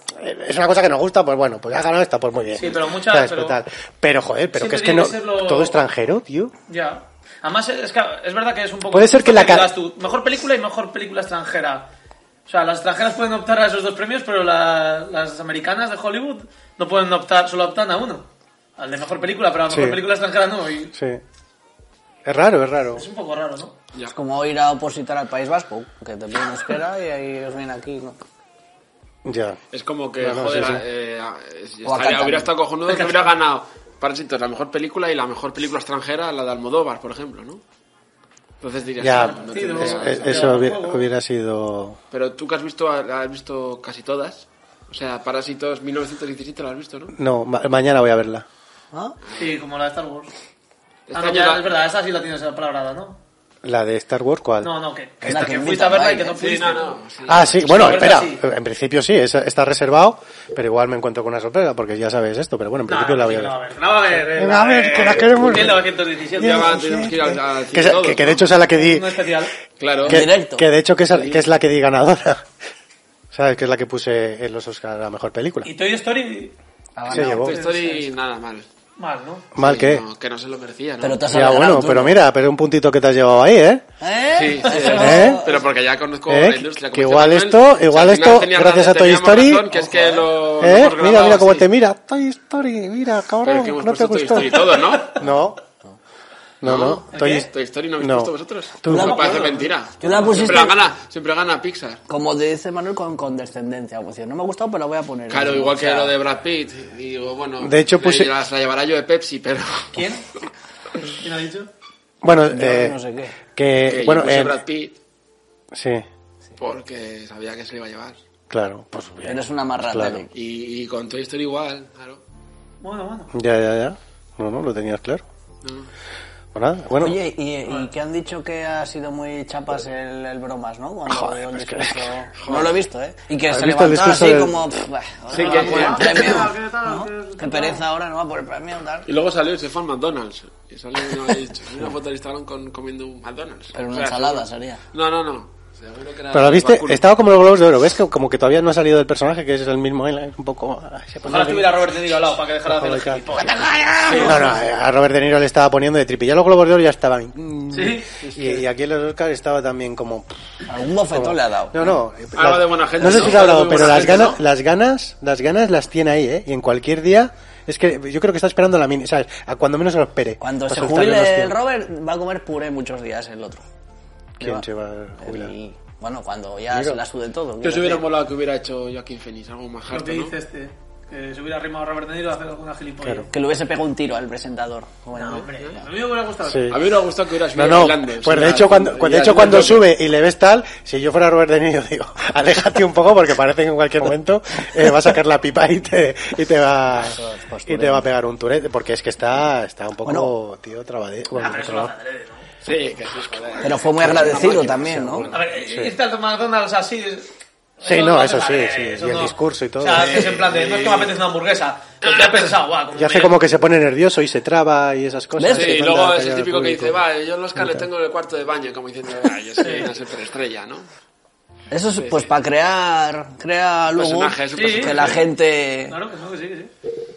Speaker 1: Es una cosa que nos gusta, pues bueno, pues ha ganado esta, pues muy bien.
Speaker 4: Sí, pero muchas-
Speaker 1: ¿Sabes?
Speaker 4: pero-
Speaker 1: Pero, tal. Pero, joder, pero que es que
Speaker 4: Siempre
Speaker 1: no...
Speaker 4: tiene que ser lo-
Speaker 1: Todo extranjero, tío.
Speaker 4: Ya. Además, es, que, es verdad que es un poco.
Speaker 1: Puede ser que la ca-
Speaker 4: digas tú, mejor película y mejor película extranjera. O sea, las extranjeras pueden optar a esos dos premios, pero la- las americanas de Hollywood no pueden optar, solo optan a uno. Al de mejor película, pero a mejor
Speaker 1: Sí.
Speaker 4: película extranjera no. Y
Speaker 1: Sí. Es raro, es raro.
Speaker 4: es un poco raro, ¿no?
Speaker 3: Ya.
Speaker 2: Es como ir a opositar al País Vasco, que te piden euskera y ahí os vienen aquí, ¿no?
Speaker 1: Ya.
Speaker 3: Es como que,
Speaker 1: No, no,
Speaker 3: joder,
Speaker 1: sí, sí.
Speaker 3: eh, eh, es-
Speaker 2: O a
Speaker 3: estaría-
Speaker 2: Catan.
Speaker 3: hubiera estado cojonudo que hubiera ganado Parásitos, la mejor película y la mejor película extranjera, la de Almodóvar, por ejemplo, ¿no? Entonces dirías,
Speaker 1: Ya, Eh.
Speaker 3: "No, no tiene
Speaker 4: es-
Speaker 3: nada".
Speaker 1: Es- E-, eso hubiera, hubiera sido...
Speaker 3: Pero tú que has visto, has visto casi todas. O sea, Parásitos 1917 la has visto, ¿no?
Speaker 1: No, ma- mañana voy a verla.
Speaker 2: ¿Ah?
Speaker 4: Sí, como la de Star Wars.
Speaker 3: Esta
Speaker 4: Ah, no,
Speaker 3: ya
Speaker 4: ya,
Speaker 3: la-
Speaker 4: es verdad, esa sí la tienes palabrada, ¿no?
Speaker 1: ¿La de Star Wars cuál?
Speaker 4: No, no, que, que,
Speaker 2: Es la
Speaker 4: que
Speaker 2: que
Speaker 4: fuiste
Speaker 2: invitan,
Speaker 4: a verla y
Speaker 2: vaya,
Speaker 4: que no
Speaker 2: ¿eh?
Speaker 4: fuiste.
Speaker 3: Sí, no, no. sí.
Speaker 1: Ah, sí,
Speaker 4: Sí,
Speaker 1: bueno,
Speaker 4: la verdad,
Speaker 1: espera,
Speaker 4: sí.
Speaker 1: en principio sí, es- está reservado, pero igual me encuentro con una sorpresa, porque ya sabes esto, pero bueno, en principio la voy a
Speaker 4: No,
Speaker 1: ver.
Speaker 4: no, a ver, eh,
Speaker 1: Venga, a ver, que la queremos ver.
Speaker 4: 1917,
Speaker 3: Ya
Speaker 4: ya va.
Speaker 3: va, tenemos que ir al- al
Speaker 1: Que,
Speaker 3: cine
Speaker 1: esa-
Speaker 3: todos,
Speaker 1: que- que
Speaker 3: ¿no?
Speaker 1: de hecho es la que di,
Speaker 4: Un especial.
Speaker 3: Claro.
Speaker 2: En
Speaker 1: que,
Speaker 2: directo.
Speaker 1: que de hecho que es, que es la que di ganadora, (laughs) sabes, que es la que puse en los Oscar la mejor película.
Speaker 4: Y Toy Story,
Speaker 2: Ha
Speaker 1: Se
Speaker 2: ganado.
Speaker 1: llevó.
Speaker 3: Toy Story, nada mal.
Speaker 4: mal, ¿no?
Speaker 1: Mal
Speaker 3: Sí,
Speaker 1: que,
Speaker 3: no, que no se lo merecía, ¿no?
Speaker 2: Pero te has
Speaker 1: ya
Speaker 2: ganado
Speaker 1: bueno,
Speaker 2: tú,
Speaker 1: pero
Speaker 2: ¿no?
Speaker 1: mira, pero un puntito que te has llevado ahí, ¿eh?
Speaker 2: ¿Eh?
Speaker 3: Sí, sí,
Speaker 2: Eso-
Speaker 1: ¿Eh?
Speaker 3: pero porque ya conozco
Speaker 1: ¿Eh?
Speaker 3: la industria. como
Speaker 1: Que
Speaker 3: dice
Speaker 1: igual
Speaker 3: Manuel.
Speaker 1: esto- igual
Speaker 3: al final
Speaker 1: esto,
Speaker 3: tenía
Speaker 1: gracias a Toy
Speaker 3: teníamos
Speaker 1: Story-
Speaker 3: razón, que es que lo, lo
Speaker 1: ¿Eh?
Speaker 3: hemos
Speaker 1: Mira,
Speaker 3: grabado
Speaker 1: mira cómo
Speaker 3: así.
Speaker 1: te mira, Toy Story, mira,
Speaker 3: Pero
Speaker 1: cabrón,
Speaker 3: que hemos
Speaker 1: no te
Speaker 3: puesto Toy
Speaker 1: gustó.
Speaker 3: Story todo, ¿no?
Speaker 1: No, no, no,
Speaker 3: ¿El
Speaker 1: Toy-
Speaker 3: qué? Toy Story no habéis
Speaker 1: No.
Speaker 3: puesto vosotros.
Speaker 1: Tú
Speaker 2: la-
Speaker 3: me parece mentira.
Speaker 2: Tú la pusiste-
Speaker 3: Siempre la gana, siempre gana Pixar.
Speaker 2: Como dice Manuel, con condescendencia. Como decir, no me ha gustado, pero la voy a poner.
Speaker 3: Claro,
Speaker 2: O
Speaker 3: igual que
Speaker 2: sea,
Speaker 3: lo de Brad Pitt. Y digo, bueno,
Speaker 1: De hecho,
Speaker 3: le-
Speaker 1: puse-
Speaker 3: la- se la llevará yo de Pepsi, pero...
Speaker 4: ¿Quién? ¿Quién ha dicho?
Speaker 1: bueno,
Speaker 2: yo
Speaker 1: eh,
Speaker 2: no sé qué.
Speaker 1: que,
Speaker 3: que yo
Speaker 1: bueno,
Speaker 3: puse
Speaker 1: en-
Speaker 3: Brad Pitt
Speaker 1: sí,
Speaker 3: porque sabía que se le iba a llevar.
Speaker 1: claro, pues bien.
Speaker 2: Eres una marrata.
Speaker 1: Claro.
Speaker 2: Nick.
Speaker 3: Y, y con Toy Story igual, claro.
Speaker 4: Bueno, bueno.
Speaker 1: Ya, ya, ya. No, no, lo tenías claro.
Speaker 3: No.
Speaker 1: Pues nada, bueno.
Speaker 2: Oye, ¿y, y que han dicho que ha sido muy chapas el, el bromas, no? Cuando
Speaker 1: Joder,
Speaker 2: el
Speaker 1: pues que-
Speaker 2: discurso... No lo he visto, ¿eh? Y que
Speaker 1: ¿Has
Speaker 2: se
Speaker 1: visto el
Speaker 2: levantó así
Speaker 1: discurso del-
Speaker 2: como... pff, bah, ahora
Speaker 3: Sí,
Speaker 2: no
Speaker 3: que-
Speaker 2: va
Speaker 4: (laughs)
Speaker 2: por el
Speaker 3: que-
Speaker 2: premio,
Speaker 4: ¿Qué tal?
Speaker 2: ¿no?
Speaker 4: ¿Qué tal?
Speaker 2: Qué pereza ahora, no va por el premio, tal.
Speaker 3: Y luego salió Stefan McDonald's. Y salió una, una foto de Instagram con, comiendo un McDonald's.
Speaker 2: Pero
Speaker 3: O
Speaker 2: una
Speaker 3: sea,
Speaker 2: ensalada sería.
Speaker 3: No, no, no. Seguro que era
Speaker 1: Pero la viste,
Speaker 3: Bakunin.
Speaker 1: estaba como los globos de oro, ¿ves? Que como que todavía no ha salido del personaje, que es el mismo él, es un poco... ay, se pone
Speaker 4: Ojalá
Speaker 1: así.
Speaker 4: estuviera Robert De Niro al lado para que dejara de hacer el
Speaker 1: Ojalá.
Speaker 4: gilipollas.
Speaker 1: No, no, a Robert De Niro le estaba poniendo de tripilla. Los globos de oro ya estaban... mm,
Speaker 4: Sí.
Speaker 1: Y, y aquí en los Oscars estaba también como...
Speaker 2: Algún bofetón le ha dado.
Speaker 1: No, no. eh,
Speaker 3: Habla
Speaker 1: la-
Speaker 3: Ah, de buena gente,
Speaker 1: No sé
Speaker 3: ¿no?
Speaker 1: si te he hablado,
Speaker 3: Habla de
Speaker 1: pero
Speaker 3: buena
Speaker 1: las
Speaker 3: gente,
Speaker 1: ganas,
Speaker 3: ¿no?
Speaker 1: las ganas, las ganas las tiene ahí, ¿eh? Y en cualquier día, es que yo creo que está esperando la mini, ¿sabes? A cuando menos se lo espere.
Speaker 2: Cuando
Speaker 1: para
Speaker 2: se
Speaker 1: soltarle unos
Speaker 2: jubile el
Speaker 1: cien.
Speaker 2: Robert, va a comer puré muchos días el otro.
Speaker 1: ¿Quién
Speaker 2: Le
Speaker 1: se va a jubilar?
Speaker 2: El- bueno, cuando ya
Speaker 1: Miro.
Speaker 2: se la sude todo.
Speaker 3: Yo
Speaker 2: quiero
Speaker 3: si hubiera
Speaker 2: decir.
Speaker 3: molado que hubiera hecho Joaquín Phoenix, algo más
Speaker 4: Lo
Speaker 3: harto,
Speaker 4: que
Speaker 3: ¿no?
Speaker 4: dice este, que se hubiera rimado Robert De Niro a hacer alguna gilipollas.
Speaker 1: Claro.
Speaker 2: Que le hubiese pegado un tiro al presentador. Joven,
Speaker 4: No, hombre, a mí me hubiera gustado.
Speaker 1: Sí.
Speaker 4: eso.
Speaker 3: A mí me hubiera gustado que hubiera
Speaker 1: No,
Speaker 3: subido
Speaker 1: no,
Speaker 3: Irlanda,
Speaker 1: pues
Speaker 3: o
Speaker 1: de
Speaker 3: sea,
Speaker 1: hecho cuando,
Speaker 3: y
Speaker 1: cuando- de
Speaker 3: ya
Speaker 1: hecho
Speaker 3: es
Speaker 1: cuando
Speaker 3: loco.
Speaker 1: sube y le ves tal, si yo fuera Robert De Niro (laughs) digo, aléjate un poco porque parece que en cualquier momento eh, va a sacar la pipa y te, y te va
Speaker 2: Eso es postureo.
Speaker 1: y te va a pegar un turete, porque es que está, está un poco,
Speaker 2: Bueno.
Speaker 1: tío, trabade-
Speaker 4: Ah,
Speaker 1: bueno,
Speaker 4: pero eso lo hace
Speaker 1: trabado.
Speaker 4: adrede, ¿no?
Speaker 3: Sí, que sí, joder.
Speaker 2: Pero fue muy agradecido también, ¿no?
Speaker 4: A ver, irte al McDonald's así. es-
Speaker 1: Sí,
Speaker 4: lo
Speaker 1: no,
Speaker 4: hace
Speaker 1: eso
Speaker 4: la
Speaker 1: sí,
Speaker 4: tele,
Speaker 1: sí,
Speaker 4: eso
Speaker 1: y el
Speaker 4: no.
Speaker 1: discurso y todo.
Speaker 4: O sea,
Speaker 1: Sí.
Speaker 4: es en plan de, no es que me apetece una hamburguesa, pero te he pensado, guau, como
Speaker 1: Y hace
Speaker 4: me-
Speaker 1: como que se pone nervioso y se traba y esas cosas.
Speaker 2: ¿Ves?
Speaker 1: que
Speaker 3: Sí, y
Speaker 1: manda
Speaker 3: luego
Speaker 1: a
Speaker 3: es el
Speaker 1: callar al
Speaker 3: típico que dice,
Speaker 1: público.
Speaker 3: va, yo los Oscar le tengo en el cuarto de baño, como diciendo, ah, yo soy una superestrella, ¿no?
Speaker 2: Eso es pues para crear, crea luego
Speaker 3: Personaje, es un
Speaker 4: Sí.
Speaker 2: que
Speaker 3: personaje.
Speaker 2: la gente...
Speaker 4: Claro, que no, que sí, que sí.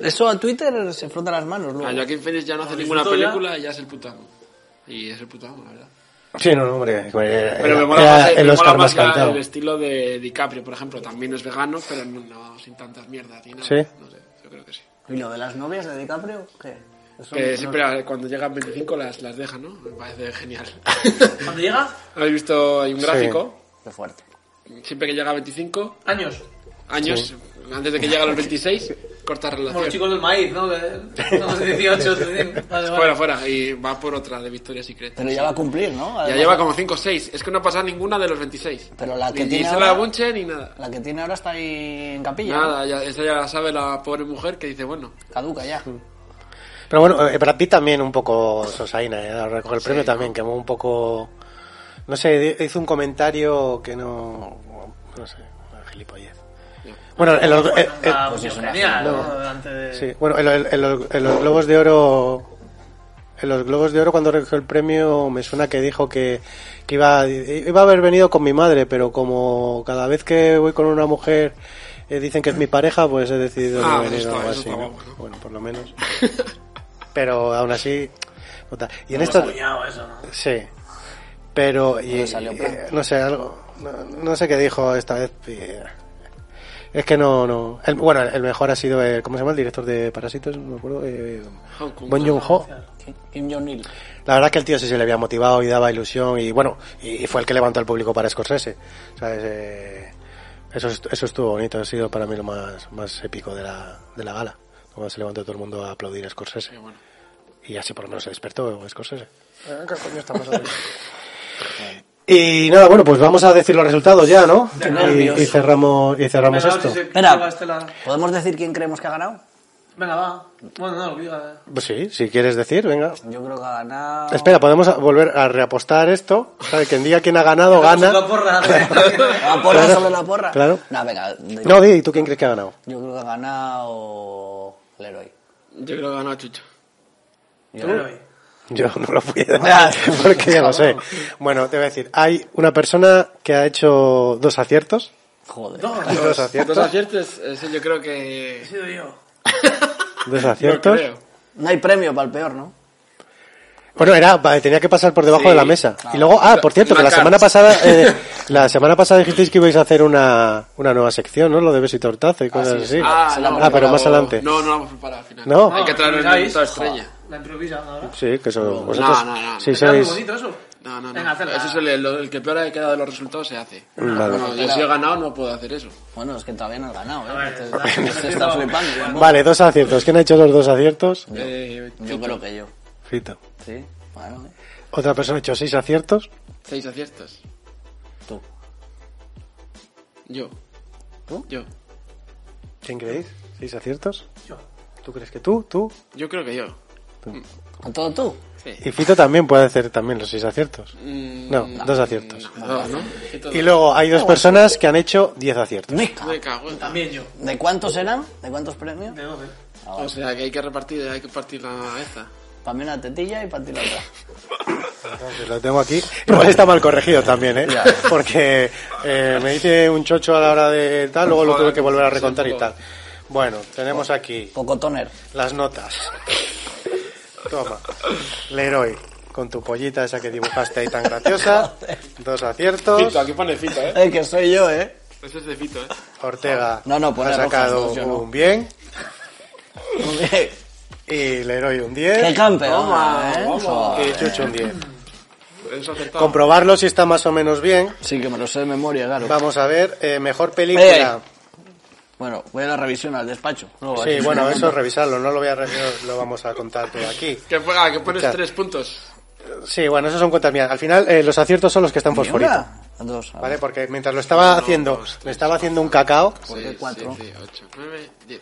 Speaker 2: Eso a Twitter se frota las manos
Speaker 3: A
Speaker 2: luego.
Speaker 3: Joaquín Phoenix Ah, ya no hace
Speaker 4: Lo
Speaker 3: ninguna
Speaker 4: disfruto ya.
Speaker 3: película y ya es el puto amo. Y es el puto amo, la verdad.
Speaker 1: Sí, no, no, hombre. pues,
Speaker 3: Pero
Speaker 1: Pero
Speaker 3: me mola más, me
Speaker 1: Eh, el
Speaker 3: mola
Speaker 1: Oscar
Speaker 3: más
Speaker 1: más
Speaker 3: la-
Speaker 1: cantado.
Speaker 3: el estilo de DiCaprio, por ejemplo. También es vegano, pero no, no sin tantas mierdas ni nada.
Speaker 1: Sí.
Speaker 3: No sé, yo creo que sí.
Speaker 2: ¿Y lo de las novias de DiCaprio? ¿Qué? Eso
Speaker 3: Que
Speaker 2: no-
Speaker 3: siempre a- cuando llegan 25 las, las deja, ¿no? Me parece genial. (laughs)
Speaker 4: Cuando llega,
Speaker 3: Habéis visto, hay un
Speaker 1: Sí.
Speaker 3: gráfico.
Speaker 2: Qué fuerte.
Speaker 3: Siempre que llega a 25
Speaker 4: años.
Speaker 3: años, antes de que llegue a los 26, corta
Speaker 4: Como los
Speaker 3: relación.
Speaker 4: chicos del maíz, ¿no? Que son los 18, 18. Vale, Ah, vale.
Speaker 3: Fuera, fuera. Y va por otra de Victoria Secret.
Speaker 2: Pero ya va a cumplir, ¿no?
Speaker 3: Ya
Speaker 2: Además,
Speaker 3: lleva como 5 o 6. Es que no pasa ninguna de los 26.
Speaker 2: Pero la que
Speaker 3: ni,
Speaker 2: tiene
Speaker 3: ni Sara
Speaker 2: ahora-
Speaker 3: Bunche ni nada.
Speaker 2: La que tiene ahora está ahí en capilla. ¿no?
Speaker 3: Nada, ya- esa ya la sabe la pobre mujer que dice, bueno,
Speaker 2: Caduca ya.
Speaker 1: Pero bueno, eh, Brad Pitt también un poco sosaina, ¿eh? Al recoger el premio también, quemó un poco... No sé, di- hizo un comentario que no... No sé, una gilipollez. Bueno, en los, eh, eh,
Speaker 4: Ah, pues genial, ¿no? Delante de-
Speaker 1: sí, bueno, en, lo- en lo- en los Globos de Oro... En los Globos de Oro cuando recogió el premio me suena que dijo que, que iba, iba a haber venido con mi madre, pero como cada vez que voy con una mujer eh, dicen que es mi pareja, pues he decidido
Speaker 3: Ah,
Speaker 1: no
Speaker 3: pues
Speaker 1: venir o
Speaker 3: está,
Speaker 1: algo
Speaker 3: eso
Speaker 1: así.
Speaker 3: está
Speaker 1: ¿no?
Speaker 3: guapo, ¿no?
Speaker 1: Bueno, por lo menos pero aún así no tal. y en
Speaker 4: Como
Speaker 1: esto
Speaker 4: soñado eso, ¿no?
Speaker 1: sí pero y-
Speaker 2: No salió
Speaker 1: y- eh,
Speaker 2: plan.
Speaker 1: no sé algo no, no sé qué dijo esta vez y- es que no no El- bueno el mejor ha sido el, cómo se llama el director de Parásitos no me acuerdo eh,
Speaker 3: Hong Kong.
Speaker 1: Bong Joon-ho
Speaker 2: Kim- Kim Jong-il.
Speaker 1: la verdad es que el tío sí se le había motivado y daba ilusión y bueno y, y fue el que levantó al público para Scorsese ¿sabes? Eh, eso est- eso estuvo bonito ha sido para mí lo más más épico de la de la gala cuando se levantó todo el mundo a aplaudir a Scorsese
Speaker 3: Qué bueno.
Speaker 1: y así por lo menos se despertó Scorsese. (laughs) y nada, bueno, pues vamos a decir los resultados ya, ¿no? Y,
Speaker 2: nervios.
Speaker 1: y cerramos, y cerramos
Speaker 4: Venga, a ver
Speaker 1: esto.
Speaker 4: si se cuelga este
Speaker 2: Espera,
Speaker 4: la-
Speaker 2: ¿podemos decir quién creemos que ha ganado?
Speaker 4: Venga, va. Bueno, no, eh. diga.
Speaker 1: Pues sí, si quieres decir, venga.
Speaker 2: Yo creo que ha ganado...
Speaker 1: Espera, podemos a- volver a reapostar esto. ¿Sabes? Quien diga quién ha ganado,
Speaker 4: La
Speaker 1: gana.
Speaker 4: porra. eh.
Speaker 1: (laughs)
Speaker 2: ¿La porra
Speaker 1: Claro.
Speaker 2: sobre la porra?
Speaker 1: Claro.
Speaker 2: No, venga. de-
Speaker 1: No, di, ¿tú quién crees que ha ganado?
Speaker 2: Yo creo que ha ganado Leroy.
Speaker 3: Yo creo que ha ganado Chucho.
Speaker 2: Yo
Speaker 4: Pero, (laughs) oye,
Speaker 1: Yo no lo fui (laughs) porque ya lo sé. Bueno, te voy a decir, hay una persona que ha hecho dos aciertos.
Speaker 2: Joder.
Speaker 4: No,
Speaker 1: Dos, aciertos.
Speaker 3: Dos aciertos, ese yo creo que...
Speaker 4: he sido yo.
Speaker 1: Dos
Speaker 3: Yo
Speaker 1: aciertos.
Speaker 3: creo.
Speaker 2: No hay premio para el peor, ¿no?
Speaker 1: Bueno, era, va- tenía que pasar por debajo
Speaker 3: Sí.
Speaker 1: de la mesa. Y luego, ah, por cierto, que la
Speaker 3: Una
Speaker 1: semana
Speaker 3: carta.
Speaker 1: pasada, eh,
Speaker 3: (laughs)
Speaker 1: la semana pasada dijisteis que ibais a hacer una, una nueva sección, ¿no? Lo de beso y tortazo y cosas
Speaker 2: sí,
Speaker 1: así.
Speaker 3: Ah,
Speaker 2: Se la
Speaker 3: no,
Speaker 2: han
Speaker 1: Ah, pero más adelante.
Speaker 3: No, no lo vamos a preparar al final.
Speaker 1: No.
Speaker 3: Hay que traer una
Speaker 4: ¿Improvisáis?
Speaker 3: invitada estrella.
Speaker 4: Ah, La improvisa ahora.
Speaker 1: Sí, que eso, vosotros,
Speaker 3: no, no, no.
Speaker 1: si
Speaker 4: Está muy
Speaker 1: sois,
Speaker 4: bonito eso.
Speaker 3: No, no, no.
Speaker 4: Venga, hacerla.
Speaker 3: Eso es el, el- el que peor ha quedado de los resultados se hace.
Speaker 1: Mm, vale.
Speaker 3: No, yo si he ganado no puedo hacer eso.
Speaker 2: Bueno, es que todavía no has ganado,
Speaker 4: A ver,
Speaker 2: ¿eh?
Speaker 4: está-
Speaker 2: Se está,
Speaker 4: está-
Speaker 2: flipando. ya, ¿no?
Speaker 1: vale, dos aciertos. ¿Quién ha hecho los dos aciertos?
Speaker 3: Eh,
Speaker 2: Yo creo que yo.
Speaker 1: Fito.
Speaker 2: Sí, bueno, ¿eh?
Speaker 1: Otra persona ha hecho seis aciertos.
Speaker 3: seis aciertos.
Speaker 2: tú.
Speaker 3: Yo.
Speaker 2: ¿Tú?
Speaker 3: Yo.
Speaker 1: ¿Quién creéis? ¿Seis aciertos?
Speaker 4: Yo.
Speaker 1: ¿Tú crees que tú? ¿Tú?
Speaker 3: Yo creo que yo.
Speaker 2: ¿Con todo tú?
Speaker 3: Sí.
Speaker 1: Y Fito también puede hacer también los seis aciertos.
Speaker 3: Mm,
Speaker 1: No, dos aciertos.
Speaker 3: Dos, Mm, ¿no? Y todo.
Speaker 1: Y luego hay dos personas que han hecho diez aciertos.
Speaker 2: Me cago.
Speaker 3: Me cago en-
Speaker 4: También yo.
Speaker 2: ¿De cuántos eran? ¿De cuántos premios?
Speaker 4: De 12.
Speaker 3: O sea, que hay que repartir, hay que partir la esta.
Speaker 2: Para mí una tetilla y para ti la
Speaker 4: (laughs)
Speaker 2: otra.
Speaker 1: Entonces, lo tengo aquí. Igual está mal corregido también, ¿eh?
Speaker 2: Ya.
Speaker 1: Porque eh, me hice un chocho a la hora de tal, luego lo tuve que volver a recontar y tal. Bueno, tenemos aquí
Speaker 2: Poco toner.
Speaker 1: las notas. Toma. Leroy, con tu pollita esa que dibujaste ahí tan graciosa. Dos aciertos.
Speaker 5: Fito, aquí pone Fito, ¿eh?
Speaker 2: Eh, que soy yo,
Speaker 4: (laughs)
Speaker 2: ¿eh?
Speaker 3: Ese es de Fito, ¿eh?
Speaker 1: Ortega
Speaker 2: No, no, pone
Speaker 1: ha
Speaker 2: rojas,
Speaker 1: sacado
Speaker 2: no, yo no.
Speaker 1: un bien.
Speaker 2: ¡Qué
Speaker 1: Y Leroy un 10.
Speaker 2: campeón! ¿eh? Joder.
Speaker 1: Y Chucho un 10.
Speaker 3: Eso acertado.
Speaker 1: Comprobarlo si está más o menos bien.
Speaker 2: Sí, que me lo sé de memoria, claro.
Speaker 1: Vamos a ver, eh, mejor película.
Speaker 2: Bueno, voy a la revisión al despacho. Luego,
Speaker 1: Sí,
Speaker 2: así.
Speaker 1: bueno, eso revisarlo, no lo voy a re- no lo vamos a contar todo aquí.
Speaker 3: Que, fue- ah, que pones
Speaker 1: Escucha.
Speaker 3: tres puntos.
Speaker 1: Sí, bueno, esos son cuentas mías. Al final eh, los aciertos son los que están
Speaker 2: ¿Y
Speaker 1: fosforitos,
Speaker 2: una? Dos. a
Speaker 1: ¿vale?
Speaker 2: ver.
Speaker 1: Porque mientras lo estaba haciendo, le estaba haciendo un cacao.
Speaker 2: qué
Speaker 3: Seis,
Speaker 2: cuatro?
Speaker 3: siete, ocho, nueve, diez.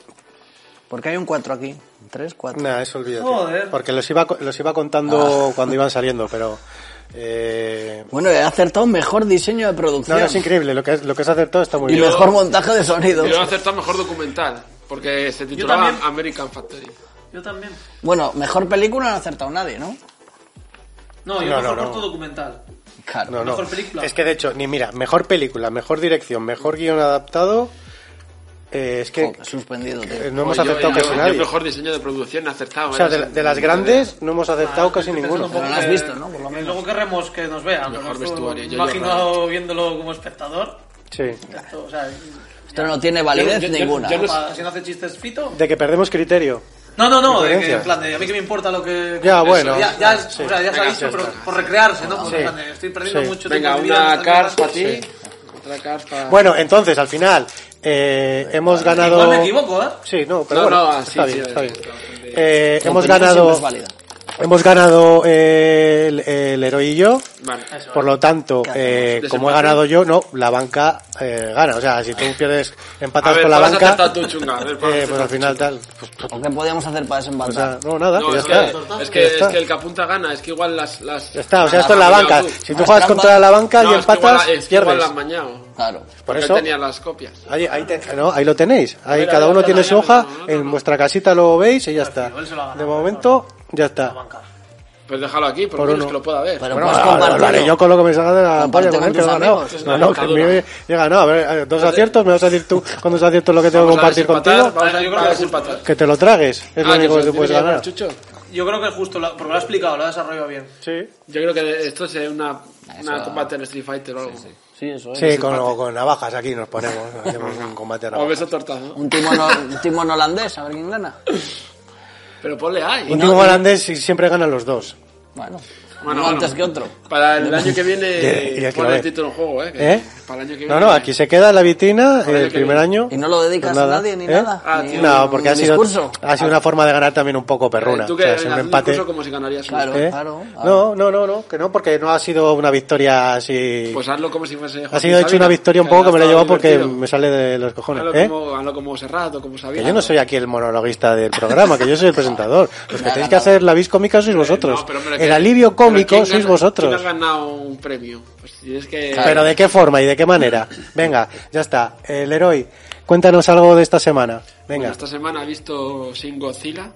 Speaker 2: ¿Por qué hay un cuatro aquí? ¿Tres, cuatro?
Speaker 1: Nada, eso olvídate.
Speaker 4: Joder.
Speaker 1: Porque los iba co- los iba contando (laughs) cuando iban saliendo, pero eh,
Speaker 2: Bueno, he acertado mejor diseño de
Speaker 1: no,
Speaker 2: producción.
Speaker 1: no, es increíble lo que es, lo que has acertado está muy
Speaker 2: Y
Speaker 1: bien.
Speaker 2: mejor montaje de sonido.
Speaker 3: Yo lo he acertado mejor documental, porque se titulaba
Speaker 4: también.
Speaker 3: American Factory.
Speaker 4: Yo también.
Speaker 2: Bueno, mejor película no ha acertado nadie, ¿no?
Speaker 4: No, yo
Speaker 1: No,
Speaker 4: mejor
Speaker 1: no, no.
Speaker 4: corto documental.
Speaker 2: Claro.
Speaker 1: No, no.
Speaker 4: Mejor película.
Speaker 1: Es que de hecho, ni mira, mejor película, mejor dirección, mejor guión adaptado. eh, es que
Speaker 2: Joder, suspendido, tío.
Speaker 1: eh, no hemos
Speaker 3: Yo-
Speaker 1: acertado
Speaker 3: yo-
Speaker 1: casi
Speaker 3: yo
Speaker 1: nadie.
Speaker 3: mejor diseño de producción acertado.
Speaker 1: O sea,
Speaker 3: ¿eh?
Speaker 1: de, de las grandes no hemos aceptado
Speaker 4: Ah,
Speaker 1: casi ninguno.
Speaker 2: Pero lo has visto, ¿no? Por lo menos.
Speaker 4: Luego querremos que nos vean. pero
Speaker 3: Mejor
Speaker 4: esto,
Speaker 3: vestuario, yo
Speaker 4: Imaginado viéndolo como espectador.
Speaker 1: Sí.
Speaker 4: esto, o sea,
Speaker 2: Esto no tiene validez
Speaker 5: Yo- yo- yo-
Speaker 2: ninguna.
Speaker 5: yo no sé-
Speaker 4: pa- si no hace chistes fito.
Speaker 1: De que perdemos criterio.
Speaker 4: No, no, no. de que,
Speaker 1: Diferencias.
Speaker 4: en plan de, a mí que me importa lo que.
Speaker 1: Ya,
Speaker 4: eso,
Speaker 1: bueno.
Speaker 4: Ya, ya, es-
Speaker 1: Sí.
Speaker 4: o sea, ya se ha
Speaker 3: Venga,
Speaker 4: visto,
Speaker 3: ya
Speaker 4: pero
Speaker 3: está.
Speaker 4: por recrearse, ¿no? Por
Speaker 1: Sí.
Speaker 4: en plan de, estoy perdiendo
Speaker 1: Sí.
Speaker 4: mucho
Speaker 3: Venga,
Speaker 4: tiempo. de mi vida en
Speaker 3: una
Speaker 4: estas cosas.
Speaker 3: Cars para ti, otra Cars para...
Speaker 1: Bueno, entonces, al final, eh, hemos ganado...
Speaker 4: Igual me equivoco, ¿eh?
Speaker 1: Sí, no, pero
Speaker 3: No,
Speaker 1: bueno,
Speaker 3: no,
Speaker 1: está bien,
Speaker 3: sí, sí,
Speaker 1: está
Speaker 3: sí,
Speaker 1: bien.
Speaker 3: está bastante-
Speaker 1: Eh,
Speaker 2: Tu
Speaker 1: hemos
Speaker 2: opinión siempre
Speaker 1: ganado...
Speaker 2: es válida.
Speaker 1: Hemos ganado eh, el, el héroe y yo.
Speaker 3: Vale.
Speaker 1: Por lo tanto,
Speaker 2: ¿Qué
Speaker 1: eh,
Speaker 3: hacemos?
Speaker 1: como he
Speaker 3: ¿Desempate?
Speaker 1: ganado yo, no, la banca eh, gana. O sea, si tú pierdes,
Speaker 3: A
Speaker 1: empatas
Speaker 3: ver,
Speaker 1: con la
Speaker 3: ¿cuál has
Speaker 1: banca,
Speaker 3: acertado tú, chunga? A ver, ¿cuál has
Speaker 1: eh, pues
Speaker 3: acertado
Speaker 1: al
Speaker 3: tú,
Speaker 1: final tal. pues,
Speaker 2: ¿O qué podíamos hacer para
Speaker 1: o sea,
Speaker 2: desempatar?
Speaker 1: no, nada,
Speaker 3: No,
Speaker 1: pues
Speaker 3: es
Speaker 1: ya
Speaker 3: que,
Speaker 1: está.
Speaker 3: es,
Speaker 1: Ya
Speaker 3: que, es
Speaker 1: está.
Speaker 3: que el que apunta gana, es que igual las... las...
Speaker 1: Ya está, o sea,
Speaker 3: las
Speaker 1: esto es la
Speaker 3: has
Speaker 1: banca.
Speaker 3: pillado tú.
Speaker 1: Si tú
Speaker 2: Más
Speaker 1: juegas
Speaker 2: trampa.
Speaker 1: contra la banca
Speaker 3: No,
Speaker 1: y
Speaker 3: es que igual-
Speaker 1: empatas,
Speaker 3: es que igual
Speaker 1: pierdes.
Speaker 3: la has mañado.
Speaker 2: Claro.
Speaker 1: Por
Speaker 3: Porque él
Speaker 1: eso,
Speaker 3: tenía las copias.
Speaker 1: ahí, ahí, te- no, ahí lo tenéis. Ahí
Speaker 3: ver, a
Speaker 1: cada
Speaker 3: ver,
Speaker 1: uno
Speaker 3: a ver,
Speaker 1: tiene
Speaker 3: a ver,
Speaker 1: su
Speaker 3: a ver,
Speaker 1: hoja,
Speaker 3: no, no, no,
Speaker 1: en
Speaker 3: no.
Speaker 1: vuestra casita lo veis y ya está.
Speaker 4: tío, él se lo ha ganado,
Speaker 1: De momento, ya
Speaker 4: La
Speaker 1: está.
Speaker 4: banca.
Speaker 3: Pues déjalo aquí, por,
Speaker 1: Por
Speaker 3: lo menos
Speaker 1: uno.
Speaker 3: que lo pueda ver.
Speaker 2: Pero
Speaker 1: Bueno,
Speaker 2: puedes
Speaker 1: ahora
Speaker 2: compartirlo.
Speaker 1: hablaré yo con lo que me salga de la
Speaker 2: Comparte
Speaker 1: polla, con
Speaker 2: con
Speaker 1: el que
Speaker 2: tus
Speaker 1: lo he ganado.
Speaker 2: amigos.
Speaker 1: No, no, que a mí me he ganado. A ver, a ver, dos aciertos, me vas a decir
Speaker 3: (laughs)
Speaker 1: tú con dos aciertos lo que tengo que
Speaker 3: Vamos a
Speaker 1: compartir
Speaker 3: desempatar,
Speaker 1: contigo.
Speaker 3: Vamos
Speaker 4: Yo
Speaker 3: a,
Speaker 4: creo
Speaker 3: a
Speaker 4: que
Speaker 3: desempatar.
Speaker 1: Que te lo tragues, es lo
Speaker 3: Ah, que
Speaker 1: único
Speaker 3: se
Speaker 1: que
Speaker 3: lo
Speaker 1: te puedes
Speaker 3: tiene que
Speaker 1: ganar.
Speaker 3: llevar Chucho.
Speaker 4: Yo creo que justo, lo- porque lo ha explicado, lo ha desarrollado bien.
Speaker 1: Sí,
Speaker 3: Yo creo que esto es una, una combate en Street Fighter o algo.
Speaker 2: Sí, eso es.
Speaker 1: sí con, con navajas aquí nos ponemos, hacemos un combate a
Speaker 3: O
Speaker 1: navajas.
Speaker 3: beso tortazo.
Speaker 2: Un timón, un timón holandés, a ver quién gana.
Speaker 3: Pero ponle ahí.
Speaker 1: Un tipo holandés y siempre ganan los dos.
Speaker 2: Bueno,
Speaker 3: Bueno,
Speaker 2: uno antes
Speaker 3: bueno.
Speaker 2: que otro.
Speaker 3: Para el año
Speaker 1: (laughs)
Speaker 3: que
Speaker 1: Y- y
Speaker 3: viene,
Speaker 1: es que
Speaker 3: pon
Speaker 1: lo ve.
Speaker 3: el título en juego, ¿eh? que-
Speaker 1: ¿Eh?
Speaker 3: Para el año que
Speaker 1: No,
Speaker 3: viene.
Speaker 1: no, aquí se queda la vitina
Speaker 3: el año
Speaker 1: el
Speaker 3: que
Speaker 1: primer
Speaker 3: viene.
Speaker 1: año.
Speaker 2: Y no lo dedicas
Speaker 1: Nada,
Speaker 2: a nadie ni
Speaker 1: ¿eh?
Speaker 2: nada.
Speaker 3: Ah,
Speaker 2: ni
Speaker 3: tío.
Speaker 1: No,
Speaker 2: un
Speaker 1: porque ha sido,
Speaker 2: discurso.
Speaker 1: ha sido una forma de ganar también un poco perruna.
Speaker 3: Eh, Tú
Speaker 1: o
Speaker 3: que
Speaker 1: sea,
Speaker 3: haz
Speaker 1: es
Speaker 3: un
Speaker 1: un empate.
Speaker 3: discurso como si ganarías.
Speaker 2: Claro.
Speaker 1: ¿eh?
Speaker 2: a
Speaker 1: No, no, no, no, que no, porque no ha sido una victoria así.
Speaker 3: Pues hazlo como si fuese.
Speaker 1: ha
Speaker 3: Joaquín
Speaker 1: sido, de hecho,
Speaker 3: Sabina,
Speaker 1: una victoria un poco que me la he
Speaker 3: haya
Speaker 1: llevado
Speaker 3: estado
Speaker 1: porque
Speaker 3: divertido.
Speaker 1: me sale de los cojones.
Speaker 3: Hazlo
Speaker 1: ¿eh?
Speaker 3: como, hazlo como Serrat o como Sabina.
Speaker 1: Que yo no soy aquí el monologuista
Speaker 3: (laughs)
Speaker 1: del programa, que yo soy el presentador. Los que tenéis que hacer la vis cómica sois vosotros.
Speaker 3: Eh, No, pero hombre,
Speaker 1: El
Speaker 3: que-
Speaker 1: alivio
Speaker 3: pero
Speaker 1: cómico
Speaker 3: ¿quién
Speaker 1: sois
Speaker 3: gana-
Speaker 1: vosotros.
Speaker 3: ¿Quién ha ganado un premio? Pues tienes que.
Speaker 1: Pero ¿de qué forma y de qué manera? Venga, ya está. El héroe, cuéntanos algo de esta semana.
Speaker 3: Bueno,
Speaker 1: Venga.
Speaker 3: esta semana he visto Sin Godzilla,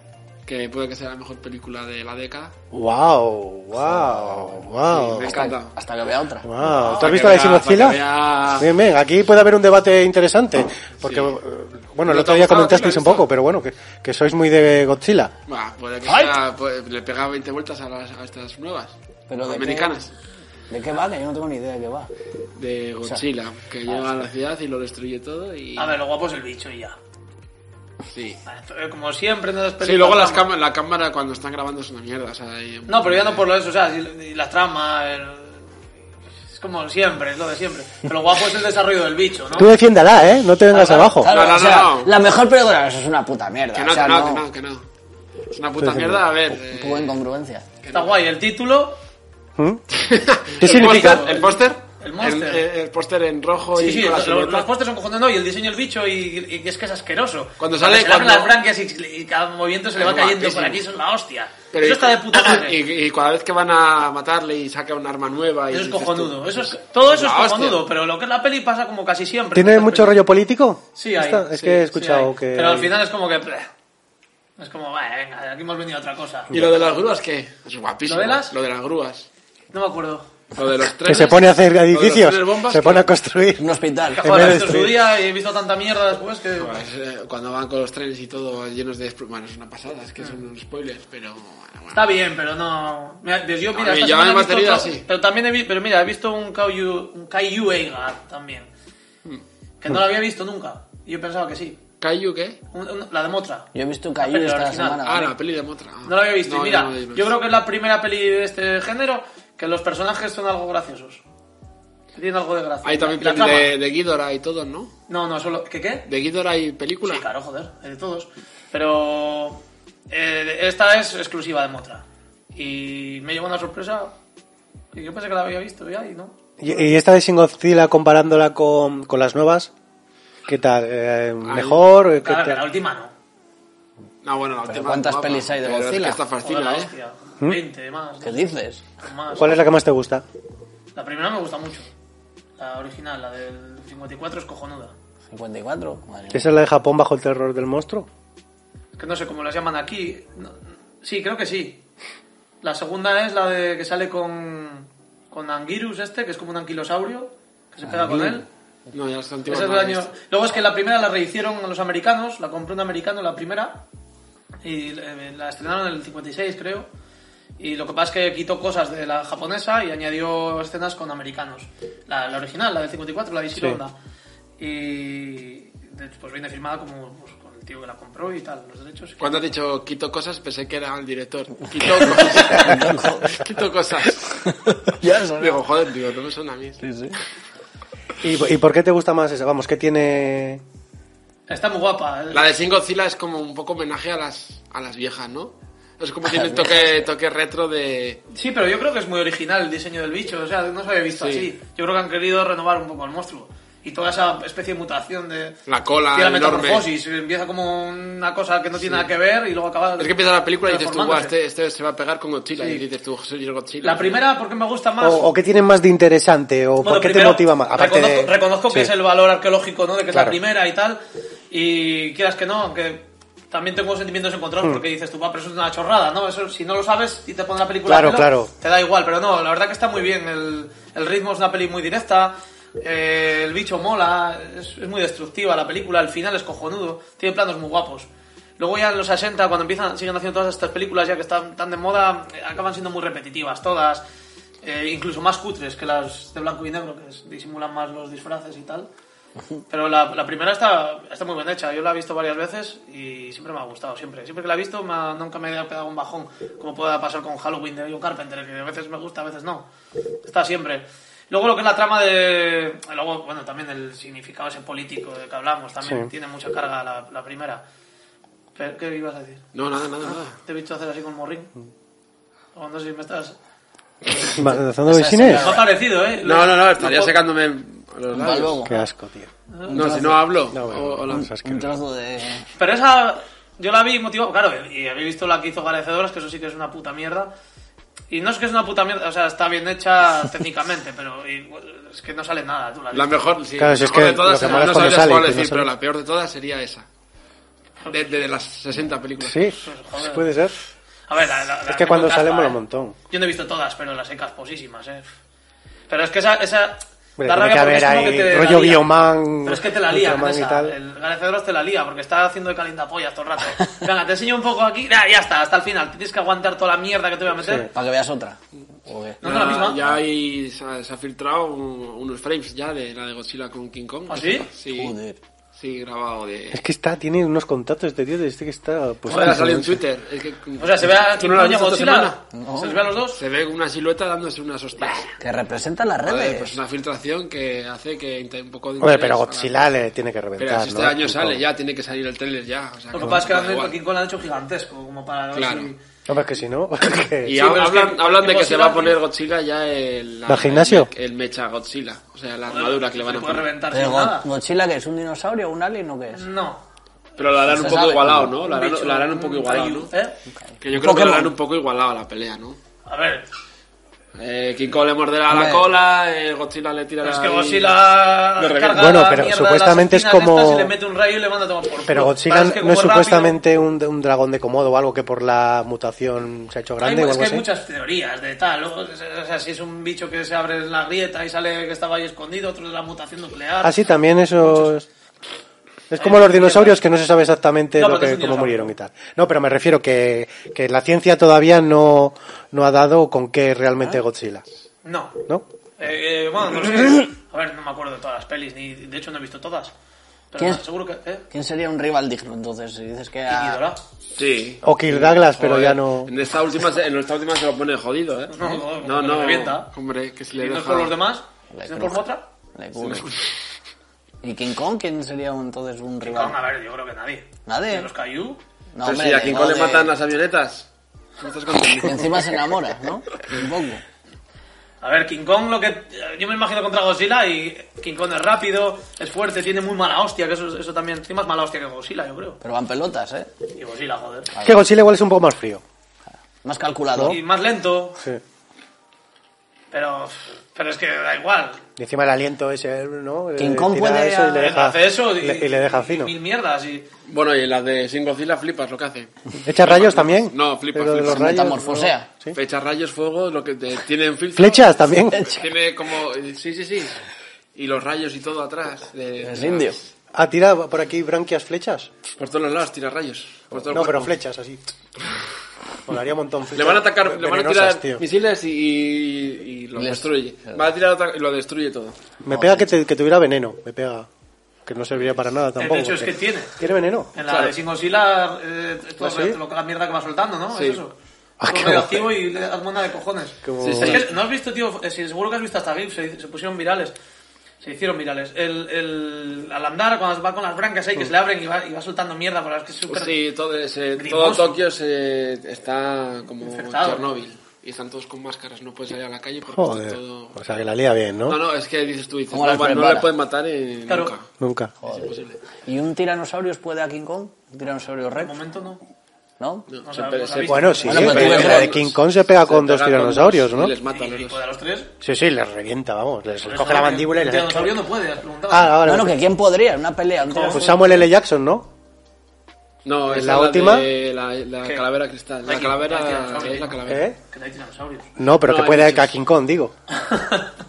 Speaker 3: que puede que sea la mejor película de la década.
Speaker 1: Wow, wow, wow.
Speaker 3: Me encanta.
Speaker 2: Hasta que vea otra.
Speaker 1: Wow, ¿tú
Speaker 3: Para
Speaker 1: has
Speaker 3: Ah, que
Speaker 1: visto la de
Speaker 3: vea-
Speaker 1: Sin
Speaker 3: para
Speaker 1: Godzilla?
Speaker 3: que vea-
Speaker 1: Bien, bien, aquí puede haber un debate interesante. Porque, eh, bueno, el
Speaker 3: ¿No
Speaker 1: otro
Speaker 3: te ha
Speaker 1: día
Speaker 3: gustado?
Speaker 1: comentasteis
Speaker 3: ¿Quién la ha
Speaker 1: un poco, pero bueno, que, que sois muy de Godzilla.
Speaker 3: Bah, puede que
Speaker 2: ¡Ay!
Speaker 3: sea, pues, le pega 20 vueltas a, las- a estas nuevas.
Speaker 2: Pero de
Speaker 3: americanas.
Speaker 2: ¿De qué va? Que yo no tengo ni idea de qué va.
Speaker 3: De Godzilla, que llega a la ciudad y lo destruye todo y...
Speaker 4: ah, A ver, lo guapo es el bicho y ya.
Speaker 3: Sí.
Speaker 4: Vale, eh, Como siempre en las películas.
Speaker 3: Sí, luego las
Speaker 4: vamos.
Speaker 3: cámaras la cámara cuando están grabando es una mierda. O sea, y-
Speaker 4: No, pero ya no por lo de eso, o sea, si- y la trama, el- es como siempre, es lo de siempre. Pero lo guapo es el desarrollo del bicho,
Speaker 3: (laughs)
Speaker 4: ¿no?
Speaker 1: Tú defiéndala, ¿eh? No te vengas
Speaker 3: Ah,
Speaker 4: Claro,
Speaker 1: abajo.
Speaker 2: Claro,
Speaker 3: No, no,
Speaker 2: o sea,
Speaker 3: no, no.
Speaker 2: la mejor película eso es una puta mierda.
Speaker 3: Que no,
Speaker 2: o sea,
Speaker 3: que no,
Speaker 2: no,
Speaker 3: que no, que no. Es una puta mierda, a ver... eh,
Speaker 2: Tuvo incongruencia.
Speaker 4: Está guay el título,
Speaker 3: (laughs)
Speaker 1: ¿Mm?
Speaker 3: ¿El
Speaker 1: ¿Qué significa?
Speaker 3: póster- ¿El póster?
Speaker 4: El póster.
Speaker 3: El, el- el póster en rojo
Speaker 4: sí,
Speaker 3: y
Speaker 4: sí,
Speaker 3: con la
Speaker 4: los, los,
Speaker 3: silueta.
Speaker 4: postes son cojones, no, y el diseño del bicho, y, y- y es que es asqueroso.
Speaker 3: Cuando sale-
Speaker 4: se le abren
Speaker 3: cuando-
Speaker 4: las branquias y, y cada movimiento se le va
Speaker 3: Es
Speaker 4: cayendo por
Speaker 3: guapísimo.
Speaker 4: aquí, eso es la hostia.
Speaker 3: Pero
Speaker 4: eso
Speaker 3: y-
Speaker 4: está de
Speaker 3: (clears throat)
Speaker 4: puta madre.
Speaker 3: (coughs) Y, y cada vez que van a matarle y saca un arma nueva... Y
Speaker 4: Eso es
Speaker 3: dices tú,
Speaker 4: cojonudo. Eso es, todo eso es
Speaker 3: La hostia.
Speaker 4: cojonudo, pero lo que es la peli pasa como casi siempre.
Speaker 1: ¿Tiene
Speaker 4: Estas
Speaker 1: mucho
Speaker 4: pelis-
Speaker 1: rollo político?
Speaker 4: Sí, hay.
Speaker 1: Esta- Es
Speaker 4: sí,
Speaker 1: que he
Speaker 4: sí
Speaker 1: escuchado
Speaker 4: hay.
Speaker 1: que...
Speaker 4: Pero al final es como que. bleh. Es como, vale, venga, aquí hemos venido a otra cosa.
Speaker 3: ¿Y lo de las grúas qué? Es guapísimo.
Speaker 4: ¿Lo de las?
Speaker 3: Lo de las grúas.
Speaker 4: No me acuerdo.
Speaker 3: Lo de los trenes.
Speaker 1: Que se pone a hacer
Speaker 3: Lo de los
Speaker 1: edificios,
Speaker 3: trenes bombas,
Speaker 1: se
Speaker 3: que-
Speaker 1: pone a construir.
Speaker 2: Un
Speaker 3: (laughs)
Speaker 2: hospital.
Speaker 1: vez
Speaker 4: Joder,
Speaker 1: de
Speaker 4: esto es su
Speaker 1: destruir.
Speaker 4: día y he visto tanta mierda después que...
Speaker 3: Pues, eh, cuando van con los trenes y todo llenos de... espru- Bueno, es una pasada, es que son
Speaker 4: Ah.
Speaker 3: unos spoilers, pero... Bueno, bueno.
Speaker 4: Está bien, pero no... Mira, pues yo, mira,
Speaker 3: A mí
Speaker 4: esta
Speaker 3: ya
Speaker 4: semana
Speaker 3: en
Speaker 4: he visto
Speaker 3: batería,
Speaker 4: otro-
Speaker 3: sí.
Speaker 4: Pero también he visto... Pero mira, he visto un Caillou, un Caillou Eiga también. Que no lo había visto nunca. Yo pensaba que sí.
Speaker 3: ¿Caillou qué?
Speaker 4: Un- un- la de Motra.
Speaker 2: Yo he visto un Caillou
Speaker 4: Pero
Speaker 2: esta
Speaker 4: original.
Speaker 2: semana.
Speaker 3: Ah,
Speaker 2: ¿vale?
Speaker 3: la peli de Motra. Ah.
Speaker 4: No lo había visto.
Speaker 3: No,
Speaker 4: y mira,
Speaker 3: no, no, no.
Speaker 4: yo creo que es la primera peli de este género que los personajes son algo graciosos. Que Tienen algo de gracia.
Speaker 3: Hay también
Speaker 4: Y la
Speaker 3: peli
Speaker 4: trama.
Speaker 3: de, de Ghidorah y todo, ¿no?
Speaker 4: No, no, solo... ¿Qué qué?
Speaker 3: De Ghidorah hay película.
Speaker 4: Sí, claro, joder, es de todos. Pero eh, esta es exclusiva de Motra. Y me llevó una sorpresa. Y yo pensé que la había visto ya y no.
Speaker 1: Y, y esta de Shin Godzilla comparándola con, con las nuevas, ¿qué tal? Eh, ¿Mejor? ¿Qué
Speaker 4: Claro, que
Speaker 1: tal?
Speaker 4: la última no.
Speaker 3: No, Ah, bueno, la
Speaker 2: Pero
Speaker 3: última
Speaker 2: ¿cuántas
Speaker 3: guapa,
Speaker 2: pelis hay de
Speaker 3: pero es que
Speaker 2: Godzilla?
Speaker 3: Esta
Speaker 4: Joder,
Speaker 3: fascina,
Speaker 4: la
Speaker 3: ¿eh?
Speaker 4: hostia. 20 más.
Speaker 2: ¿Qué dices?
Speaker 4: más.
Speaker 1: ¿Cuál es la que más te gusta?
Speaker 4: La primera me gusta mucho. La original, la del 54 es cojonuda.
Speaker 2: 54.
Speaker 1: (laughs)
Speaker 2: Madre mía.
Speaker 1: ¿Esa es la de Japón bajo el terror del monstruo?
Speaker 4: Es que no sé cómo las llaman aquí. No- Sí, creo que sí. La segunda es la de que sale con, con Anguirus este, que es como un anquilosaurio, que se pega con él.
Speaker 3: No, ya está antigua.
Speaker 4: Ese es
Speaker 3: no
Speaker 4: del
Speaker 3: la he
Speaker 4: año-
Speaker 3: visto.
Speaker 4: Luego es que la primera la rehicieron a los americanos, la compró un americano la primera, y eh, la estrenaron en el 56 creo, y lo que pasa es que quitó cosas de la japonesa y añadió escenas con americanos. La, la original, la del 54, la de Ishironda. Y de hecho, pues viene firmada como pues, con el tío que la compró y tal, los derechos.
Speaker 3: Cuando has dicho quito cosas, pensé que era el director. Quito cosas. (laughs) quito cosas.
Speaker 2: Ya son.
Speaker 3: Digo, joder, digo, no me suena a mí.
Speaker 2: Sí, sí.
Speaker 1: ¿Y, y por qué te gusta más esa? Vamos, ¿qué tiene...?
Speaker 4: Está muy guapa. eh.
Speaker 3: La de Shin Godzilla es como un poco homenaje a las, a las viejas, ¿no? Es como tiene
Speaker 4: (laughs)
Speaker 3: el toque, toque retro de...
Speaker 4: Sí, pero yo creo que es muy original el diseño del bicho, o sea, no se había visto
Speaker 3: Sí.
Speaker 4: así. Yo creo que han querido renovar un poco el monstruo. Y toda esa especie de mutación de...
Speaker 3: La cola
Speaker 4: Tiene la
Speaker 3: enorme.
Speaker 4: metamorfosis, empieza como una cosa que no tiene nada que ver y luego acaba.
Speaker 3: Es que empieza la película y dices tú, este- guau,
Speaker 4: transformándose.
Speaker 3: este, este se va a pegar con Godzilla.
Speaker 4: Sí.
Speaker 3: Y dices tú, soy yo Godzilla.
Speaker 4: La primera, porque me gusta más.
Speaker 1: ¿O, o qué tiene más de interesante? ¿O
Speaker 4: Bueno,
Speaker 1: por qué
Speaker 4: primero,
Speaker 1: te motiva más? Aparte
Speaker 4: reconozco
Speaker 1: de...
Speaker 4: reconozco que
Speaker 1: Sí.
Speaker 4: es el valor arqueológico, ¿no? De que es
Speaker 1: Claro.
Speaker 4: la primera y tal. Y quieras que no, aunque también tengo sentimientos
Speaker 1: Hmm.
Speaker 4: encontrados porque dices tú, va, pero eso es una chorrada, ¿no? Eso, si no lo sabes y te ponen la película,
Speaker 1: Claro,
Speaker 4: al pelo,
Speaker 1: claro.
Speaker 4: te da igual. Pero no, la verdad que está muy bien. El, el ritmo es una peli muy directa. eh, el bicho mola, es, es muy destructiva la película, el final es cojonudo, tiene planos muy guapos. Luego ya en los 60, cuando empiezan, siguen haciendo todas estas películas ya que están tan de moda, eh, acaban siendo muy repetitivas todas, eh, incluso más cutres que las de blanco y negro, que es- disimulan más los disfraces y tal. Pero la, la primera está, está muy bien hecha. Yo la he visto varias veces y siempre me ha gustado. Siempre, siempre que la he visto me ha- nunca me ha pegado un bajón. Como pueda pasar con Halloween de John Carpenter, que a veces me gusta, a veces no. Está siempre. Luego lo que es la trama de... Luego, bueno, también el significado ese político de que hablamos. También
Speaker 1: Sí.
Speaker 4: tiene mucha carga la, la primera. Pero, ¿Qué ibas a decir?
Speaker 3: No, nada, nada, nada.
Speaker 4: Te he visto hacer así con morrín.
Speaker 3: Mm.
Speaker 4: O no sé si me estás...
Speaker 1: (laughs) ¿Lanzando
Speaker 2: Esa
Speaker 1: visines?
Speaker 4: Me ha parecido, ¿eh?
Speaker 3: No, no, no, estaría
Speaker 4: puedo-
Speaker 3: secándome los
Speaker 2: Va
Speaker 3: labios.
Speaker 2: luego.
Speaker 1: Qué asco, tío.
Speaker 3: No, si no hablo.
Speaker 1: No, bueno,
Speaker 3: O- o la-
Speaker 1: es
Speaker 2: Un
Speaker 1: asqueroso.
Speaker 2: trozo de.
Speaker 4: Pero esa yo la vi motivada, claro, y habéis visto la que hizo Galecedoras, que eso sí que es una puta mierda. Y no es que es una puta mierda, o sea, está bien
Speaker 1: (laughs)
Speaker 4: hecha técnicamente, pero y, bueno, es que no sale nada, tú la has
Speaker 3: La
Speaker 4: visto.
Speaker 3: mejor, sí.
Speaker 1: Claro,
Speaker 3: la
Speaker 1: si es
Speaker 3: mejor
Speaker 1: que
Speaker 3: de todas,
Speaker 1: lo que
Speaker 3: no
Speaker 1: mola es cuando
Speaker 3: sabría
Speaker 1: sale,
Speaker 3: cuál
Speaker 1: que no
Speaker 3: decir,
Speaker 1: sale.
Speaker 3: pero la peor de todas sería esa. De, de- de las 60 películas.
Speaker 1: Sí,
Speaker 4: Joder.
Speaker 1: puede ser.
Speaker 4: A ver, la- la- la
Speaker 1: Es que cuando
Speaker 4: tengo
Speaker 1: sale
Speaker 4: caspa,
Speaker 1: mola
Speaker 4: ¿eh?
Speaker 1: un montón.
Speaker 4: Yo no he visto todas, pero las he casposísimas, eh. Pero es que esa... esa
Speaker 1: Hombre, tiene
Speaker 4: da
Speaker 1: que
Speaker 4: rabia porque es
Speaker 1: haber
Speaker 4: como
Speaker 1: ahí
Speaker 4: que te la
Speaker 1: rollo
Speaker 4: lía.
Speaker 1: Bioman,
Speaker 4: Pero es que te la lía,
Speaker 1: Ultraman y
Speaker 4: esa.
Speaker 1: tal.
Speaker 4: El Galecedoras te la lía porque está haciendo de calientapollas todo el
Speaker 1: (laughs)
Speaker 4: rato. Venga, te enseño un poco aquí. Nah, ya está, hasta el final. Tienes que aguantar toda la mierda que te voy a meter.
Speaker 1: Sí.
Speaker 2: Para que veas otra. ¿O qué?
Speaker 4: No, no, la
Speaker 3: Ya-
Speaker 4: misma.
Speaker 3: Ya ahí se ha, se ha filtrado un- unos frames ya de la de Godzilla con King Kong.
Speaker 4: ¿Ah, sí?
Speaker 3: Sí,
Speaker 2: Joder.
Speaker 3: sí, grabado de...
Speaker 1: Es que está, tiene unos contactos este tío, de este que está... Pues,
Speaker 3: Joder, ha salido en Twitter. Es que-
Speaker 4: O sea, se ve a
Speaker 3: ¿Tú no lo has
Speaker 4: King Kong y a
Speaker 3: visto esta
Speaker 4: Godzilla.
Speaker 3: semana?
Speaker 2: No.
Speaker 4: Se les ve a los dos.
Speaker 3: Se ve una silueta dándose unas hostias.
Speaker 2: Que representan las
Speaker 3: Joder,
Speaker 2: redes.
Speaker 3: pues una filtración que hace que inte- un poco de...
Speaker 1: Hombre,
Speaker 3: interés
Speaker 1: pero
Speaker 3: a la-
Speaker 1: Godzilla le tiene que reventar,
Speaker 3: Pero si este
Speaker 1: ¿no?
Speaker 3: año
Speaker 1: Tipo-
Speaker 3: sale ya, tiene que salir el trailer ya. O sea,
Speaker 4: Lo que
Speaker 3: no
Speaker 4: pasa es que
Speaker 3: da
Speaker 4: han hecho
Speaker 3: igual.
Speaker 4: King Kong lo han hecho gigantesco, como para ver
Speaker 3: Claro.
Speaker 4: si-
Speaker 1: Hombre, que si no... (laughs) que-
Speaker 4: Eh,
Speaker 3: Y
Speaker 4: Sí,
Speaker 3: hab-
Speaker 4: pero es que
Speaker 3: hablan, hablan de que se
Speaker 4: Godzilla-
Speaker 3: va a poner Godzilla ya el...
Speaker 1: ¿Al gimnasio?
Speaker 3: El, mecha Godzilla. O sea, la armadura que le van a
Speaker 4: Se puede
Speaker 3: poner.
Speaker 4: reventar sin
Speaker 2: Pero
Speaker 4: nada.
Speaker 2: Go- Godzilla, que es un dinosaurio, un alien o qué es?
Speaker 4: No.
Speaker 3: Pero lo harán
Speaker 2: Se
Speaker 3: un poco
Speaker 2: sabe,
Speaker 3: igualado,
Speaker 2: ¿no?
Speaker 3: ¿no? Lo harán,
Speaker 4: bicho,
Speaker 3: lo harán un poco igualado,
Speaker 4: kaiju,
Speaker 3: ¿no?
Speaker 4: ¿eh?
Speaker 3: Que yo creo que lo
Speaker 2: Pokémon.
Speaker 3: harán un poco igualado a la pelea, ¿no?
Speaker 4: A ver.
Speaker 3: Eh, King Kong le morderá la
Speaker 2: Hombre.
Speaker 3: cola, eh, Godzilla le tira
Speaker 4: Pero es
Speaker 3: la...
Speaker 4: que Godzilla
Speaker 3: Lo revienta.
Speaker 4: carga
Speaker 3: Bueno,
Speaker 4: la
Speaker 1: pero
Speaker 4: mierda de
Speaker 1: supuestamente
Speaker 4: las
Speaker 1: es como-
Speaker 4: espinas estas y le mete un rayo y le manda a tomar por culo.
Speaker 1: Pero Godzilla
Speaker 4: Claro, es que
Speaker 1: no es
Speaker 4: como
Speaker 1: supuestamente un, un dragón de Komodo o algo que por la mutación se ha hecho
Speaker 4: rápido- Hay-
Speaker 1: grande o
Speaker 4: es
Speaker 1: algo
Speaker 4: que hay
Speaker 1: así.
Speaker 4: muchas teorías de tal. luego, O sea, si es un bicho que se abre en la grieta y sale que estaba ahí escondido, otro de la mutación nuclear.
Speaker 1: Ah, sí, también esos... Es como los dinosaurios que no se sabe exactamente
Speaker 4: No,
Speaker 1: lo
Speaker 4: pero es
Speaker 1: que,
Speaker 4: un
Speaker 1: cómo
Speaker 4: dinosaurio.
Speaker 1: murieron y tal. No, pero me refiero que, que la ciencia todavía no, no ha dado con qué
Speaker 4: Ah.
Speaker 1: realmente Godzilla,
Speaker 4: No.
Speaker 1: ¿no?
Speaker 4: Eh, eh, bueno, no sé. A ver, no me acuerdo de todas las pelis, ni de hecho no he visto todas. Pero
Speaker 2: ¿Quién?
Speaker 4: no, seguro que. ¿eh?
Speaker 2: ¿Quién sería un rival digno entonces? Si dices que
Speaker 4: Tiki
Speaker 2: a...
Speaker 4: Dora.
Speaker 3: Sí.
Speaker 1: O Kirk Douglas, pero
Speaker 3: Joder,
Speaker 1: ya no...
Speaker 3: En esta, última, se- en esta última se lo pone jodido, ¿eh?
Speaker 4: No, no, como que revienta.
Speaker 3: Hombre, que si
Speaker 4: Si
Speaker 3: le
Speaker 4: no es
Speaker 3: deja...
Speaker 4: por los demás,
Speaker 2: Le
Speaker 4: si no es por
Speaker 2: cruja.
Speaker 4: otra.
Speaker 2: Le cubre. ¿Y King Kong? ¿Quién sería un- entonces un rival?
Speaker 4: Kong, ah, a ver, yo creo que nadie.
Speaker 2: Nadie.
Speaker 4: De los Caillou.
Speaker 2: No,
Speaker 3: Pero
Speaker 2: hombre,
Speaker 3: si ah. Pues a
Speaker 2: de-
Speaker 3: King Kong
Speaker 2: no,
Speaker 3: le
Speaker 2: de-
Speaker 3: matan las avionetas. No estás
Speaker 2: Y
Speaker 3: contento.
Speaker 2: encima se enamora, ¿no? Un poco.
Speaker 4: A ver, King Kong, lo que. Yo me imagino contra Godzilla y King Kong es rápido, es fuerte, tiene muy mala hostia, que eso, eso también. Tiene más mala hostia que Godzilla, yo creo.
Speaker 2: Pero van pelotas, ¿eh?
Speaker 4: Y Godzilla, joder.
Speaker 1: Es que Godzilla igual es un poco más frío.
Speaker 2: Más calculado.
Speaker 4: Y más lento,
Speaker 1: Sí.
Speaker 4: pero. Pero es que da igual.
Speaker 1: Y encima el aliento ese, ¿no?
Speaker 2: King
Speaker 1: Eh,
Speaker 2: Kong
Speaker 1: tira
Speaker 2: puede
Speaker 1: eso y le
Speaker 2: a-
Speaker 1: deja,
Speaker 4: hace eso y
Speaker 1: Ah, le- y le deja fino.
Speaker 4: Mil mierdas y.
Speaker 3: Bueno, y la de Sin Godzilla flipas lo que hace.
Speaker 1: ¿Echa rayos también?
Speaker 3: No, flipa,
Speaker 1: Pero de
Speaker 3: flipa.
Speaker 1: los rayos,
Speaker 2: Metamorfosea.
Speaker 1: ¿no? Sí.
Speaker 3: Fecha rayos, fuego, lo que te, tiene en filtro.
Speaker 1: ¿Flechas también?
Speaker 3: (laughs) Tiene como... Sí, sí, sí. Y los rayos y todo atrás. de-
Speaker 2: Es indio.
Speaker 1: Ah, tira por aquí branquias flechas.
Speaker 3: Por todos los lados tira rayos. Por todo el
Speaker 1: No, pero
Speaker 3: cuerpo.
Speaker 1: flechas así. Molaría un montón flechas.
Speaker 3: Le van a atacar, le van a
Speaker 1: venenosas,
Speaker 3: tirar
Speaker 1: tío.
Speaker 3: misiles y, y- y lo
Speaker 2: Les-
Speaker 3: destruye. Va a tirar otra- y lo destruye todo.
Speaker 1: Me pega que, te- que tuviera veneno, me pega. Que no serviría para nada tampoco.
Speaker 4: de hecho, es
Speaker 1: porque-
Speaker 4: que tiene.
Speaker 1: ¿Tiene veneno?
Speaker 4: En la
Speaker 3: Claro.
Speaker 4: de Sin Godzilla, eh, todo
Speaker 1: ¿Ah, sí?
Speaker 4: lo- lo- la mierda que va soltando, ¿no?
Speaker 3: Sí.
Speaker 4: Es eso.
Speaker 1: Ah, qué
Speaker 4: Todo radioactivo y le das mona de cojones.
Speaker 1: Como-
Speaker 3: Sí, sí.
Speaker 4: Es que no has visto, tío, eh, si seguro que has visto hasta GIFs, se, se pusieron virales. Se hicieron virales. El, el, al andar, cuando va con las brancas ahí, que se le abren y va, y va soltando mierda, pero es que es súper...
Speaker 3: Sí, todo, ese- todo
Speaker 4: Pues Grimoso.
Speaker 3: Tokio se, está como
Speaker 4: Infectado.
Speaker 3: Chernóbil. Y están todos con máscaras, no pueden salir a la calle porque
Speaker 1: Joder.
Speaker 3: está todo...
Speaker 1: O sea, que la lía bien, ¿no?
Speaker 3: No, no, es que dices tú, dices,
Speaker 2: ¿Cómo
Speaker 3: no,
Speaker 2: las
Speaker 3: va- no
Speaker 2: prepara?
Speaker 3: le pueden matar eh,
Speaker 4: Claro.
Speaker 3: nunca.
Speaker 1: Nunca.
Speaker 3: Es imposible.
Speaker 2: ¿Y un tiranosaurio puede a King Kong? ¿Un tiranosaurio
Speaker 4: De
Speaker 2: rex?
Speaker 4: momento no.
Speaker 2: ¿no?
Speaker 3: No,
Speaker 4: O
Speaker 3: se
Speaker 4: sea,
Speaker 3: pe-
Speaker 4: ¿os
Speaker 3: se-
Speaker 4: habéis-
Speaker 1: Bueno, sí,
Speaker 2: Bueno, pero
Speaker 1: pero
Speaker 2: tiene
Speaker 1: la de
Speaker 2: venom.
Speaker 1: King Kong se pega
Speaker 3: pues se
Speaker 1: con dos
Speaker 3: pega
Speaker 1: tiranosaurios,
Speaker 3: dos
Speaker 1: ¿no?
Speaker 3: Y les mata a
Speaker 4: Y,
Speaker 3: los
Speaker 4: y
Speaker 3: dos.
Speaker 4: con los tres...
Speaker 1: Sí, sí, les revienta, vamos. Les
Speaker 4: pues,
Speaker 1: coge la mandíbula y
Speaker 4: un
Speaker 1: les...
Speaker 4: tiranosaurio no puede, has preguntado.
Speaker 1: Ah, vale.
Speaker 2: No, no, que quién podría, una pelea, un
Speaker 1: Pues
Speaker 2: tiranosaurio.
Speaker 1: Samuel L. Jackson, ¿no?
Speaker 3: No,
Speaker 1: ¿En
Speaker 3: es
Speaker 1: la
Speaker 3: la,
Speaker 1: última?
Speaker 3: de la, la
Speaker 4: ¿Qué?
Speaker 3: calavera cristal. La
Speaker 4: Aquí, aquí,
Speaker 3: calavera...
Speaker 4: aquí,
Speaker 3: es la
Speaker 4: aquí.
Speaker 3: calavera.
Speaker 1: ¿Eh?
Speaker 4: Que no hay dinosaurios.
Speaker 1: No, pero
Speaker 3: No,
Speaker 1: que
Speaker 3: hay
Speaker 1: puede
Speaker 3: muchos.
Speaker 1: que a King Kong,
Speaker 3: (laughs)
Speaker 1: digo.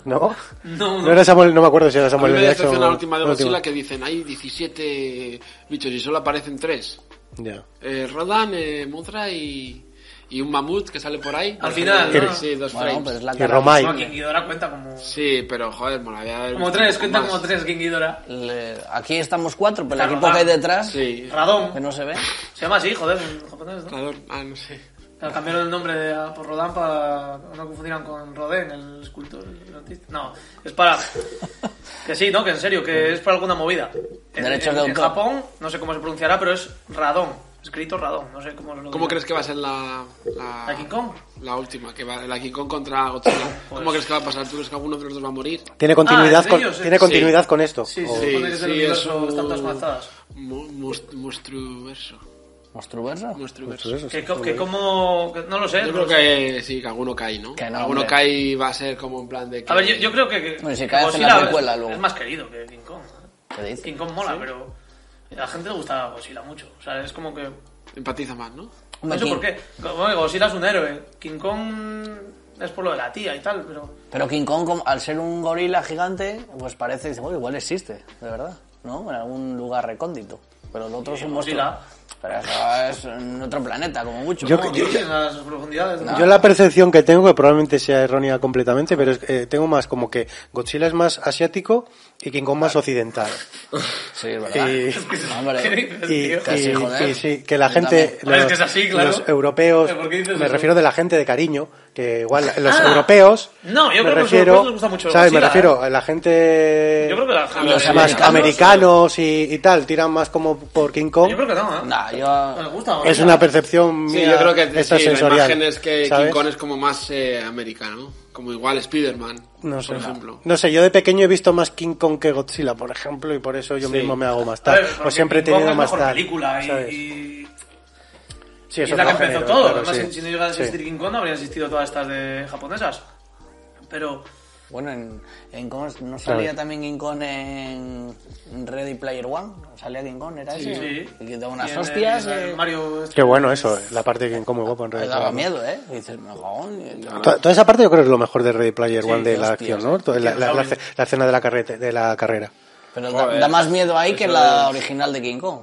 Speaker 1: ¿No?
Speaker 4: No,
Speaker 1: No era Samuel, no me acuerdo si era
Speaker 3: A mí
Speaker 1: Samuel
Speaker 3: me
Speaker 1: L. Jackson.
Speaker 3: decepciona
Speaker 1: o-
Speaker 3: la última de
Speaker 1: la última.
Speaker 3: Godzilla que dicen, hay 17 bichos y solo aparecen 3.
Speaker 1: Ya.
Speaker 3: Eh, Rodan, eh, Mothra y, y un mamut que sale por ahí.
Speaker 4: Al final, ¿no?
Speaker 3: Sí, dos
Speaker 2: Bueno,
Speaker 3: frames.
Speaker 2: pues la
Speaker 1: Y
Speaker 2: cara-
Speaker 1: Romay.
Speaker 4: No, King Ghidorah cuenta como...
Speaker 3: Sí, pero joder, me la voy a ver.
Speaker 4: Como tres, cuenta
Speaker 3: más.
Speaker 4: como tres King Ghidorah.
Speaker 2: le- Aquí estamos cuatro, pero el
Speaker 4: Claro,
Speaker 2: equipo que hay
Speaker 4: va.
Speaker 2: detrás,
Speaker 3: Sí.
Speaker 2: que
Speaker 4: Radón.
Speaker 2: no se ve.
Speaker 4: Se llama así, joder, en japonés, ¿no?
Speaker 3: Rodan, Ah, no sé.
Speaker 4: Claro, Cambiaron el nombre de, a- por Rodán para no confundieran con Rodin, el escultor, el artista. No, es para... Que sí, ¿no? Que en serio, que es para alguna movida. En,
Speaker 2: Derechos
Speaker 4: en-
Speaker 2: de
Speaker 4: en
Speaker 2: autor.
Speaker 4: Japón, no sé cómo se pronunciará, pero es Radón. Escrito Radón, no sé cómo lo
Speaker 3: ¿Cómo
Speaker 4: dirán.
Speaker 3: crees que va a ser la. La,
Speaker 4: ¿La King Kong? Pues-
Speaker 3: La última, que va, la King Kong contra Godzilla. ¿Cómo crees que va a pasar? ¿Tú crees que alguno de los dos va a morir?
Speaker 1: ¿Tiene continuidad,
Speaker 4: Ah, ¿en
Speaker 1: con,
Speaker 4: serio? Sí.
Speaker 1: ¿tiene continuidad con esto? Oh.
Speaker 4: Sí, sí,
Speaker 1: O-
Speaker 4: se supone que es el
Speaker 3: sí,
Speaker 4: universo,
Speaker 3: eso-
Speaker 4: están todas conectadas.
Speaker 3: Mu- must- Monstruverso.
Speaker 2: ¿Mostruverso?
Speaker 3: Monstruverso.
Speaker 1: pues eso,
Speaker 4: Que, co- que como... que no lo sé.
Speaker 3: Yo
Speaker 4: no lo
Speaker 3: creo
Speaker 4: sé.
Speaker 3: que sí, que alguno cae, ¿no?
Speaker 2: Que no,
Speaker 3: alguno
Speaker 2: hombre.
Speaker 3: cae y va a ser como en plan de. Que,
Speaker 4: A ver, yo, yo creo que... que-
Speaker 2: Bueno, si
Speaker 4: que
Speaker 2: cae, hace la
Speaker 4: Godzilla es-
Speaker 2: precuela
Speaker 4: es,
Speaker 2: luego.
Speaker 4: más querido que King Kong. ¿eh?
Speaker 2: ¿Qué dice?
Speaker 4: King Kong mola, pero... A la gente le gusta Godzilla mucho. O sea, es como que...
Speaker 3: Empatiza más, ¿no?
Speaker 2: Hombre,
Speaker 4: No sé
Speaker 2: King-
Speaker 4: por qué. Bueno, Godzilla es un héroe. King Kong es por lo de la tía y tal, pero.
Speaker 2: Pero King Kong, como- al ser un gorila gigante, pues parece, dice, "Oye, igual existe, de verdad, ¿no? En algún lugar recóndito. Pero el otro es un monstruo.
Speaker 4: Godzilla.
Speaker 2: Pero eso es en otro planeta, como mucho.
Speaker 1: Yo
Speaker 2: ¿no?
Speaker 4: ¿Cómo
Speaker 1: que-
Speaker 4: dicen las profundidades? ¿no?
Speaker 1: Yo la percepción que tengo, que probablemente sea errónea completamente, pero es- eh, tengo más como que Godzilla es más asiático y King Kong más
Speaker 4: (laughs)
Speaker 1: occidental.
Speaker 2: Sí, es verdad.
Speaker 1: Y- (laughs)
Speaker 2: Hombre,
Speaker 1: Y,
Speaker 4: Tío.
Speaker 2: Que sí,
Speaker 1: y-
Speaker 2: joder.
Speaker 1: y sí, que la
Speaker 2: Yo
Speaker 1: gente,
Speaker 2: también.
Speaker 4: Hombre, es que es así, claro.
Speaker 1: los europeos,
Speaker 4: ¿Pero por qué dices
Speaker 1: me
Speaker 4: eso?
Speaker 1: refiero de la gente de cariño, que igual los
Speaker 4: Ah.
Speaker 1: europeos,
Speaker 4: No, yo
Speaker 1: me
Speaker 4: creo que a los
Speaker 1: refiero,
Speaker 4: europeos les gusta mucho
Speaker 1: ¿sabes? Me
Speaker 4: Godzilla, ¿eh?
Speaker 1: refiero a la gente,
Speaker 4: Yo creo que la- a
Speaker 2: los
Speaker 1: más
Speaker 2: americanos-
Speaker 1: americanos y, y tal, tiran más como por King Kong.
Speaker 4: Yo creo que no, ¿eh?
Speaker 2: Nah,
Speaker 4: No les
Speaker 2: yo...
Speaker 4: gusta.
Speaker 1: Es
Speaker 4: Godzilla.
Speaker 1: una percepción
Speaker 3: Sí,
Speaker 1: mía,
Speaker 3: yo creo que
Speaker 1: esta
Speaker 3: sí,
Speaker 1: sensorial,
Speaker 3: la imagen es que
Speaker 1: ¿sabes?
Speaker 3: King Kong es como más eh, americano, como igual Spider-Man,
Speaker 1: No sé.
Speaker 3: por ejemplo.
Speaker 1: No sé, yo de pequeño he visto más King Kong que Godzilla, por ejemplo, y por eso yo
Speaker 3: Sí.
Speaker 1: mismo me hago más
Speaker 4: A
Speaker 1: tal.
Speaker 4: ver,
Speaker 1: o
Speaker 4: porque
Speaker 1: pues siempre he
Speaker 4: King Kong
Speaker 1: tenido
Speaker 4: es
Speaker 1: más
Speaker 4: mejor
Speaker 1: tal.
Speaker 4: película y-
Speaker 1: ¿sabes?
Speaker 4: y.
Speaker 1: Sí,
Speaker 4: y
Speaker 1: eso
Speaker 4: la que empezó todo.
Speaker 1: claro,
Speaker 4: Además,
Speaker 1: sí.
Speaker 4: si- si no llegara a
Speaker 1: Sí.
Speaker 4: existir King Kong, no habrían existido todas estas de japonesas. Pero
Speaker 2: Bueno, en, en ¿cómo es? ¿no salía también King Kong en en Ready Player One? ¿Salía King Kong? ¿Era
Speaker 4: sí,
Speaker 2: ese?
Speaker 4: sí.
Speaker 2: Y que daba unas
Speaker 4: Y en el-
Speaker 2: hostias.
Speaker 4: en el
Speaker 2: eh,
Speaker 4: Mario este,
Speaker 1: Qué bueno eso, eh, la parte que como guapo en
Speaker 2: te
Speaker 1: Ready
Speaker 2: daba
Speaker 1: Player One.
Speaker 2: miedo, ¿eh? Y dices, me cago en-
Speaker 1: To- Toda esa parte yo creo que es lo mejor de Ready Player One de la
Speaker 2: hostias,
Speaker 1: acción, ¿no? Toda La, la, la ce- la escena de la, carrete- de la carrera.
Speaker 2: Pero da,
Speaker 3: Joder,
Speaker 2: da más miedo ahí que
Speaker 3: eso
Speaker 2: la
Speaker 3: es-
Speaker 2: original de King Kong.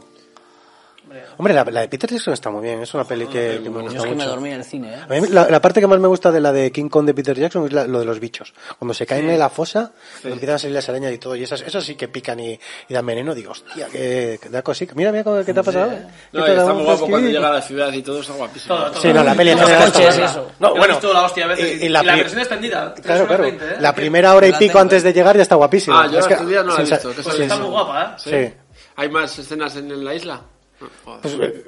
Speaker 4: hombre,
Speaker 1: Hombre, la, la de Peter Jackson está muy bien, es una peli que, que me
Speaker 2: Yo
Speaker 1: gusta
Speaker 2: Ah, es que me
Speaker 1: mucho.
Speaker 2: dormí en el cine, ¿eh?
Speaker 1: A mí la, la parte que más me gusta de la de King Kong de Peter Jackson es la- lo de los bichos. Cuando se caen en la fosa, cuando empiezan a salir las arañas y todo, y esas, esas sí que pican y, y dan veneno. Digo, hostia, que, que da cosica. Mira, mira cómo, qué te ha pasado. ¿eh? Que
Speaker 3: No,
Speaker 1: te
Speaker 3: y
Speaker 1: da
Speaker 3: está
Speaker 1: un
Speaker 3: muy guapo cuando
Speaker 1: chasquidico.
Speaker 3: llega a la ciudad y todo, está guapísimo.
Speaker 4: todo, todo.
Speaker 1: Sí, no, la peli en
Speaker 2: Los
Speaker 1: general está
Speaker 2: coches,
Speaker 1: buena.
Speaker 2: eso.
Speaker 1: No,
Speaker 4: Yo he
Speaker 1: bueno.
Speaker 4: visto la hostia a veces
Speaker 1: y- y
Speaker 4: y
Speaker 1: la
Speaker 4: la,
Speaker 1: pri-
Speaker 4: versión extendida. tres
Speaker 1: Claro,
Speaker 4: horas
Speaker 1: claro.
Speaker 4: 20, ¿eh?
Speaker 1: La primera hora y
Speaker 2: La
Speaker 1: pico
Speaker 2: tengo.
Speaker 1: antes de llegar ya está guapísima.
Speaker 3: Ah, yo
Speaker 1: Es
Speaker 3: la
Speaker 1: que-
Speaker 3: estudié, no la he
Speaker 1: sin sa-
Speaker 3: visto, que
Speaker 4: Pues
Speaker 1: sin
Speaker 4: está
Speaker 1: sa-
Speaker 4: muy guapa, ¿eh?
Speaker 1: Sí.
Speaker 3: ¿Hay más escenas en la isla? Joder.
Speaker 1: Pues, eh,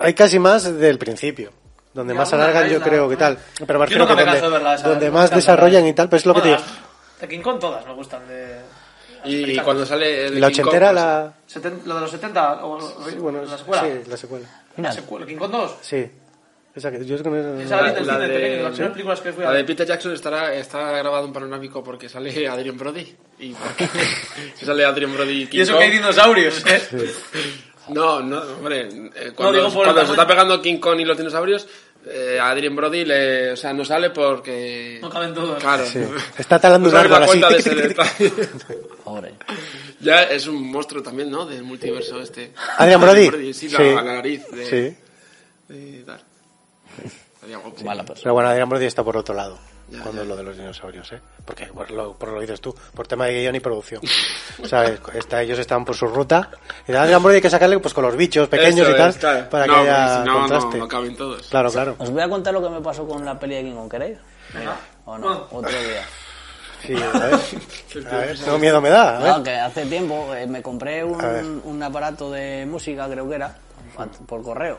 Speaker 1: hay casi más del principio. Donde
Speaker 4: Y
Speaker 1: más
Speaker 4: alguna
Speaker 1: alargan, yo
Speaker 4: isla,
Speaker 1: creo que
Speaker 4: ¿no?
Speaker 1: tal. Pero me
Speaker 4: Yo
Speaker 1: refiero
Speaker 4: nunca
Speaker 1: que
Speaker 4: me
Speaker 1: donde,
Speaker 4: canso de verlas, ¿sabes?
Speaker 1: donde
Speaker 4: Me
Speaker 1: más
Speaker 4: encantan.
Speaker 3: ¿eh?
Speaker 1: desarrollan y tal, pero es lo que te
Speaker 4: Bueno,
Speaker 1: digo.
Speaker 4: las De King Kong todas me gustan. De...
Speaker 3: Y cuando sale... el
Speaker 1: pues, La
Speaker 3: King Kong,
Speaker 1: ochentera, la.
Speaker 3: pues,
Speaker 4: Seten- Lo de los 70, o
Speaker 1: Sí, bueno,
Speaker 4: la escuela.
Speaker 1: Sí, la secuela.
Speaker 2: Mira,
Speaker 4: La secuela, King Kong 2.
Speaker 1: Sí. Esa que- yo es que no-
Speaker 4: Esa la vi en el
Speaker 3: La
Speaker 4: cine de
Speaker 3: de-
Speaker 4: pequeño, las primeras películas que fui a
Speaker 3: La de
Speaker 4: ver.
Speaker 3: Peter Jackson estará, está grabado en panorámico porque sale Adrian Brody.
Speaker 4: (laughs)
Speaker 3: Y porque (laughs) si sale Adrian Brody y King
Speaker 4: Y eso
Speaker 3: Kong-
Speaker 4: que hay dinosaurios, ¿eh?
Speaker 3: No, no, hombre. eh, cuando
Speaker 4: digo por el
Speaker 3: cuando se
Speaker 4: tamaño.
Speaker 3: está pegando King Kong y los dinosaurios, eh, Adrian Brody le, o sea, no sale porque...
Speaker 4: No caben todos.
Speaker 3: Claro. (laughs)
Speaker 1: Sí. Está talando
Speaker 3: No
Speaker 1: un
Speaker 3: sabes la
Speaker 1: árbol así.
Speaker 3: cuenta de ese
Speaker 1: (laughs)
Speaker 3: detalle.
Speaker 2: pobre.
Speaker 3: (laughs) Ya es un monstruo también, ¿no? Del multiverso este.
Speaker 1: Adrian
Speaker 3: (laughs)
Speaker 1: Brody.
Speaker 3: Sí, la,
Speaker 1: Sí.
Speaker 3: la nariz de,
Speaker 1: Sí.
Speaker 3: de tal. Estaría guapo.
Speaker 2: Mala persona.
Speaker 1: Pero bueno, Adrian Brody está por otro lado.
Speaker 3: Ya,
Speaker 1: cuando
Speaker 3: ya.
Speaker 1: es lo de los dinosaurios, ¿eh? Porque por lo, por lo que dices tú, por tema de guión y producción. (laughs) ¿Sabes? Está, ellos estaban por su ruta. Y a Adrian Brody hay que sacarle pues con los bichos pequeños
Speaker 3: Eso
Speaker 1: y tal.
Speaker 3: es, claro.
Speaker 1: Para
Speaker 3: no,
Speaker 1: que
Speaker 3: porque
Speaker 1: haya
Speaker 3: si no,
Speaker 1: contraste.
Speaker 3: No, no caben todos.
Speaker 1: Claro, claro.
Speaker 2: Os voy a contar lo que me pasó con la peli de King Kong, ¿queréis?
Speaker 4: Venga.
Speaker 2: ¿O no?
Speaker 4: Bueno.
Speaker 2: Otro día.
Speaker 1: Sí,
Speaker 3: (laughs)
Speaker 1: a ver. A ver, no miedo me da. A ver.
Speaker 2: No, que hace tiempo eh, me compré
Speaker 1: A ver.
Speaker 2: un, un aparato de música, creo que era, por correo.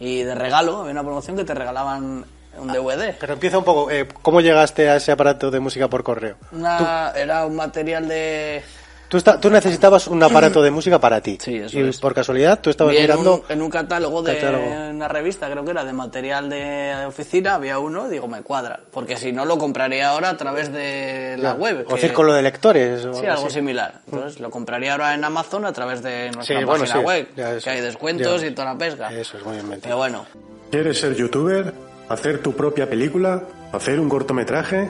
Speaker 2: Y de regalo, había una promoción que te regalaban un DVD.
Speaker 1: Pero empieza un poco. eh, ¿Cómo llegaste a ese aparato de música por correo?
Speaker 2: Una, era un material de...
Speaker 1: Tú, está- tú necesitabas un aparato de música para ti.
Speaker 2: Sí, eso
Speaker 1: y
Speaker 2: es.
Speaker 1: por casualidad tú estabas
Speaker 2: vi en
Speaker 1: mirando.
Speaker 2: un, en un catálogo de
Speaker 1: Catálogo.
Speaker 2: una revista, creo que era de material de oficina, había uno, digo, me cuadra. Porque si no, lo compraría ahora a través de la web.
Speaker 1: o
Speaker 2: que-
Speaker 1: círculo de lectores. O
Speaker 2: Sí, algo similar. Entonces lo compraría ahora en Amazon a través de nuestra
Speaker 1: Mm. Sí, bueno,
Speaker 2: página
Speaker 1: sí,
Speaker 2: web,
Speaker 1: ya eso,
Speaker 2: que hay descuentos
Speaker 1: ya.
Speaker 2: y toda la pesca.
Speaker 1: Eso es muy bien metido.
Speaker 2: Pero bueno,
Speaker 5: ¿Quieres ser youtuber? ¿Hacer tu propia película? ¿Hacer un cortometraje?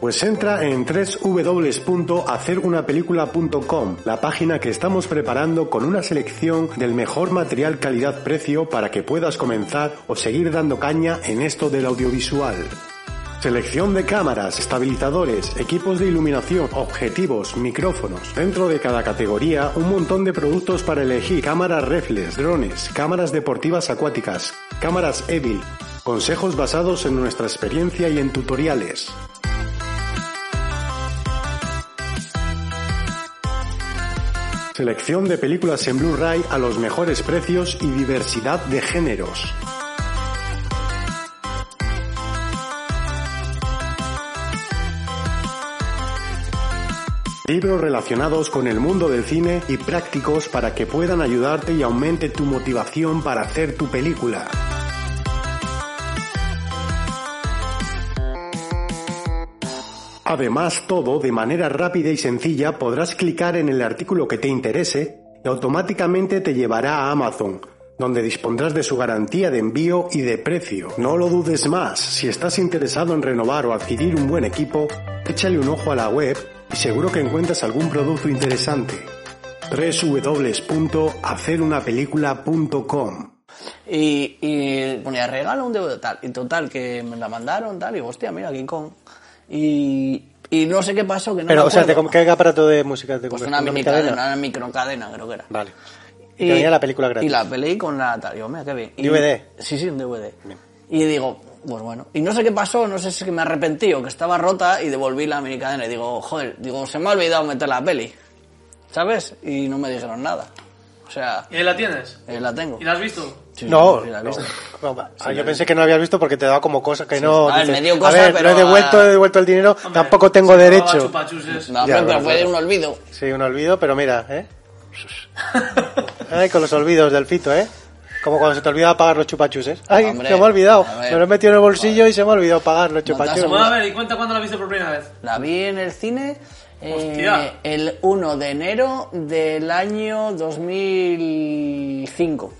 Speaker 5: Pues entra en www.hacerunapelícula.com, la página que estamos preparando con una selección del mejor material calidad-precio para que puedas comenzar o seguir dando caña en esto del audiovisual. Selección de cámaras, estabilizadores, equipos de iluminación, objetivos, micrófonos. Dentro de cada categoría, un montón de productos para elegir. Cámaras reflex, drones, cámaras deportivas acuáticas, cámaras Evil. Consejos basados en nuestra experiencia y en tutoriales. Selección de películas en Blu-ray a los mejores precios y diversidad de géneros. Libros relacionados con el mundo del cine y prácticos para que puedan ayudarte y aumente tu motivación para hacer tu película. Además, todo de manera rápida y sencilla podrás clicar en el artículo que te interese y automáticamente te llevará a Amazon, donde dispondrás de su garantía de envío y de precio. No lo dudes más, si estás interesado en renovar o adquirir un buen equipo, échale un ojo a la web y seguro que encuentras algún producto interesante. www.hacerunapelícula.com
Speaker 2: y, y ponía regalo un DVD tal. Y total, que me la mandaron tal, y digo, hostia, mira, King Kong. Y, y no sé qué pasó, que no
Speaker 1: Pero,
Speaker 2: me
Speaker 1: o sea, ¿te
Speaker 2: acuerdo.
Speaker 1: com- ¿qué aparato de música te
Speaker 2: Pues
Speaker 1: compraste?
Speaker 2: una mini
Speaker 1: cadena?
Speaker 2: cadena, una microcadena, creo que era.
Speaker 1: Vale. Y, que venía la película gratis.
Speaker 2: Y la peli con la tal. Digo, mira, qué bien. Y-
Speaker 1: DVD.
Speaker 2: Sí, sí, un DVD. Y digo, pues bueno. Y no sé qué pasó, no sé si me arrepentí o que estaba rota y devolví la minicadena. Y digo, joder, digo, se me ha olvidado meter la peli. ¿Sabes? Y no me dijeron nada. O sea,
Speaker 4: ¿Y ahí la tienes?
Speaker 2: eh, la tengo.
Speaker 4: ¿Y la has visto?
Speaker 2: Sí,
Speaker 1: No,
Speaker 2: sí, la he
Speaker 1: no.
Speaker 2: visto.
Speaker 1: No, va. Ah, yo pensé que no la habías visto porque te daba como cosa que no.
Speaker 2: A ver,
Speaker 1: dices,
Speaker 2: me dio cosa,
Speaker 1: a ver,
Speaker 2: pero
Speaker 1: lo he devuelto,
Speaker 2: a-
Speaker 1: he devuelto el dinero,
Speaker 4: Hombre,
Speaker 1: tampoco
Speaker 4: si
Speaker 1: tengo
Speaker 4: no,
Speaker 1: derecho.
Speaker 4: chupachuses.
Speaker 2: No,
Speaker 1: Ya,
Speaker 2: hombre, pero
Speaker 1: bueno,
Speaker 2: fue
Speaker 1: claro.
Speaker 2: un olvido.
Speaker 1: Sí, un olvido, pero mira, ¿eh? Ay, con los olvidos del fito, ¿eh? Como cuando se te olvida pagar los chupachuses. Ay,
Speaker 2: Hombre,
Speaker 1: se me ha olvidado.
Speaker 2: a ver.
Speaker 1: Me lo he metido en el bolsillo y se me ha olvidado pagar los
Speaker 2: No te has
Speaker 1: chupachuses.
Speaker 4: Bueno, a ver, y cuenta cuándo la viste por primera vez.
Speaker 2: La vi en el cine eh,
Speaker 4: Hostia.
Speaker 2: el 1 de enero del año 2005.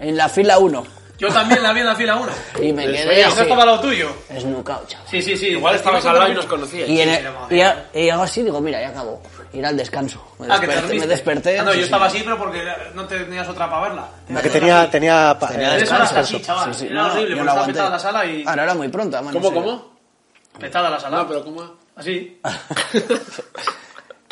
Speaker 2: En la fila 1.
Speaker 4: Yo también la vi en la fila
Speaker 3: (laughs)
Speaker 4: 1.
Speaker 2: Y me
Speaker 1: Pues
Speaker 2: quedé
Speaker 4: Pues Oye, eso
Speaker 2: así.
Speaker 4: estaba lo tuyo.
Speaker 2: Es nucao, chaval.
Speaker 4: Sí, sí, sí.
Speaker 3: Igual estabas al lado y nos conocíais.
Speaker 2: Y, en el-
Speaker 4: sí, la
Speaker 2: y a- y hago así, digo, mira, ya acabó. Ir al descanso. Me
Speaker 4: Ah, que te
Speaker 2: desperté. me
Speaker 4: dormiste.
Speaker 2: desperté,
Speaker 4: Ah,
Speaker 2: sí,
Speaker 4: no,
Speaker 2: Ah,
Speaker 4: yo
Speaker 2: sí.
Speaker 4: estaba así, pero porque no tenías otra para verla.
Speaker 1: La que tenía, tenía, pa-
Speaker 2: Tenía
Speaker 1: eh,
Speaker 4: Tres horas
Speaker 2: descanso.
Speaker 4: así, chaval.
Speaker 2: Sí, sí,
Speaker 4: Era
Speaker 2: no,
Speaker 4: horrible,
Speaker 2: yo
Speaker 4: porque
Speaker 2: no
Speaker 4: estaba
Speaker 2: aguanté.
Speaker 4: petada la sala y...
Speaker 2: Ahora era muy pronta, mano.
Speaker 3: ¿Cómo,
Speaker 2: sí.
Speaker 3: cómo?
Speaker 4: Petada la sala.
Speaker 3: No, pero ¿cómo?
Speaker 4: Así.
Speaker 2: (laughs)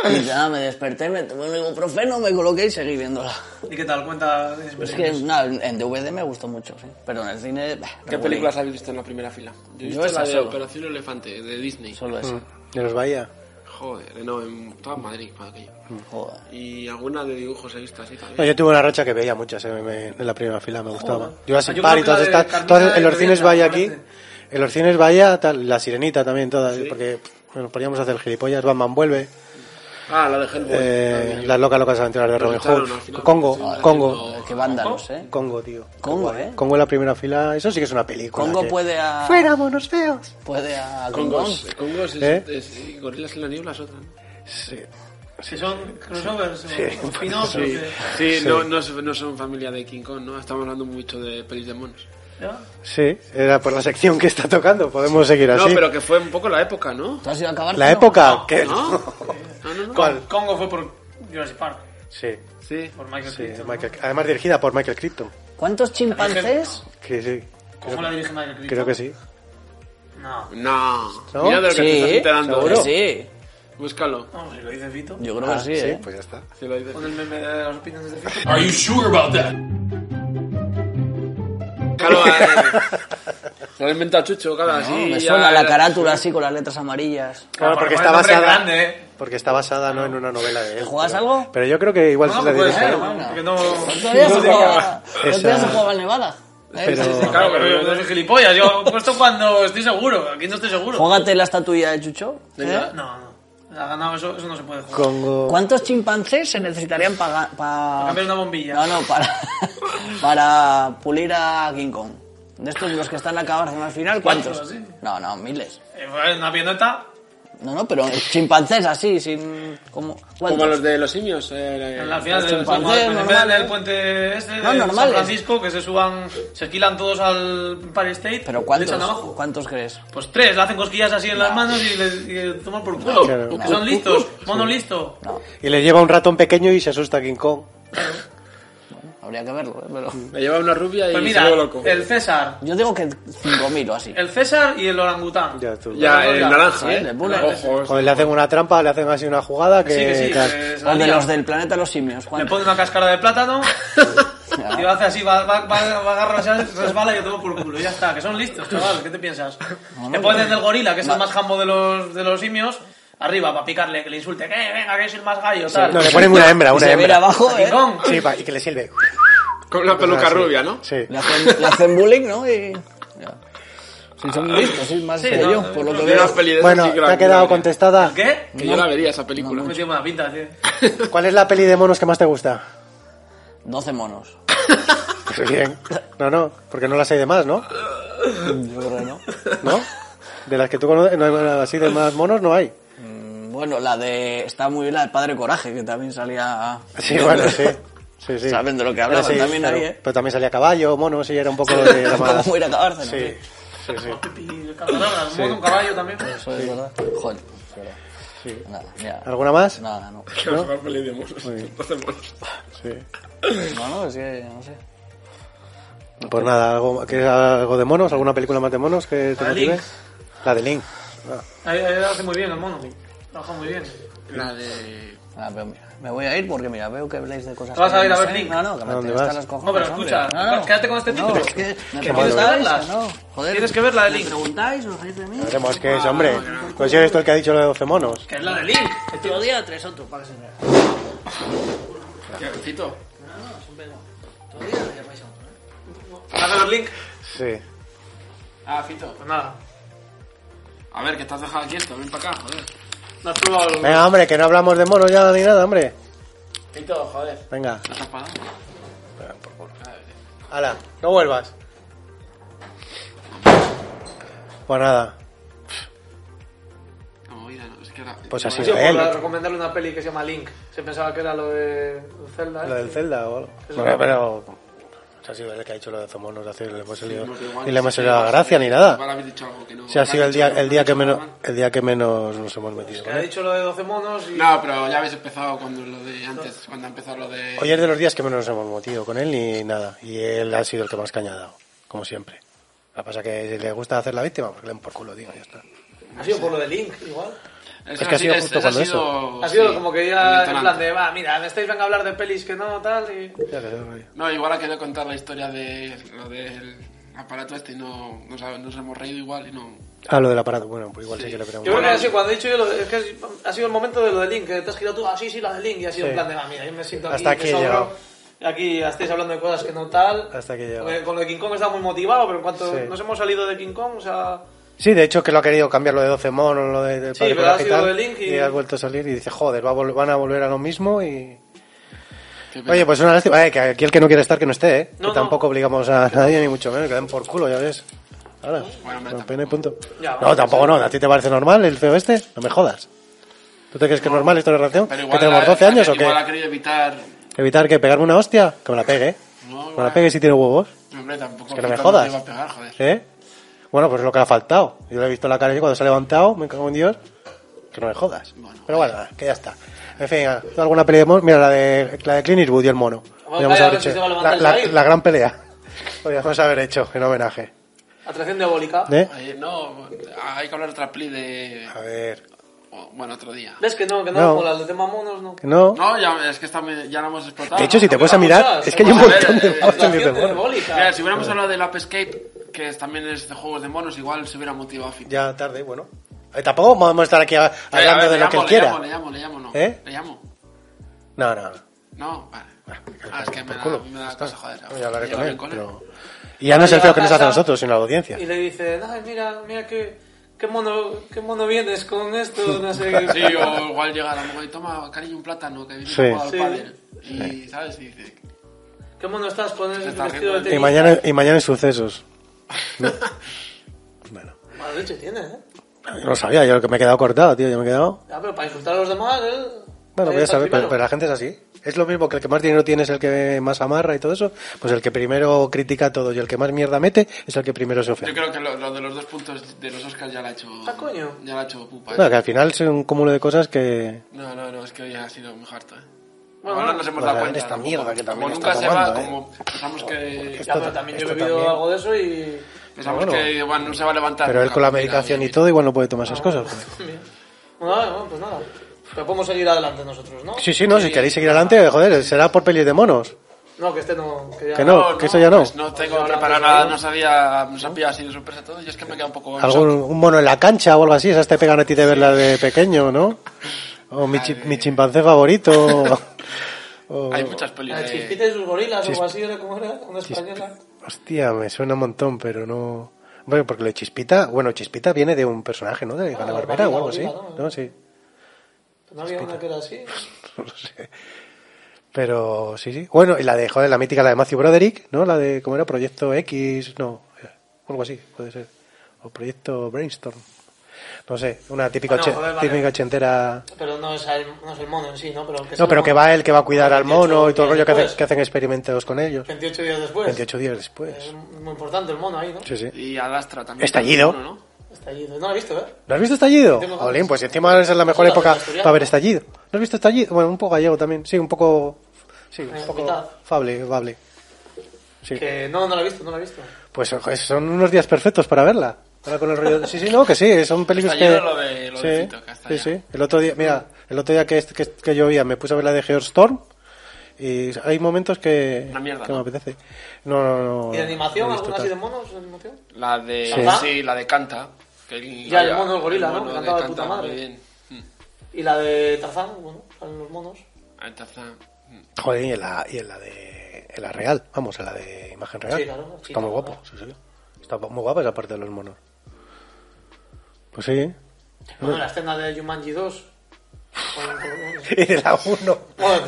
Speaker 2: Y ya me desperté, me tomé un ibuprofeno, me coloqué y seguí viéndola.
Speaker 4: ¿Y qué tal? Cuenta...
Speaker 2: Es que nada, en DVD me gustó mucho, sí. Pero en el cine. bah,
Speaker 3: ¿Qué
Speaker 2: regulín.
Speaker 3: películas habéis visto en la primera fila? Yo he
Speaker 2: Yo
Speaker 3: visto
Speaker 2: esa
Speaker 3: la de
Speaker 2: solo.
Speaker 3: Operación Elefante, de Disney.
Speaker 2: Solo esa.
Speaker 1: de los Bahía.
Speaker 3: Joder, no, en toda Madrid, para aquello.
Speaker 2: Joder.
Speaker 3: Y alguna de dibujos he visto así también.
Speaker 1: No, yo tuve una racha que veía muchas eh, me- me- en la primera fila, me gustaba.
Speaker 4: Joder. Ah,
Speaker 1: Yo así,
Speaker 4: Yo
Speaker 1: par
Speaker 4: creo
Speaker 1: y
Speaker 4: que la
Speaker 1: todas
Speaker 4: de
Speaker 1: estas.
Speaker 4: Carmina
Speaker 1: todas- el
Speaker 4: y
Speaker 1: Orcines
Speaker 4: Rebeca,
Speaker 1: Bahía
Speaker 4: me
Speaker 1: aquí.
Speaker 4: parece.
Speaker 1: El Orcines Bahía, tal, la Sirenita también, todas. Porque pff, nos poníamos a hacer gilipollas. Batman vuelve.
Speaker 3: Ah, la de Hellboy.
Speaker 1: eh,
Speaker 3: también.
Speaker 1: las locas, locas aventuras de Robin
Speaker 3: echaron al
Speaker 1: Hood.
Speaker 3: final. Sí,
Speaker 1: Congo,
Speaker 3: la
Speaker 1: Congo.
Speaker 3: haciendo-
Speaker 2: Qué vándalos, eh.
Speaker 1: Congo, tío.
Speaker 2: Congo, eh.
Speaker 1: Congo en la primera fila. Eso sí que es una película.
Speaker 2: Congo
Speaker 1: que-
Speaker 2: puede a.
Speaker 1: ¡Fuera, monos feos!
Speaker 2: Puede a.
Speaker 3: Congos. Congos es,
Speaker 1: ¿Eh?
Speaker 3: es- y Gorilas en la niebla es otra. ¿no?
Speaker 1: Sí.
Speaker 4: Si son crossovers o o
Speaker 2: (laughs)
Speaker 4: spin-offs. o
Speaker 3: Sí,
Speaker 4: qué.
Speaker 3: sí, No, no, es- no son familia de King Kong, ¿no? Estamos hablando mucho de pelis de monos.
Speaker 4: ¿Ya?
Speaker 1: Sí, era por la sección que está tocando. Podemos seguir
Speaker 3: No,
Speaker 1: así.
Speaker 3: pero que fue un poco la
Speaker 2: (laughs)
Speaker 3: época, ¿no?
Speaker 2: ¿Tú has ido a acabar?
Speaker 1: La época. que...
Speaker 3: ¿No? No, no, no.
Speaker 1: ¿Cuál?
Speaker 4: Congo fue por Jurassic Park.
Speaker 1: Sí,
Speaker 3: Sí.
Speaker 4: Por Michael
Speaker 1: sí.
Speaker 4: Crichton. ¿no?
Speaker 1: Michael- Además dirigida por Michael Crichton.
Speaker 2: ¿Cuántos chimpancés?
Speaker 1: Que sí.
Speaker 4: ¿Cómo la dirige Michael Crichton?
Speaker 1: Creo que sí.
Speaker 4: No.
Speaker 3: No.
Speaker 1: ¿No?
Speaker 3: Mira de lo que te estás enterando.
Speaker 2: seguro.
Speaker 3: ¿eh?
Speaker 2: Sí,
Speaker 3: Búscalo.
Speaker 4: No, si lo dice Fito.
Speaker 2: yo creo que
Speaker 1: Ah,
Speaker 2: sí, eh.
Speaker 1: pues ya está.
Speaker 3: Si lo dices.
Speaker 4: Con el meme de las opiniones de Fito.
Speaker 3: Claro, eh, se lo ha inventado Chucho, claro,
Speaker 2: No,
Speaker 3: así.
Speaker 2: me
Speaker 3: ya-
Speaker 2: suena la carátula así con las letras amarillas.
Speaker 1: Claro, porque
Speaker 4: Bueno,
Speaker 1: está
Speaker 4: el nombre es
Speaker 1: basada.
Speaker 4: grande, ¿eh?
Speaker 1: Porque está basada no en una novela de él.
Speaker 2: juegas
Speaker 1: pero-
Speaker 2: algo?
Speaker 1: Pero yo creo que igual
Speaker 4: No,
Speaker 1: Pues se la
Speaker 4: no puede
Speaker 1: dirige
Speaker 4: ser,
Speaker 1: él.
Speaker 4: bueno, que no... (laughs)
Speaker 2: Todavía se jugaba. Todavía
Speaker 1: Esa-
Speaker 2: se jugaba al Nevada. ¿eh?
Speaker 1: Pero-
Speaker 2: Sí, sí, sí.
Speaker 4: Claro, pero yo no soy gilipollas. Yo puesto cuando estoy seguro. Aquí no estoy
Speaker 2: (laughs)
Speaker 4: seguro.
Speaker 2: Jógate la estatuilla de Chucho. ¿eh?
Speaker 4: ¿Eh? No, no. Ha ganado eso, eso no se puede jugar.
Speaker 1: Congo.
Speaker 2: ¿Cuántos chimpancés se necesitarían para... Para
Speaker 4: cambiar una bombilla.
Speaker 2: No, no, para, (laughs) para pulir a King Kong. De estos los que están acabados en al final, ¿cuántos?
Speaker 4: Cuatro, así.
Speaker 2: No, no, miles.
Speaker 4: Eh, fue una pianeta.
Speaker 2: No, no, pero chimpancés así, sin... Como,
Speaker 3: Como
Speaker 2: ¿cuántos?
Speaker 3: los de los simios. eh,
Speaker 4: En la final
Speaker 2: Los
Speaker 4: del
Speaker 2: chimpancés normales.
Speaker 4: del puente este de
Speaker 2: No,
Speaker 4: San
Speaker 2: normales.
Speaker 4: Francisco, que se suban, se esquilan todos al Empire State,
Speaker 2: ¿Pero
Speaker 4: le echan
Speaker 2: cuántos?
Speaker 4: abajo.
Speaker 2: ¿Cuántos crees?
Speaker 4: Pues tres, le hacen cosquillas así en las manos y le, y le toman por culo.
Speaker 1: Claro.
Speaker 4: Que son listos, mono listo.
Speaker 2: No,
Speaker 1: Y le lleva un ratón pequeño y se asusta a King Kong.
Speaker 4: Pues
Speaker 2: habría que verlo, ¿eh? pero...
Speaker 3: Me lleva una rubia y
Speaker 4: Pues mira,
Speaker 3: se vuelve loco.
Speaker 4: el César,
Speaker 2: Yo digo que 5.000 o así.
Speaker 4: el César y el orangután.
Speaker 1: Ya tú.
Speaker 3: Ya, el
Speaker 4: Ya,
Speaker 3: naranja,
Speaker 2: sí,
Speaker 3: ¿eh?
Speaker 2: de Bullet.
Speaker 3: Ojos.
Speaker 1: Cuando le hacen una trampa, le hacen así una jugada que.
Speaker 4: Sí, que sí,
Speaker 1: Eh, claro.
Speaker 4: que se la
Speaker 2: O de
Speaker 4: lía.
Speaker 2: los del planeta de los simios,
Speaker 4: Le
Speaker 2: Juan.
Speaker 4: pone una cáscara
Speaker 1: (laughs)
Speaker 4: de plátano y lo hace así, va, va, va, va agarra, se resbala y yo tomo por culo. Ya está, que son listos, chaval, ¿qué te piensas? Le
Speaker 1: pues,
Speaker 4: ponen el gorila, que es el más jambo de los, de los simios, arriba para picarle, que le insulte, que venga, que es el más gallo, tal.
Speaker 1: No, le ponen una hembra,
Speaker 2: Y
Speaker 1: una
Speaker 2: se ve
Speaker 1: hembra.
Speaker 2: abajo, ¿eh?
Speaker 4: King Kong.
Speaker 1: Sí, pa- y que le sirve.
Speaker 3: Con la peluca rubia, ¿no?
Speaker 1: Sí.
Speaker 2: Le hacen, le hacen bullying, ¿no? Y... ya. Sí, son listos, sí, más
Speaker 4: Ah, Sí,
Speaker 2: que
Speaker 4: no,
Speaker 2: yo,
Speaker 4: no,
Speaker 2: por lo
Speaker 4: no,
Speaker 2: que
Speaker 3: Yo
Speaker 2: veo.
Speaker 3: las pelis de esas
Speaker 1: Bueno,
Speaker 3: sí que
Speaker 1: te
Speaker 3: las
Speaker 1: ha quedado
Speaker 3: vería.
Speaker 1: contestada.
Speaker 4: ¿Qué?
Speaker 3: Que yo la vería esa película.
Speaker 4: Me tiene buena pinta, tío.
Speaker 1: ¿Cuál es la peli de monos que más te gusta? Pues
Speaker 2: 12 monos.
Speaker 1: Bien. No, no, porque no las hay de más, ¿no?
Speaker 2: Yo creo que no.
Speaker 1: ¿No? De las que tú conoces, no hay no, así de más monos no hay.
Speaker 2: Mm, Bueno, la de. Está muy bien la de Padre Coraje, que también salía.
Speaker 1: Sí, bueno,
Speaker 2: (laughs)
Speaker 1: sí. Sí, sí.
Speaker 2: Saben de lo que
Speaker 1: Pero
Speaker 2: hablaban también
Speaker 1: claro.
Speaker 2: ahí, ¿eh?
Speaker 1: Pero también salía caballo, mono, sí, era un poco de
Speaker 2: (laughs)
Speaker 1: la más-
Speaker 2: ¿Cómo ir a Cárcel?
Speaker 1: Sí, sí, sí.
Speaker 4: Y el cazador, el mono, un caballo también.
Speaker 2: Eso es verdad. Joder. es verdad. Nada, ya.
Speaker 1: ¿Alguna más?
Speaker 2: Nada, no.
Speaker 3: Que nos va a peli de monos. Entonces, monos.
Speaker 1: Sí.
Speaker 2: No, no, es que no sé.
Speaker 1: Pues nada, ¿algo, ¿quieres algo de monos? ¿Alguna película más de monos que te
Speaker 4: La de
Speaker 1: motive?
Speaker 4: Link.
Speaker 1: La de Link.
Speaker 4: Ahí, ahí lo hace muy bien el mono. Trabaja muy bien.
Speaker 3: La de.
Speaker 2: Ah, pero mira, me voy a ir porque mira, veo que habláis de cosas.
Speaker 4: ¿Te vas
Speaker 2: que
Speaker 4: a ir
Speaker 2: no
Speaker 4: a ver
Speaker 2: sé.
Speaker 4: Link?
Speaker 2: No, no, que me
Speaker 1: ¿A dónde
Speaker 2: tenéis
Speaker 1: vas?
Speaker 2: los cojones.
Speaker 4: No, pero
Speaker 2: hombre.
Speaker 4: escucha, quédate con este
Speaker 2: no,
Speaker 4: título.
Speaker 2: es que me preguntáis,
Speaker 4: Que tienes que verlas.
Speaker 2: No, joder.
Speaker 4: Tienes que ver la de Link.
Speaker 2: Me preguntáis, os reís de mí.
Speaker 1: Veremos qué es, hombre. Pues si eres tú el que ha dicho lo de 12 monos.
Speaker 4: Que es la de Link.
Speaker 2: Te odio tres otros para que se vea.
Speaker 3: Fito.
Speaker 4: Haga los Link.
Speaker 1: Sí.
Speaker 3: Ah, Fito.
Speaker 4: Pues nada.
Speaker 3: A ver, que estás dejado quieto. Ven para acá, joder.
Speaker 4: No has probado el...
Speaker 1: Venga, hombre, que no hablamos de monos ya ni nada, hombre.
Speaker 3: Fito, joder.
Speaker 1: Venga.
Speaker 3: ¿No estás parado?
Speaker 1: Hala, no vuelvas. Pues nada,
Speaker 3: No, ya no, es que ahora-
Speaker 1: Pues
Speaker 3: no,
Speaker 1: así
Speaker 4: Yo
Speaker 1: Israel.
Speaker 4: por recomendarle una peli que se llama Link. Se pensaba que era lo de Zelda.
Speaker 1: lo
Speaker 4: ¿eh?
Speaker 1: del Zelda o algo.
Speaker 4: Eso
Speaker 1: Bueno,
Speaker 4: no.
Speaker 1: pero. Ha sido el que ha dicho lo de Zomonos, así le hemos
Speaker 3: sí,
Speaker 1: salido-
Speaker 3: porque igual
Speaker 1: ni
Speaker 3: no
Speaker 1: le hemos
Speaker 3: sé,
Speaker 1: hecho la
Speaker 3: igual
Speaker 1: gracia
Speaker 3: sí,
Speaker 1: ni nada.
Speaker 3: igual habéis dicho algo que no-
Speaker 1: Si ha sido el día,
Speaker 3: igual
Speaker 1: el día que
Speaker 3: no
Speaker 1: menos,
Speaker 3: estaban.
Speaker 1: el día que menos nos hemos metido.
Speaker 4: Que
Speaker 1: con
Speaker 4: ha
Speaker 1: él.
Speaker 4: dicho lo de 12 monos y.
Speaker 3: No, pero ya habéis empezado cuando lo de antes, cuando ha empezado lo de.
Speaker 1: Hoy es de los días que menos nos hemos metido con él ni nada. Y él ha sido el que más caña ha dado, como siempre. La pasa que si le gusta hacer la víctima, pues le den por culo, digo, ya está.
Speaker 4: Ha sido por lo de Link, igual.
Speaker 1: es que ha sido justo cuando
Speaker 3: eso.
Speaker 4: Ha sido como que ya en plan de, va, mira, me estáis venga a hablar de pelis que no, tal, y...
Speaker 1: Ya que se rollo.
Speaker 3: No, igual ha querido contar la historia de lo del aparato este y no nos, ha- nos hemos reído igual y no.
Speaker 1: Ah, lo del aparato, bueno, pues igual sí,
Speaker 3: Sí.
Speaker 1: que le
Speaker 4: Yo creo
Speaker 1: pregunto.
Speaker 4: que ha sido cuando he dicho yo, lo de- es que has- ha sido el momento de lo de Link, que te has girado tú, ah, sí, sí, la de Link, y ha sido
Speaker 1: Sí.
Speaker 4: en plan de, va, mira, yo me siento aquí,
Speaker 1: Hasta aquí he
Speaker 4: me sobro,
Speaker 1: llegado.
Speaker 4: aquí ya estáis hablando de cosas que no tal.
Speaker 1: Hasta aquí he llegado.
Speaker 4: Porque Con lo de King Kong está muy motivado, pero en cuanto
Speaker 1: Sí.
Speaker 4: nos hemos salido de King Kong, o sea...
Speaker 1: Sí, de hecho que lo ha querido cambiar lo de 12 monos, lo de, del
Speaker 4: Sí,
Speaker 1: padre
Speaker 4: pero
Speaker 1: Coraje
Speaker 4: ha
Speaker 1: y
Speaker 4: sido
Speaker 1: tal,
Speaker 4: lo de Link y-
Speaker 1: ha vuelto a salir y dice, joder, va a vol- van a volver a lo mismo y...
Speaker 3: Qué pena.
Speaker 1: Oye, pues una lástima, eh, que aquí el que no quiere estar, que no esté, ¿eh?
Speaker 4: No,
Speaker 1: que
Speaker 4: no.
Speaker 1: tampoco obligamos a (laughs) nadie, ni mucho menos, que den por culo, ya ves. Ahora,
Speaker 3: Bueno, hombre,
Speaker 1: con pena y
Speaker 3: tampoco.
Speaker 1: punto.
Speaker 4: Ya,
Speaker 1: no,
Speaker 4: vamos,
Speaker 1: tampoco
Speaker 4: sí.
Speaker 1: no, ¿a ti te parece normal el feo este? No me jodas. ¿Tú te crees que es normal esto de relación?
Speaker 3: Pero
Speaker 1: ¿Que
Speaker 3: igual
Speaker 1: tenemos
Speaker 3: ha-
Speaker 1: 12 años o
Speaker 3: Igual ha
Speaker 1: qué?
Speaker 3: querido evitar.
Speaker 1: ¿Evitar que pegarme una hostia? Que me la pegue, ¿eh?
Speaker 3: No,
Speaker 1: Que me la
Speaker 3: igual-
Speaker 1: pegue si tiene huevos.
Speaker 3: Hombre, tampoco.
Speaker 1: Es que no me
Speaker 3: quitando
Speaker 1: jodas.
Speaker 3: te iba a pegar, joder.
Speaker 1: ¿Eh? Bueno, pues es lo que le ha faltado. Yo le he visto la cara y cuando se ha levantado, me cago en Dios, que no me jodas.
Speaker 3: Bueno.
Speaker 1: Pero bueno, que ya está. En fin, ¿tú alguna pelea de monos? Mira, la de, la de Clint Eastwood y el mono. Podríamos
Speaker 4: calla,
Speaker 1: haber
Speaker 4: a ver si
Speaker 1: hecho-
Speaker 4: se va a
Speaker 1: la,
Speaker 4: levantar
Speaker 1: la-
Speaker 4: el Said.
Speaker 1: la gran pelea. Podríamos haber hecho en homenaje.
Speaker 4: Atracción diabólica.
Speaker 1: ¿Eh?
Speaker 3: Oye, no, hay que hablar de otra peli de.
Speaker 1: A ver.
Speaker 3: o- Bueno, otro día.
Speaker 4: ¿Ves que no, que no,
Speaker 1: No.
Speaker 4: como las de tema monos, no?
Speaker 1: que No.
Speaker 3: No, ya, es que está muy- ya lo hemos explotado.
Speaker 1: De hecho, si te
Speaker 4: no,
Speaker 1: pones a
Speaker 4: pero
Speaker 1: mirar,
Speaker 4: muchas,
Speaker 1: es que hay un
Speaker 3: vamos a ver,
Speaker 1: montón de
Speaker 3: eh,
Speaker 1: monos que
Speaker 4: Atracción
Speaker 1: te molan.
Speaker 4: diabólica.
Speaker 3: Mira, si hubiéramos hablado del App Escape, que también es de juegos de monos, igual se hubiera motivado a fichar.
Speaker 1: Ya tarde, bueno. Eh, Tampoco vamos a estar aquí a-
Speaker 3: Eh, a
Speaker 1: hablando
Speaker 3: ver,
Speaker 1: de
Speaker 3: le
Speaker 1: lo que él
Speaker 3: llamo,
Speaker 1: quiera.
Speaker 3: Le llamo, le llamo, le llamo, no.
Speaker 1: ¿Eh?
Speaker 3: Le llamo.
Speaker 1: No, no. no.
Speaker 3: No, vale. Ah, es que me
Speaker 1: Por
Speaker 3: da,
Speaker 1: culo.
Speaker 3: me da
Speaker 1: Ya está.
Speaker 3: cosa, joder.
Speaker 1: No, ya hablaré
Speaker 3: Lleva
Speaker 1: con
Speaker 3: bien
Speaker 1: él, pero- Y ya no es el
Speaker 4: Llega
Speaker 1: feo
Speaker 4: a
Speaker 1: que nos hace a
Speaker 4: casa
Speaker 1: nosotros, sino a la audiencia.
Speaker 4: Y le dice, ay, mira, mira qué, qué mono, qué mono vienes con esto, no sé.
Speaker 3: Sí, o igual llega la mujer y toma, cariño, un plátano, que viene
Speaker 1: Sí.
Speaker 3: jugado al
Speaker 4: Sí.
Speaker 3: pádel. Y, ¿sabes? Y dice,
Speaker 4: qué mono estás con ese
Speaker 3: está
Speaker 4: vestido de
Speaker 3: riendo.
Speaker 4: tenis.
Speaker 1: Y mañana, y mañana en sucesos. No. bueno,
Speaker 4: Mala leche tiene, ¿eh?
Speaker 1: yo no sabía, yo me he quedado cortado, tío, yo me he quedado.
Speaker 4: Ya, pero para insultar a los demás, él...
Speaker 1: Bueno,
Speaker 4: él
Speaker 1: voy a
Speaker 4: está
Speaker 1: saber, pero,
Speaker 4: primero.
Speaker 1: pero la gente es así. Es lo mismo que el que más dinero tiene es el que más amarra y todo eso. Pues el que primero critica todo y el que más mierda mete es el que primero se
Speaker 3: Yo
Speaker 1: ofende.
Speaker 3: creo que lo, lo de los dos puntos de los Oscars ya la ha hecho.
Speaker 4: Ah, coño.
Speaker 3: Ya la ha hecho pupa. ¿eh?
Speaker 1: Bueno, que al final es un cúmulo de cosas que.
Speaker 3: No, no, no, es que hoy ha sido muy harto, ¿eh?
Speaker 4: Bueno,
Speaker 3: Bueno, no nos hemos dado
Speaker 1: Bueno,
Speaker 3: cuenta.
Speaker 1: esta
Speaker 3: tampoco.
Speaker 1: mierda que también
Speaker 3: como
Speaker 1: está
Speaker 3: nunca se
Speaker 1: tomando,
Speaker 3: va,
Speaker 1: ¿eh?
Speaker 3: como pensamos que.
Speaker 4: Ya, pero también yo he
Speaker 1: Esto
Speaker 4: bebido
Speaker 1: también.
Speaker 4: algo de eso y... (laughs)
Speaker 3: Pensamos
Speaker 1: Bueno.
Speaker 3: que igual no se va a levantar.
Speaker 1: Pero él
Speaker 3: nunca,
Speaker 1: con la Ah.
Speaker 3: mira,
Speaker 1: medicación
Speaker 3: oye,
Speaker 1: y todo igual no puede tomar esas cosas. pues.
Speaker 4: Bueno, vale, bueno, pues nada. Pero podemos seguir adelante nosotros, ¿no?
Speaker 1: Sí, sí, no, si queréis seguir adelante, joder, será por pelis de monos.
Speaker 4: No, que este no... Que, ya-
Speaker 1: Que no. que eso ya no.
Speaker 3: pues no tengo preparado nada, no sabía, nos ha pillado así de sorpresa todo. Yo es que me queda un poco.
Speaker 1: Algún un mono en la cancha o algo así, esas te pegan a ti de verla de pequeño, ¿no? O mi, chi- mi chimpancé favorito. o-
Speaker 3: Hay muchas pelis.
Speaker 4: La
Speaker 3: de-
Speaker 4: chispita y Eh, sus gorilas o algo así, ¿era como era? Una española.
Speaker 1: Hostia, me suena un montón, pero no. Bueno, porque lo de Chispita, bueno, Chispita viene de un personaje, ¿no? De Hanna Barbera o algo así.
Speaker 4: Barbera, ¿no?
Speaker 1: No, sí.
Speaker 4: No había una que era así.
Speaker 1: No lo sé. Pero sí, sí. Bueno, y la de, joder, la mítica, la de Matthew Broderick, ¿no? La de, ¿cómo era? Proyecto X, no. eh, Algo así, puede ser. O Proyecto Brainstorm. No sé, una típica,
Speaker 4: Ah, no,
Speaker 1: oche-
Speaker 4: joder, vale.
Speaker 1: típica ochentera.
Speaker 4: Pero no es el, no es el mono en sí, ¿no? Pero que sea
Speaker 1: No, pero
Speaker 4: el
Speaker 1: que
Speaker 4: mono.
Speaker 1: va él, que va a cuidar al mono y todo el rollo que, hace-
Speaker 4: 28
Speaker 1: que hacen experimentos con ellos.
Speaker 4: 28 días después.
Speaker 1: 28 días
Speaker 4: Es Eh,
Speaker 1: después.
Speaker 4: muy importante el mono ahí, ¿no?
Speaker 1: Sí, sí.
Speaker 3: Y Alastra también.
Speaker 1: Estallido.
Speaker 3: Uno, ¿no?
Speaker 4: Está allí. No lo he visto, ¿eh?
Speaker 1: ¿No has visto estallido?
Speaker 4: Tengo ganas.
Speaker 1: Jolín, pues encima esa es la mejor
Speaker 4: Hola,
Speaker 1: época
Speaker 4: Asturiano.
Speaker 1: para ver estallido. ¿No has visto estallido? Bueno, un poco gallego también. Sí, un poco. Sí, un
Speaker 4: Eh,
Speaker 1: poco.
Speaker 4: mitad.
Speaker 1: Fable, fable. Sí.
Speaker 4: Que no, no lo he visto, no lo he visto.
Speaker 1: Pues ojo, son unos días perfectos para verla. Ahora con el rollo. Sí, sí, no, que sí, son películas que.
Speaker 3: Estallido lo de- lo
Speaker 1: sí,
Speaker 3: de Fito, que hasta
Speaker 1: sí,
Speaker 3: ya.
Speaker 1: sí. El otro día, mira, el otro día que, que, que llovía me puse a ver la de Geostorm. Y hay momentos que.
Speaker 3: Una mierda,
Speaker 1: que
Speaker 3: ¿no?
Speaker 1: me apetece. No, no, no.
Speaker 4: ¿Y de animación?
Speaker 1: no he visto
Speaker 4: ¿Alguna así
Speaker 1: tal.
Speaker 4: de monos? ¿De animación?
Speaker 3: La de.
Speaker 1: Sí.
Speaker 3: Sí, la de Canta. que el-
Speaker 4: Ya, el mono del gorila, ¿no?
Speaker 3: mono
Speaker 4: Que
Speaker 3: de
Speaker 4: cantaba de
Speaker 3: Canta,
Speaker 4: puta madre.
Speaker 3: Muy bien. Mm.
Speaker 4: ¿Y la de Tarzán? Bueno, salen los monos.
Speaker 3: Ahí está, está. Mm.
Speaker 1: Joder, y en la, y en la de en la real, vamos, en la de imagen real.
Speaker 4: Sí, claro, sí,
Speaker 1: Está muy
Speaker 4: claro.
Speaker 1: guapo, sí, sí. Está muy guapa esa parte de los monos. Pues sí, (laughs) ¿eh?
Speaker 4: Bueno, la escena de Jumanji 2.
Speaker 1: Y de la 1,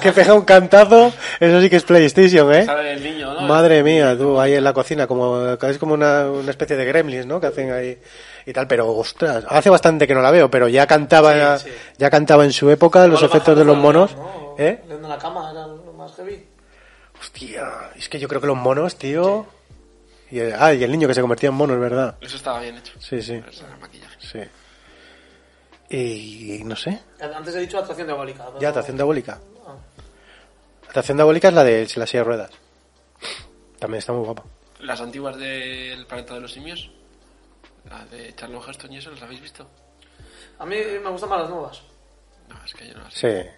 Speaker 1: que pega un cantazo, eso sí que es PlayStation, ¿eh?
Speaker 4: Sale el niño, ¿no?
Speaker 1: Madre mía, tú, ahí en la cocina, como, es como una, una especie de gremlins, ¿no? Que hacen ahí y tal, pero ostras, hace bastante que no la veo, pero ya cantaba,
Speaker 4: Sí, sí.
Speaker 1: ya cantaba en su época los efectos de los monos, ¿eh?
Speaker 4: Leyendo la cama era lo más heavy.
Speaker 1: Hostia, es que yo creo que los monos, tío. Y el, ah, y el niño que se convertía en mono, es verdad.
Speaker 3: Eso estaba bien hecho.
Speaker 1: Sí, sí.
Speaker 3: Pero eso era maquillaje.
Speaker 1: Sí. Y no sé,
Speaker 4: Antes he dicho atracción diabólica. pero-
Speaker 1: ya atracción diabólica. Atracción diabólica es la de la silla de ruedas. También está muy guapa.
Speaker 3: Las antiguas del planeta de los simios, la de Charlon Heston y eso, ¿las habéis visto?
Speaker 4: A mí me gustan más las nuevas.
Speaker 3: No, es que yo no las sé.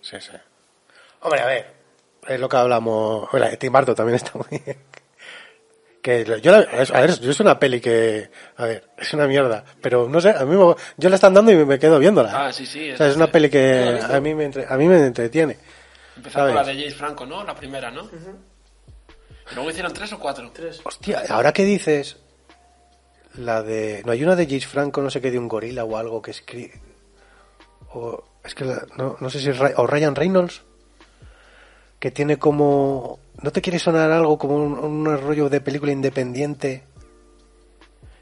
Speaker 1: Sí, sí, sí. Hombre, a ver, es lo que hablamos. Bueno, la de Tim Burton también está muy bien. Que lo- yo la- es- a ver, es- yo es una peli que, a ver, es una mierda, pero no sé, a mí me- yo la están dando y me- me quedo viéndola.
Speaker 3: Ah, sí, sí,
Speaker 1: O sea, es
Speaker 3: es-
Speaker 1: una peli que a mí me entre- a mí me entretiene.
Speaker 3: Empezaba por la
Speaker 1: ¿Sabes?
Speaker 3: de James Franco, ¿no? La primera, ¿no? Y Luego hicieron tres o cuatro.
Speaker 4: Tres.
Speaker 1: Hostia, ahora que dices la de no hay una de James Franco, no sé qué de un gorila o algo que escribe o es que la- no, no sé si es Ray- o Ryan Reynolds que tiene como no te quiere sonar algo como un, un rollo de película independiente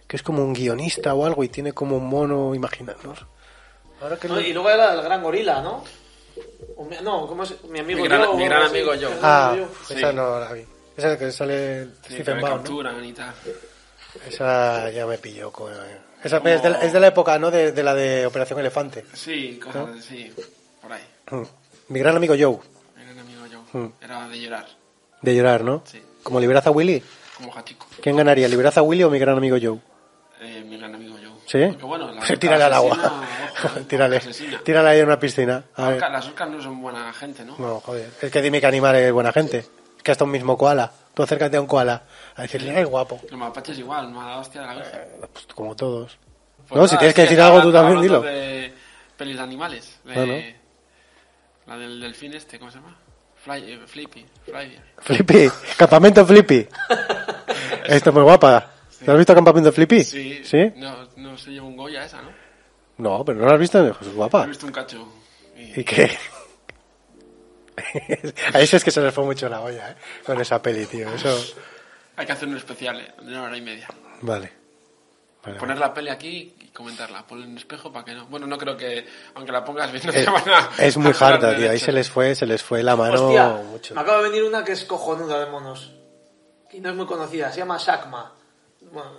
Speaker 1: que es como un guionista o algo y tiene como un mono imaginador. Ahora que lo-
Speaker 4: No, y luego era el gran gorila, ¿no? O mi- no, ¿cómo es? Mi amigo
Speaker 3: Mi gran-
Speaker 4: yo.
Speaker 3: mi
Speaker 4: o
Speaker 3: gran
Speaker 4: algo así.
Speaker 3: amigo yo.
Speaker 4: Mi gran
Speaker 1: Ah,
Speaker 4: amigo yo.
Speaker 3: Sí.
Speaker 1: esa no la vi. Esa es la que sale
Speaker 3: Sí, que
Speaker 1: Stephen
Speaker 3: le
Speaker 1: Bond, ¿no?
Speaker 3: capturan y tal.
Speaker 1: Esa ya me pilló. co- Esa es, de la, es de la época, ¿no? De, de la de Operación Elefante.
Speaker 3: Sí, cosas así. Por ahí.
Speaker 1: Mm. Mi gran amigo Joe,
Speaker 3: Mi gran amigo Joe.
Speaker 1: Hmm.
Speaker 3: Era de llorar,
Speaker 1: de llorar, ¿no?
Speaker 3: Sí.
Speaker 1: Como Liberaza Willy.
Speaker 3: como Hachico.
Speaker 1: ¿Quién ganaría, Liberaza Willy o mi gran amigo Joe?
Speaker 3: Eh, mi gran amigo Joe.
Speaker 1: ¿Sí?
Speaker 3: Porque bueno, la
Speaker 1: Pues (laughs) tírale al agua. (laughs)
Speaker 3: asesina, ojo,
Speaker 1: tírale.
Speaker 3: asesina.
Speaker 1: Tírale ahí a una piscina. A ver.
Speaker 3: Orca- Las orcas no son buena gente, ¿no?
Speaker 1: No, joder. Es que dime que animar es buena gente. Es que hasta un mismo koala. Tú acércate a un koala a decirle, ay, guapo.
Speaker 3: Los mapaches igual, mala hostia de la virgen.
Speaker 1: Pues como todos.
Speaker 3: Pues
Speaker 1: no, si
Speaker 3: nada,
Speaker 1: tienes
Speaker 3: es
Speaker 1: que decir
Speaker 3: estaba
Speaker 1: algo tú también, dilo.
Speaker 3: hablando de pelis de animales. de-
Speaker 1: Bueno.
Speaker 3: La del delfín este, ¿cómo se llama? Fly, eh, Flippy. Fly.
Speaker 1: Flippy. Campamento
Speaker 3: (laughs)
Speaker 1: Flippy. Esto es muy guapa. ¿Te has visto Campamento Flippy?
Speaker 3: Sí.
Speaker 1: ¿Sí?
Speaker 3: No, no se lleva un Goya esa, ¿no?
Speaker 1: No, pero no la has visto, Pues es
Speaker 3: He
Speaker 1: guapa.
Speaker 3: visto un cacho. Y-
Speaker 1: ¿Y qué? (laughs) A eso es que se les fue mucho la olla, ¿eh? Con esa peli, tío. Eso.
Speaker 3: Hay que hacer un especial eh, de una hora y media.
Speaker 1: Vale. Vale,
Speaker 3: Poner la peli aquí y comentarla. Pon un espejo para que no. Bueno, no creo que. Aunque la pongas bien, no te van a.
Speaker 1: vale. Es muy
Speaker 3: a jugar
Speaker 1: harta, tío. Ahí
Speaker 3: derecho.
Speaker 1: se les fue, se les fue la mano
Speaker 4: Hostia,
Speaker 1: mucho.
Speaker 4: me acaba de venir una que es cojonuda de monos. Y no es muy conocida, se llama Shakma. Bueno,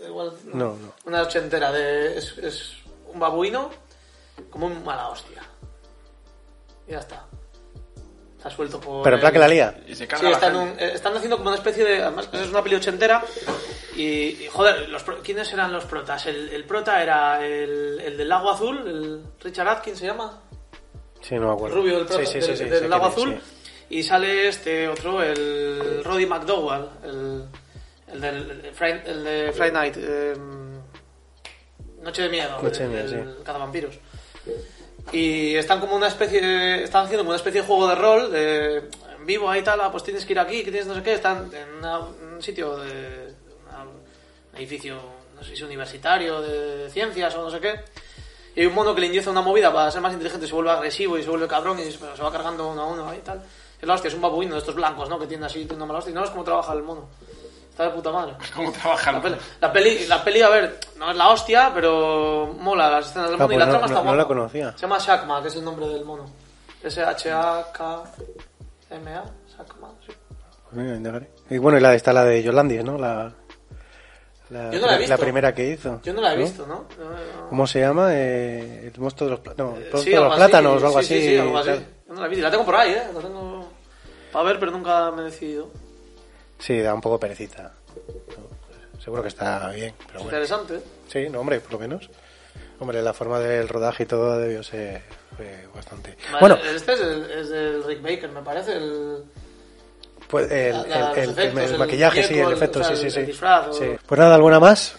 Speaker 4: da igual,
Speaker 1: No, no.
Speaker 4: Una ochentera de... Es, es un babuino como un mala hostia. Y ya está. Está suelto por...
Speaker 1: Pero en plan
Speaker 4: el-
Speaker 1: que la lía.
Speaker 3: Y se
Speaker 4: Sí,
Speaker 3: carga la
Speaker 4: están,
Speaker 3: gente.
Speaker 4: un- eh, están haciendo como una especie de. Además, es una peli ochentera. Y, y, joder, los, pro- ¿quiénes eran los protas? El, el prota era el, el del Lago Azul, el Richard Atkins se llama.
Speaker 1: Sí, no me acuerdo.
Speaker 4: Rubio, el prota
Speaker 1: sí, sí,
Speaker 4: del,
Speaker 1: sí, sí,
Speaker 4: del
Speaker 1: sé
Speaker 4: Lago
Speaker 1: quién
Speaker 4: Azul.
Speaker 1: es, sí.
Speaker 4: Y sale este otro, el Roddy McDowell, el, el, del, el, Fri- el de Friday Night. em, Noche de Miedo.
Speaker 1: Noche de
Speaker 4: el,
Speaker 1: Miedo,
Speaker 4: el cazavampiros. Y están como una especie de- están haciendo como una especie de juego de rol, de en vivo ahí tal, ah, pues tienes que ir aquí, que tienes no sé qué, están en una- un sitio de una- un edificio, no sé si es universitario, de ciencias o no sé qué. Y hay un mono que le inyecta una movida para ser más inteligente, se vuelve agresivo y se vuelve cabrón y se, pero se va cargando uno a uno ahí tal. Es la hostia, es un babuino de estos blancos, ¿no? Que tiene así, tiene una mala hostia. Y no es como trabaja el mono. Está de puta madre.
Speaker 6: (laughs)
Speaker 3: ¿Cómo trabajar?
Speaker 4: La peli, la peli, la peli, a ver, no es la hostia, pero mola las escenas del
Speaker 1: Ah,
Speaker 4: mono y
Speaker 1: pues
Speaker 4: la
Speaker 1: no-
Speaker 4: trama
Speaker 1: no-
Speaker 4: está
Speaker 1: no
Speaker 4: guapa.
Speaker 1: la conocía.
Speaker 4: Se llama Shakma, que es el nombre del mono. S-H-A-K-M-A, Shakma, sí.
Speaker 1: Pues mira, indagaré. Y bueno, y la está la de Yolandis, ¿no? La, la,
Speaker 4: Yo no la he visto.
Speaker 1: primera que hizo.
Speaker 4: Yo no la he visto, ¿no? No, no.
Speaker 1: ¿Cómo se llama? Eh, el monstruo de los, pla- no, el producto
Speaker 4: Sí,
Speaker 1: de
Speaker 4: algo
Speaker 1: los
Speaker 4: así,
Speaker 1: plátanos o algo
Speaker 4: sí,
Speaker 1: así.
Speaker 4: Sí, sí, algo
Speaker 1: y
Speaker 4: así.
Speaker 1: tal.
Speaker 4: Yo no la he visto. y La tengo por ahí, ¿eh? La tengo para ver, pero nunca me he decidido.
Speaker 1: Sí, da un poco perecita. ¿no? Seguro que está bien, pero bueno.
Speaker 4: Interesante, ¿eh?
Speaker 1: Sí, no, hombre, por lo menos. Hombre, la forma del rodaje y todo debió ser eh, bastante.
Speaker 4: Vale,
Speaker 1: Bueno,
Speaker 4: Este es, el, es del Rick Baker, me parece. El,
Speaker 1: pues el,
Speaker 4: la- la-
Speaker 1: el- el-
Speaker 4: los efectos,
Speaker 1: el
Speaker 4: el
Speaker 1: maquillaje, sí,
Speaker 4: muñeco,
Speaker 1: el
Speaker 4: el-
Speaker 1: efecto,
Speaker 4: o sea,
Speaker 1: sí, sí,
Speaker 4: el-
Speaker 1: sí.
Speaker 4: el disfraz o-
Speaker 1: Sí. Pues nada, ¿alguna más?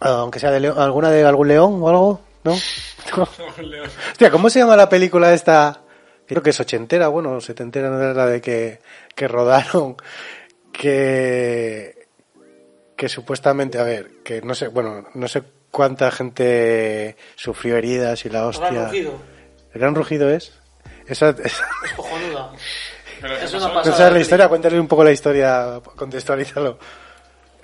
Speaker 1: Aunque sea de leo- alguna de algún león o algo, ¿no? (laughs) Hostia, ¿cómo se llama la película esta? Creo que es ochentera, bueno, setentera, no era la de que, que rodaron, que, que supuestamente, a ver, que no sé, bueno, no sé cuánta gente sufrió heridas y la
Speaker 4: Habrá
Speaker 1: hostia.
Speaker 4: rugido.
Speaker 1: El gran rugido es. Esa, esa-
Speaker 4: Es cojonuda.
Speaker 6: Pero
Speaker 4: Es
Speaker 6: eso
Speaker 4: una
Speaker 6: son-
Speaker 4: pasada.
Speaker 1: esa es la
Speaker 4: Adri.
Speaker 1: historia, cuéntale un poco la historia, contextualízalo.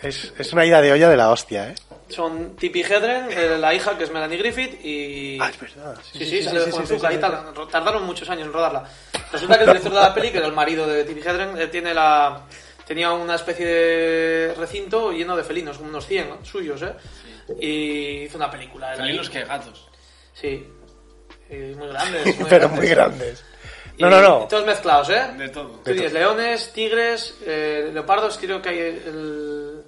Speaker 1: Es, es una ida de olla de la hostia, ¿eh?
Speaker 4: Son Tippi Hedren, eh, la hija que es Melanie Griffith y...
Speaker 1: Ah, es verdad.
Speaker 4: Sí, sí, salió de Fonzuca y tal. Ro- Tardaron muchos años en rodarla. Resulta que el director de la peli, que era el marido de Tippi Hedren, eh, tiene la... tenía una especie de recinto lleno de felinos, como unos 100 suyos, ¿eh? Y hizo una película. de la-
Speaker 6: Felinos que gatos.
Speaker 4: Sí. Y muy grandes. Muy
Speaker 1: Pero
Speaker 4: grandes.
Speaker 1: muy grandes.
Speaker 4: Y-
Speaker 1: No, no, no.
Speaker 4: y todos mezclados, ¿eh?
Speaker 6: De todo.
Speaker 4: Tú tienes leones, tigres, eh, leopardos, creo que hay el,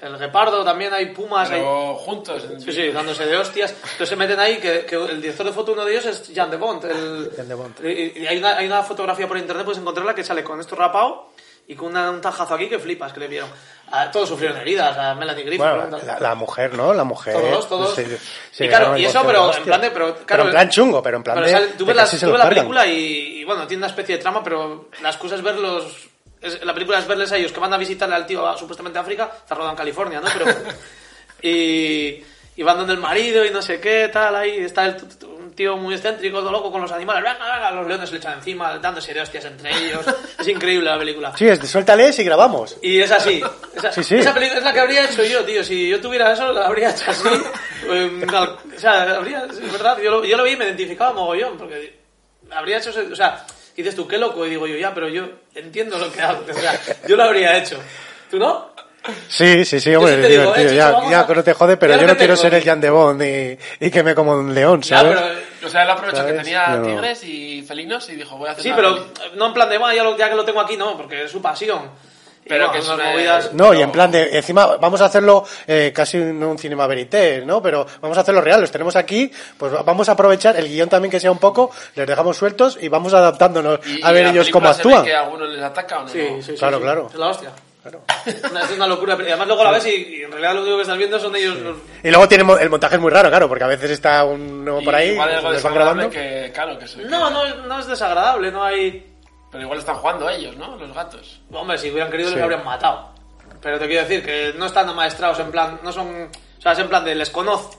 Speaker 4: el repardo, también hay pumas, hay...
Speaker 6: Pero juntos. en-
Speaker 4: Ah, Sí, sí, dándose de hostias. Entonces se meten ahí, que, que el director de foto uno de ellos es Jan de Bont. el-
Speaker 1: Jan de Bont.
Speaker 4: Y, y hay, una, hay una fotografía por internet, puedes encontrarla, que sale con esto rapado y con una- un tajazo aquí que flipas, que le vieron. A- todos sufrieron heridas, a Melanie Griffith.
Speaker 1: Bueno,
Speaker 4: ¿no?
Speaker 1: la, la mujer, ¿no? La mujer.
Speaker 4: Todos, todos.
Speaker 1: se- se
Speaker 4: y claro,
Speaker 1: agarraron
Speaker 4: y
Speaker 1: el
Speaker 4: eso,
Speaker 1: golpe de
Speaker 4: pero en
Speaker 1: hostia.
Speaker 4: plan de. Pero, claro, eh,
Speaker 1: Pero en plan chungo, pero en plan
Speaker 4: pero
Speaker 1: de.
Speaker 4: sale-
Speaker 1: de
Speaker 4: tú ves la,
Speaker 1: casi se lo
Speaker 4: tú ves la
Speaker 1: cargan.
Speaker 4: película y, y, bueno, tiene una especie de trama, pero la excusa es verlos. es- la película es verles a ellos que van a visitar al tío a- supuestamente a África, está rodado en California, ¿no? Pero. (laughs) y, y van donde el marido y no sé qué, tal, ahí está el, t- t- un tío muy excéntrico, todo loco con los animales, venga, venga, los leones le echan encima, dándose de hostias entre ellos. es increíble la película.
Speaker 1: Sí, es de suéltales y grabamos.
Speaker 4: Y es así. Esa,
Speaker 1: Sí, sí.
Speaker 4: esa película es la que habría hecho yo, tío. Si yo tuviera eso, la habría
Speaker 1: (laughs)
Speaker 4: hecho así. Em, al- o sea, habría, es verdad, yo lo, yo lo vi y me identificaba mogollón, porque habría hecho... ese- O sea, dices tú, qué loco, y digo yo, ya, pero yo entiendo lo que hago. O sea, yo lo habría hecho. ¿Tú no?
Speaker 1: Sí, sí, sí,
Speaker 4: Yo
Speaker 1: hombre,
Speaker 4: sí
Speaker 1: es
Speaker 4: te digo,
Speaker 1: divertido.
Speaker 4: eh, chico,
Speaker 1: ya,
Speaker 4: vamos
Speaker 1: ya
Speaker 4: a-
Speaker 1: que no te jode, pero
Speaker 4: Mira
Speaker 1: yo
Speaker 4: lo
Speaker 1: no
Speaker 4: que
Speaker 1: quiero
Speaker 4: te
Speaker 1: ser
Speaker 4: jode.
Speaker 1: el Jan de Bond y, y que me como un león,
Speaker 4: Ya,
Speaker 1: ¿sabes?
Speaker 4: pero...
Speaker 6: O sea, él aprovechó que
Speaker 1: ¿Sabes?
Speaker 6: tenía
Speaker 1: Yo-
Speaker 6: tigres y felinos y dijo, voy a hacer
Speaker 4: Sí,
Speaker 6: una
Speaker 4: pero
Speaker 6: peli.
Speaker 4: no en plan de, bueno, ya, lo- ya que lo tengo aquí, no, porque es su pasión. Y,
Speaker 6: Pero
Speaker 4: bueno,
Speaker 6: que es
Speaker 4: unas
Speaker 6: una-
Speaker 4: movidas...
Speaker 1: No, y en plan de, encima vamos a hacerlo eh, casi un, un cinema verité, ¿no? Pero vamos a hacerlo real, los tenemos aquí, pues vamos a aprovechar el guión también que sea un poco, les dejamos sueltos y vamos adaptándonos
Speaker 6: Y-
Speaker 1: a
Speaker 6: y
Speaker 1: ver
Speaker 6: la
Speaker 1: ellos
Speaker 6: película
Speaker 1: cómo
Speaker 6: se ve
Speaker 1: actúan.
Speaker 6: que a alguno les ataca o no.
Speaker 4: Sí, sí, sí,
Speaker 1: Claro,
Speaker 4: sí.
Speaker 1: claro.
Speaker 4: Es la hostia.
Speaker 1: Claro.
Speaker 4: Una- (laughs) es una locura. Y además luego la ves y, y en realidad lo único que estás viendo son ellos... los-
Speaker 1: Y luego tiene mo- el montaje es muy raro, claro, porque a veces está uno
Speaker 6: Y
Speaker 1: por ahí,
Speaker 6: Igual es algo
Speaker 1: les van
Speaker 6: desagradable
Speaker 1: grabando.
Speaker 6: que, claro, que se-
Speaker 4: No, no, no es desagradable, no hay...
Speaker 6: Pero igual están jugando ellos, ¿no? Los gatos.
Speaker 4: Hombre, si hubieran querido
Speaker 1: Sí.
Speaker 4: les habrían matado. Pero te quiero decir que no están amaestrados en plan... No son... O sea, es en plan de les conoce...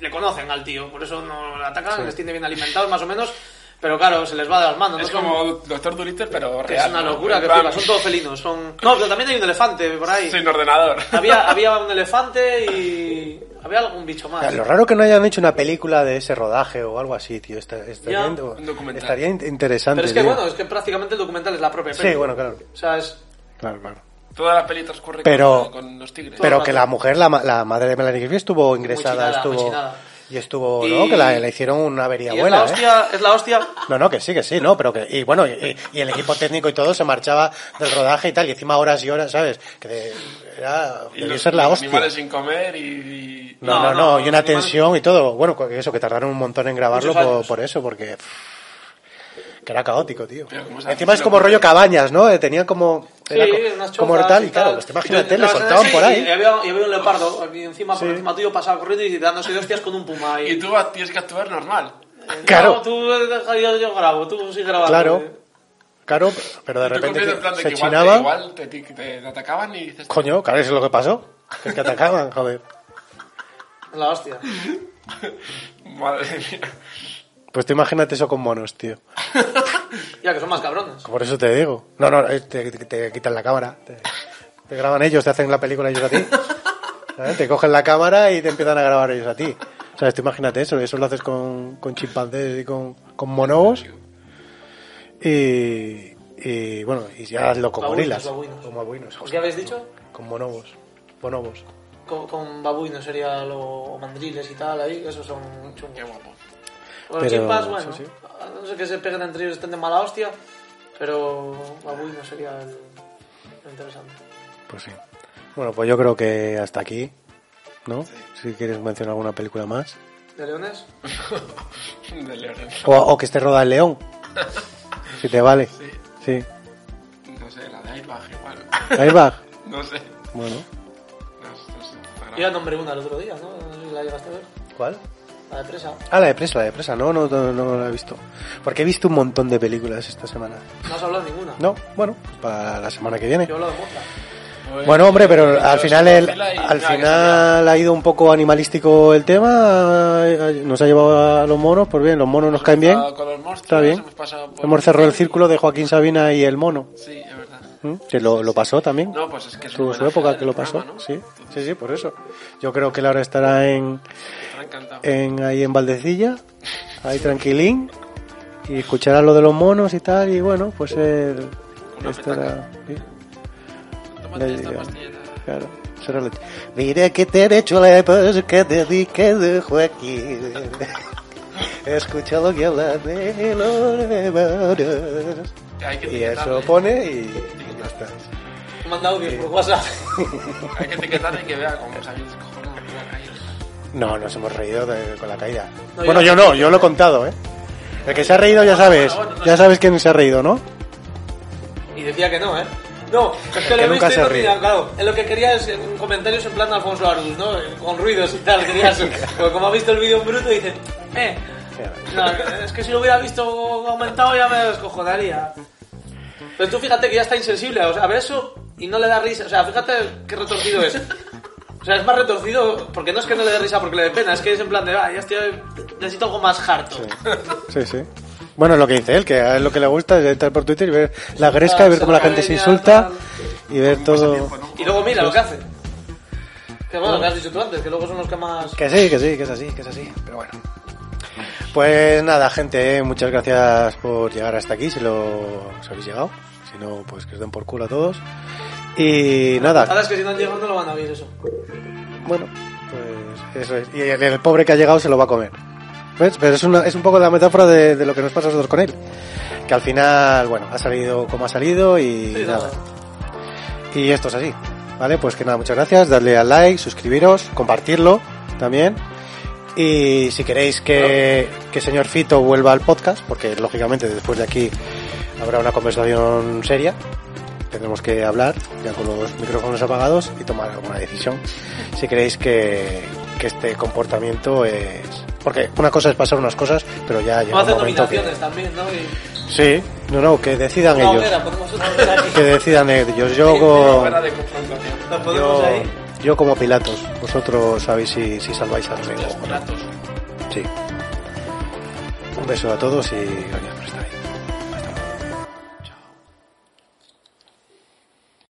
Speaker 4: Le conocen al tío, por eso no le atacan, les tiene bien alimentados más o menos. Pero claro, se les va de las manos.
Speaker 6: es
Speaker 4: no son-
Speaker 6: como Doctor Dolittle, pero
Speaker 4: que
Speaker 6: real.
Speaker 4: es una
Speaker 6: ¿no?
Speaker 4: locura,
Speaker 6: En
Speaker 4: que
Speaker 6: plan,
Speaker 4: flipas, Son todos felinos, son... No, pero también hay un elefante por ahí.
Speaker 6: Sin ordenador.
Speaker 4: Había, había un elefante y... Había algún bicho
Speaker 1: O sea,
Speaker 4: más.
Speaker 1: Lo raro que no hayan hecho una película de ese rodaje o algo así, tío. Esta- estaría,
Speaker 4: Ya,
Speaker 1: in-
Speaker 6: un documental.
Speaker 1: estaría in- interesante.
Speaker 4: Pero es que
Speaker 1: tío.
Speaker 4: bueno, es que prácticamente el documental es la propia
Speaker 1: Sí,
Speaker 4: peli.
Speaker 1: bueno, claro.
Speaker 4: O sea, es...
Speaker 1: Claro, claro.
Speaker 6: Toda la peli transcurre
Speaker 1: Pero-
Speaker 6: con, con los tigres.
Speaker 1: Pero
Speaker 4: el
Speaker 1: que
Speaker 4: rato.
Speaker 1: la mujer, la, ma- la madre de Melanie Griffith, estuvo ingresada,
Speaker 4: chinada, muy
Speaker 1: estuvo.
Speaker 4: chinada.
Speaker 1: Y estuvo,
Speaker 4: Y-
Speaker 1: ¿no? Que la, la hicieron una avería
Speaker 4: Y es la
Speaker 1: buena, ¿eh?
Speaker 4: hostia, es la hostia.
Speaker 1: No, no, que sí, que sí, no, pero que, y bueno, y, y el equipo técnico y todo se marchaba del rodaje y tal, y encima horas y horas, ¿sabes? Que de- era,
Speaker 6: Y
Speaker 1: debió
Speaker 6: los-
Speaker 1: ser la
Speaker 6: los
Speaker 1: hostia.
Speaker 6: animales sin comer y... y-
Speaker 1: No, no,
Speaker 4: No,
Speaker 1: no, y
Speaker 4: no,
Speaker 1: una
Speaker 4: los animales-
Speaker 1: tensión y todo. Bueno, que eso, que tardaron un montón en grabarlo
Speaker 4: Muchos
Speaker 1: por,
Speaker 4: años.
Speaker 1: por eso, porque. pff, que era caótico, tío.
Speaker 6: Pero, ¿cómo se hace?
Speaker 1: Encima es
Speaker 6: Se
Speaker 1: como
Speaker 6: lo-
Speaker 1: rollo cabañas, ¿no? Eh, Tenían como. era
Speaker 4: Sí,
Speaker 1: co-
Speaker 4: unas chozas
Speaker 1: como tal, y claro,
Speaker 4: tal.
Speaker 1: pues te
Speaker 4: Y
Speaker 1: imagínate,
Speaker 4: te
Speaker 1: le
Speaker 4: vas a
Speaker 1: soltaban
Speaker 4: así eh,
Speaker 1: por
Speaker 4: Y
Speaker 1: ahí.
Speaker 4: había, y había un leopardo aquí encima, por encima tuyo, pasaba corriendo y dándose de hostias con un puma ahí.
Speaker 6: Y tú vas- tienes que actuar normal.
Speaker 4: No,
Speaker 1: Claro.
Speaker 4: tú deja, yo, yo grabo, tú sí grabando.
Speaker 1: Claro. Claro, pero de
Speaker 6: Y tú
Speaker 1: repente
Speaker 6: corriendo en plan de
Speaker 1: se
Speaker 6: que igual, te,
Speaker 1: chinaba.
Speaker 6: igual te, te- te atacaban y dices...
Speaker 1: Coño, claro, eso es lo que pasó. Que Es que (laughs) atacaban, joder.
Speaker 4: La hostia.
Speaker 6: Madre mía.
Speaker 1: Pues tú imagínate eso con monos, tío.
Speaker 4: Ya que son más cabrones.
Speaker 1: Por eso te digo. No, no, eh, te, te- te quitan la cámara. Te, te graban ellos, te hacen la película ellos a ti. ¿Sabes? Te cogen la cámara y te empiezan a grabar ellos a ti. ¿Sabes? Tú imagínate eso. Eso lo haces con, con chimpancés y con, con monobos. Y, y, bueno, y ya hazlo con
Speaker 4: Babuinos,
Speaker 1: gorilas.
Speaker 4: babuinos.
Speaker 1: Como babuinos.
Speaker 4: ¿Qué habéis dicho?
Speaker 1: Con monobos. Bonobos.
Speaker 4: Con, con babuino sería lo, o mandriles y tal, ahí, esos son chungos.
Speaker 6: Qué guapo. (laughs)
Speaker 4: Bueno,
Speaker 1: Pero,
Speaker 4: chimpas, bueno,
Speaker 1: sí, sí.
Speaker 4: a no sé que se peguen entre ellos, estén de mala hostia, pero babuino sería el, lo interesante.
Speaker 1: Pues sí. Bueno, pues yo creo que hasta aquí. ¿No? Si quieres mencionar alguna película más.
Speaker 4: ¿De leones?
Speaker 6: De leones.
Speaker 1: O, o que esté roda
Speaker 6: (laughs)
Speaker 1: el león. Si te vale.
Speaker 6: Sí.
Speaker 1: Sí.
Speaker 6: No sé, la de Airbag igual. (laughs)
Speaker 1: Airbag.
Speaker 6: No sé.
Speaker 1: Bueno.
Speaker 6: No, no sé.
Speaker 4: Yo ya nombré una el otro día, ¿no? No sé si la llegaste a ver.
Speaker 1: ¿Cuál?
Speaker 4: La de presa.
Speaker 1: Ah, la de presa, la de presa. No, no, no, no la he visto. Porque he visto un montón de películas esta semana.
Speaker 4: No has hablado de ninguna.
Speaker 1: No, bueno, pues para la semana que viene.
Speaker 4: Yo he hablado de otra.
Speaker 6: Bueno, voy-
Speaker 1: Bueno, hombre, pero
Speaker 6: yo
Speaker 1: al final,
Speaker 6: sigo
Speaker 1: el-
Speaker 6: fila y-
Speaker 1: al
Speaker 6: nada, que se
Speaker 1: final ha ido un poco animalístico el tema. eh, Nos ha llevado a los monos, pues bien, los monos nos caen
Speaker 6: vea.
Speaker 1: bien.
Speaker 6: Ah, Con los monstruos,
Speaker 1: Está bien.
Speaker 6: Hemos, pasado por-
Speaker 1: Hemos cerrado el círculo de Joaquín Sabina y el mono.
Speaker 6: Sí, es verdad.
Speaker 1: ¿Mm? Que lo, lo pasó también.
Speaker 6: No, pues es que es
Speaker 1: Tuvo
Speaker 6: un
Speaker 1: su época
Speaker 6: homenaje
Speaker 1: que lo
Speaker 6: del
Speaker 1: pasó.
Speaker 6: programa, ¿no?
Speaker 1: Sí, sí, sí, por eso. Yo creo que él ahora estará en,
Speaker 6: Me ha encantado.
Speaker 1: en ahí en Valdecilla, ahí tranquilín, y escuchará lo de los monos y tal. Y bueno, pues él
Speaker 6: Una
Speaker 1: estará. sí,
Speaker 6: Tómate
Speaker 1: le
Speaker 6: esta
Speaker 1: dirá.
Speaker 6: pastillita.
Speaker 1: Claro, será leche. Mira que te he hecho la pues que te dije de Joaquín. He escuchado que habla de los demás.
Speaker 6: Hay que
Speaker 1: Y
Speaker 6: etiquetarle.
Speaker 1: eso pone y, y ya está.
Speaker 4: Manda audios por WhatsApp.
Speaker 1: (laughs)
Speaker 6: Hay que etiquetarle y que vea cómo salió descojonado por la calle.
Speaker 1: No, nos hemos reído de- con la caída.
Speaker 4: No,
Speaker 1: bueno, yo
Speaker 4: yo-
Speaker 1: no, yo lo he contado, ¿eh? El que se ha reído ya sabes,
Speaker 4: bueno, no.
Speaker 1: ya sabes quién se ha reído, ¿no?
Speaker 4: Y decía que no, ¿eh? No, es que lo
Speaker 1: que
Speaker 4: he
Speaker 1: nunca
Speaker 4: visto y
Speaker 1: se
Speaker 4: no
Speaker 1: ríe.
Speaker 4: tenía- claro. él Lo que quería es en comentarios en plan Alfonso Arús, ¿no? Eh, Con ruidos y tal,
Speaker 1: (laughs)
Speaker 4: quería eso. Porque como ha visto el vídeo en bruto, dice, eh. No, es que si lo hubiera visto aumentado ya me descojonaría. Pero tú fíjate que ya está insensible, o sea, a ver eso y no le da risa. O sea, fíjate qué retorcido es. O sea, es más retorcido porque no es que no le dé risa porque le dé pena, es que es en plan de, ah, ya estoy, necesito algo más harto.
Speaker 1: Sí, sí. Bueno, lo que dice él, que a él lo que le gusta es entrar por Twitter y ver la
Speaker 4: ah,
Speaker 1: gresca y ver cómo la gente se insulta y ver todo.
Speaker 4: Y luego mira lo que hace. Que bueno, lo que has dicho tú antes, que luego son los que más...
Speaker 1: Que sí, que sí, que es así, que es así. Pero bueno. Pues nada, gente, ¿eh? muchas gracias por llegar hasta aquí, si lo si habéis llegado. Si no, pues que os den por culo a todos. Y nada,
Speaker 4: Ahora es que si no han llegado no lo van a oír eso.
Speaker 1: bueno, pues eso es. Y el, el pobre que ha llegado se lo va a comer. ¿Ves? Pero es, una, es un poco la metáfora de, de lo que nos pasa a nosotros con él. Que al final, bueno, ha salido como ha salido y
Speaker 4: Sí,
Speaker 1: nada.
Speaker 4: nada.
Speaker 1: Y esto es así. ¿Vale? Pues que nada, muchas gracias. Dadle al like, suscribiros, compartirlo también. Y si queréis que, que señor Fito vuelva al podcast, porque lógicamente después de aquí habrá una conversación seria, tendremos que hablar ya con los micrófonos apagados y tomar alguna decisión. Si queréis que, que este comportamiento es... Porque una cosa es pasar unas cosas, pero ya
Speaker 4: Vamos
Speaker 1: llega un
Speaker 4: a hacer
Speaker 1: momento que...
Speaker 4: nominaciones también, ¿no? Y
Speaker 1: Sí, no, no, que decidan
Speaker 4: una
Speaker 1: ellos.
Speaker 4: hoguera, podemos una hoguera aquí.
Speaker 1: (laughs) Que decidan ellos. Yo... con-
Speaker 6: Fuera de confrontación.
Speaker 4: Nos ponemos
Speaker 1: yo,
Speaker 4: ahí.
Speaker 1: yo como Pilatos, vosotros sabéis si, si salváis al rey o no.
Speaker 6: Platos.
Speaker 1: Sí. Un beso a todos y gracias por estar ahí.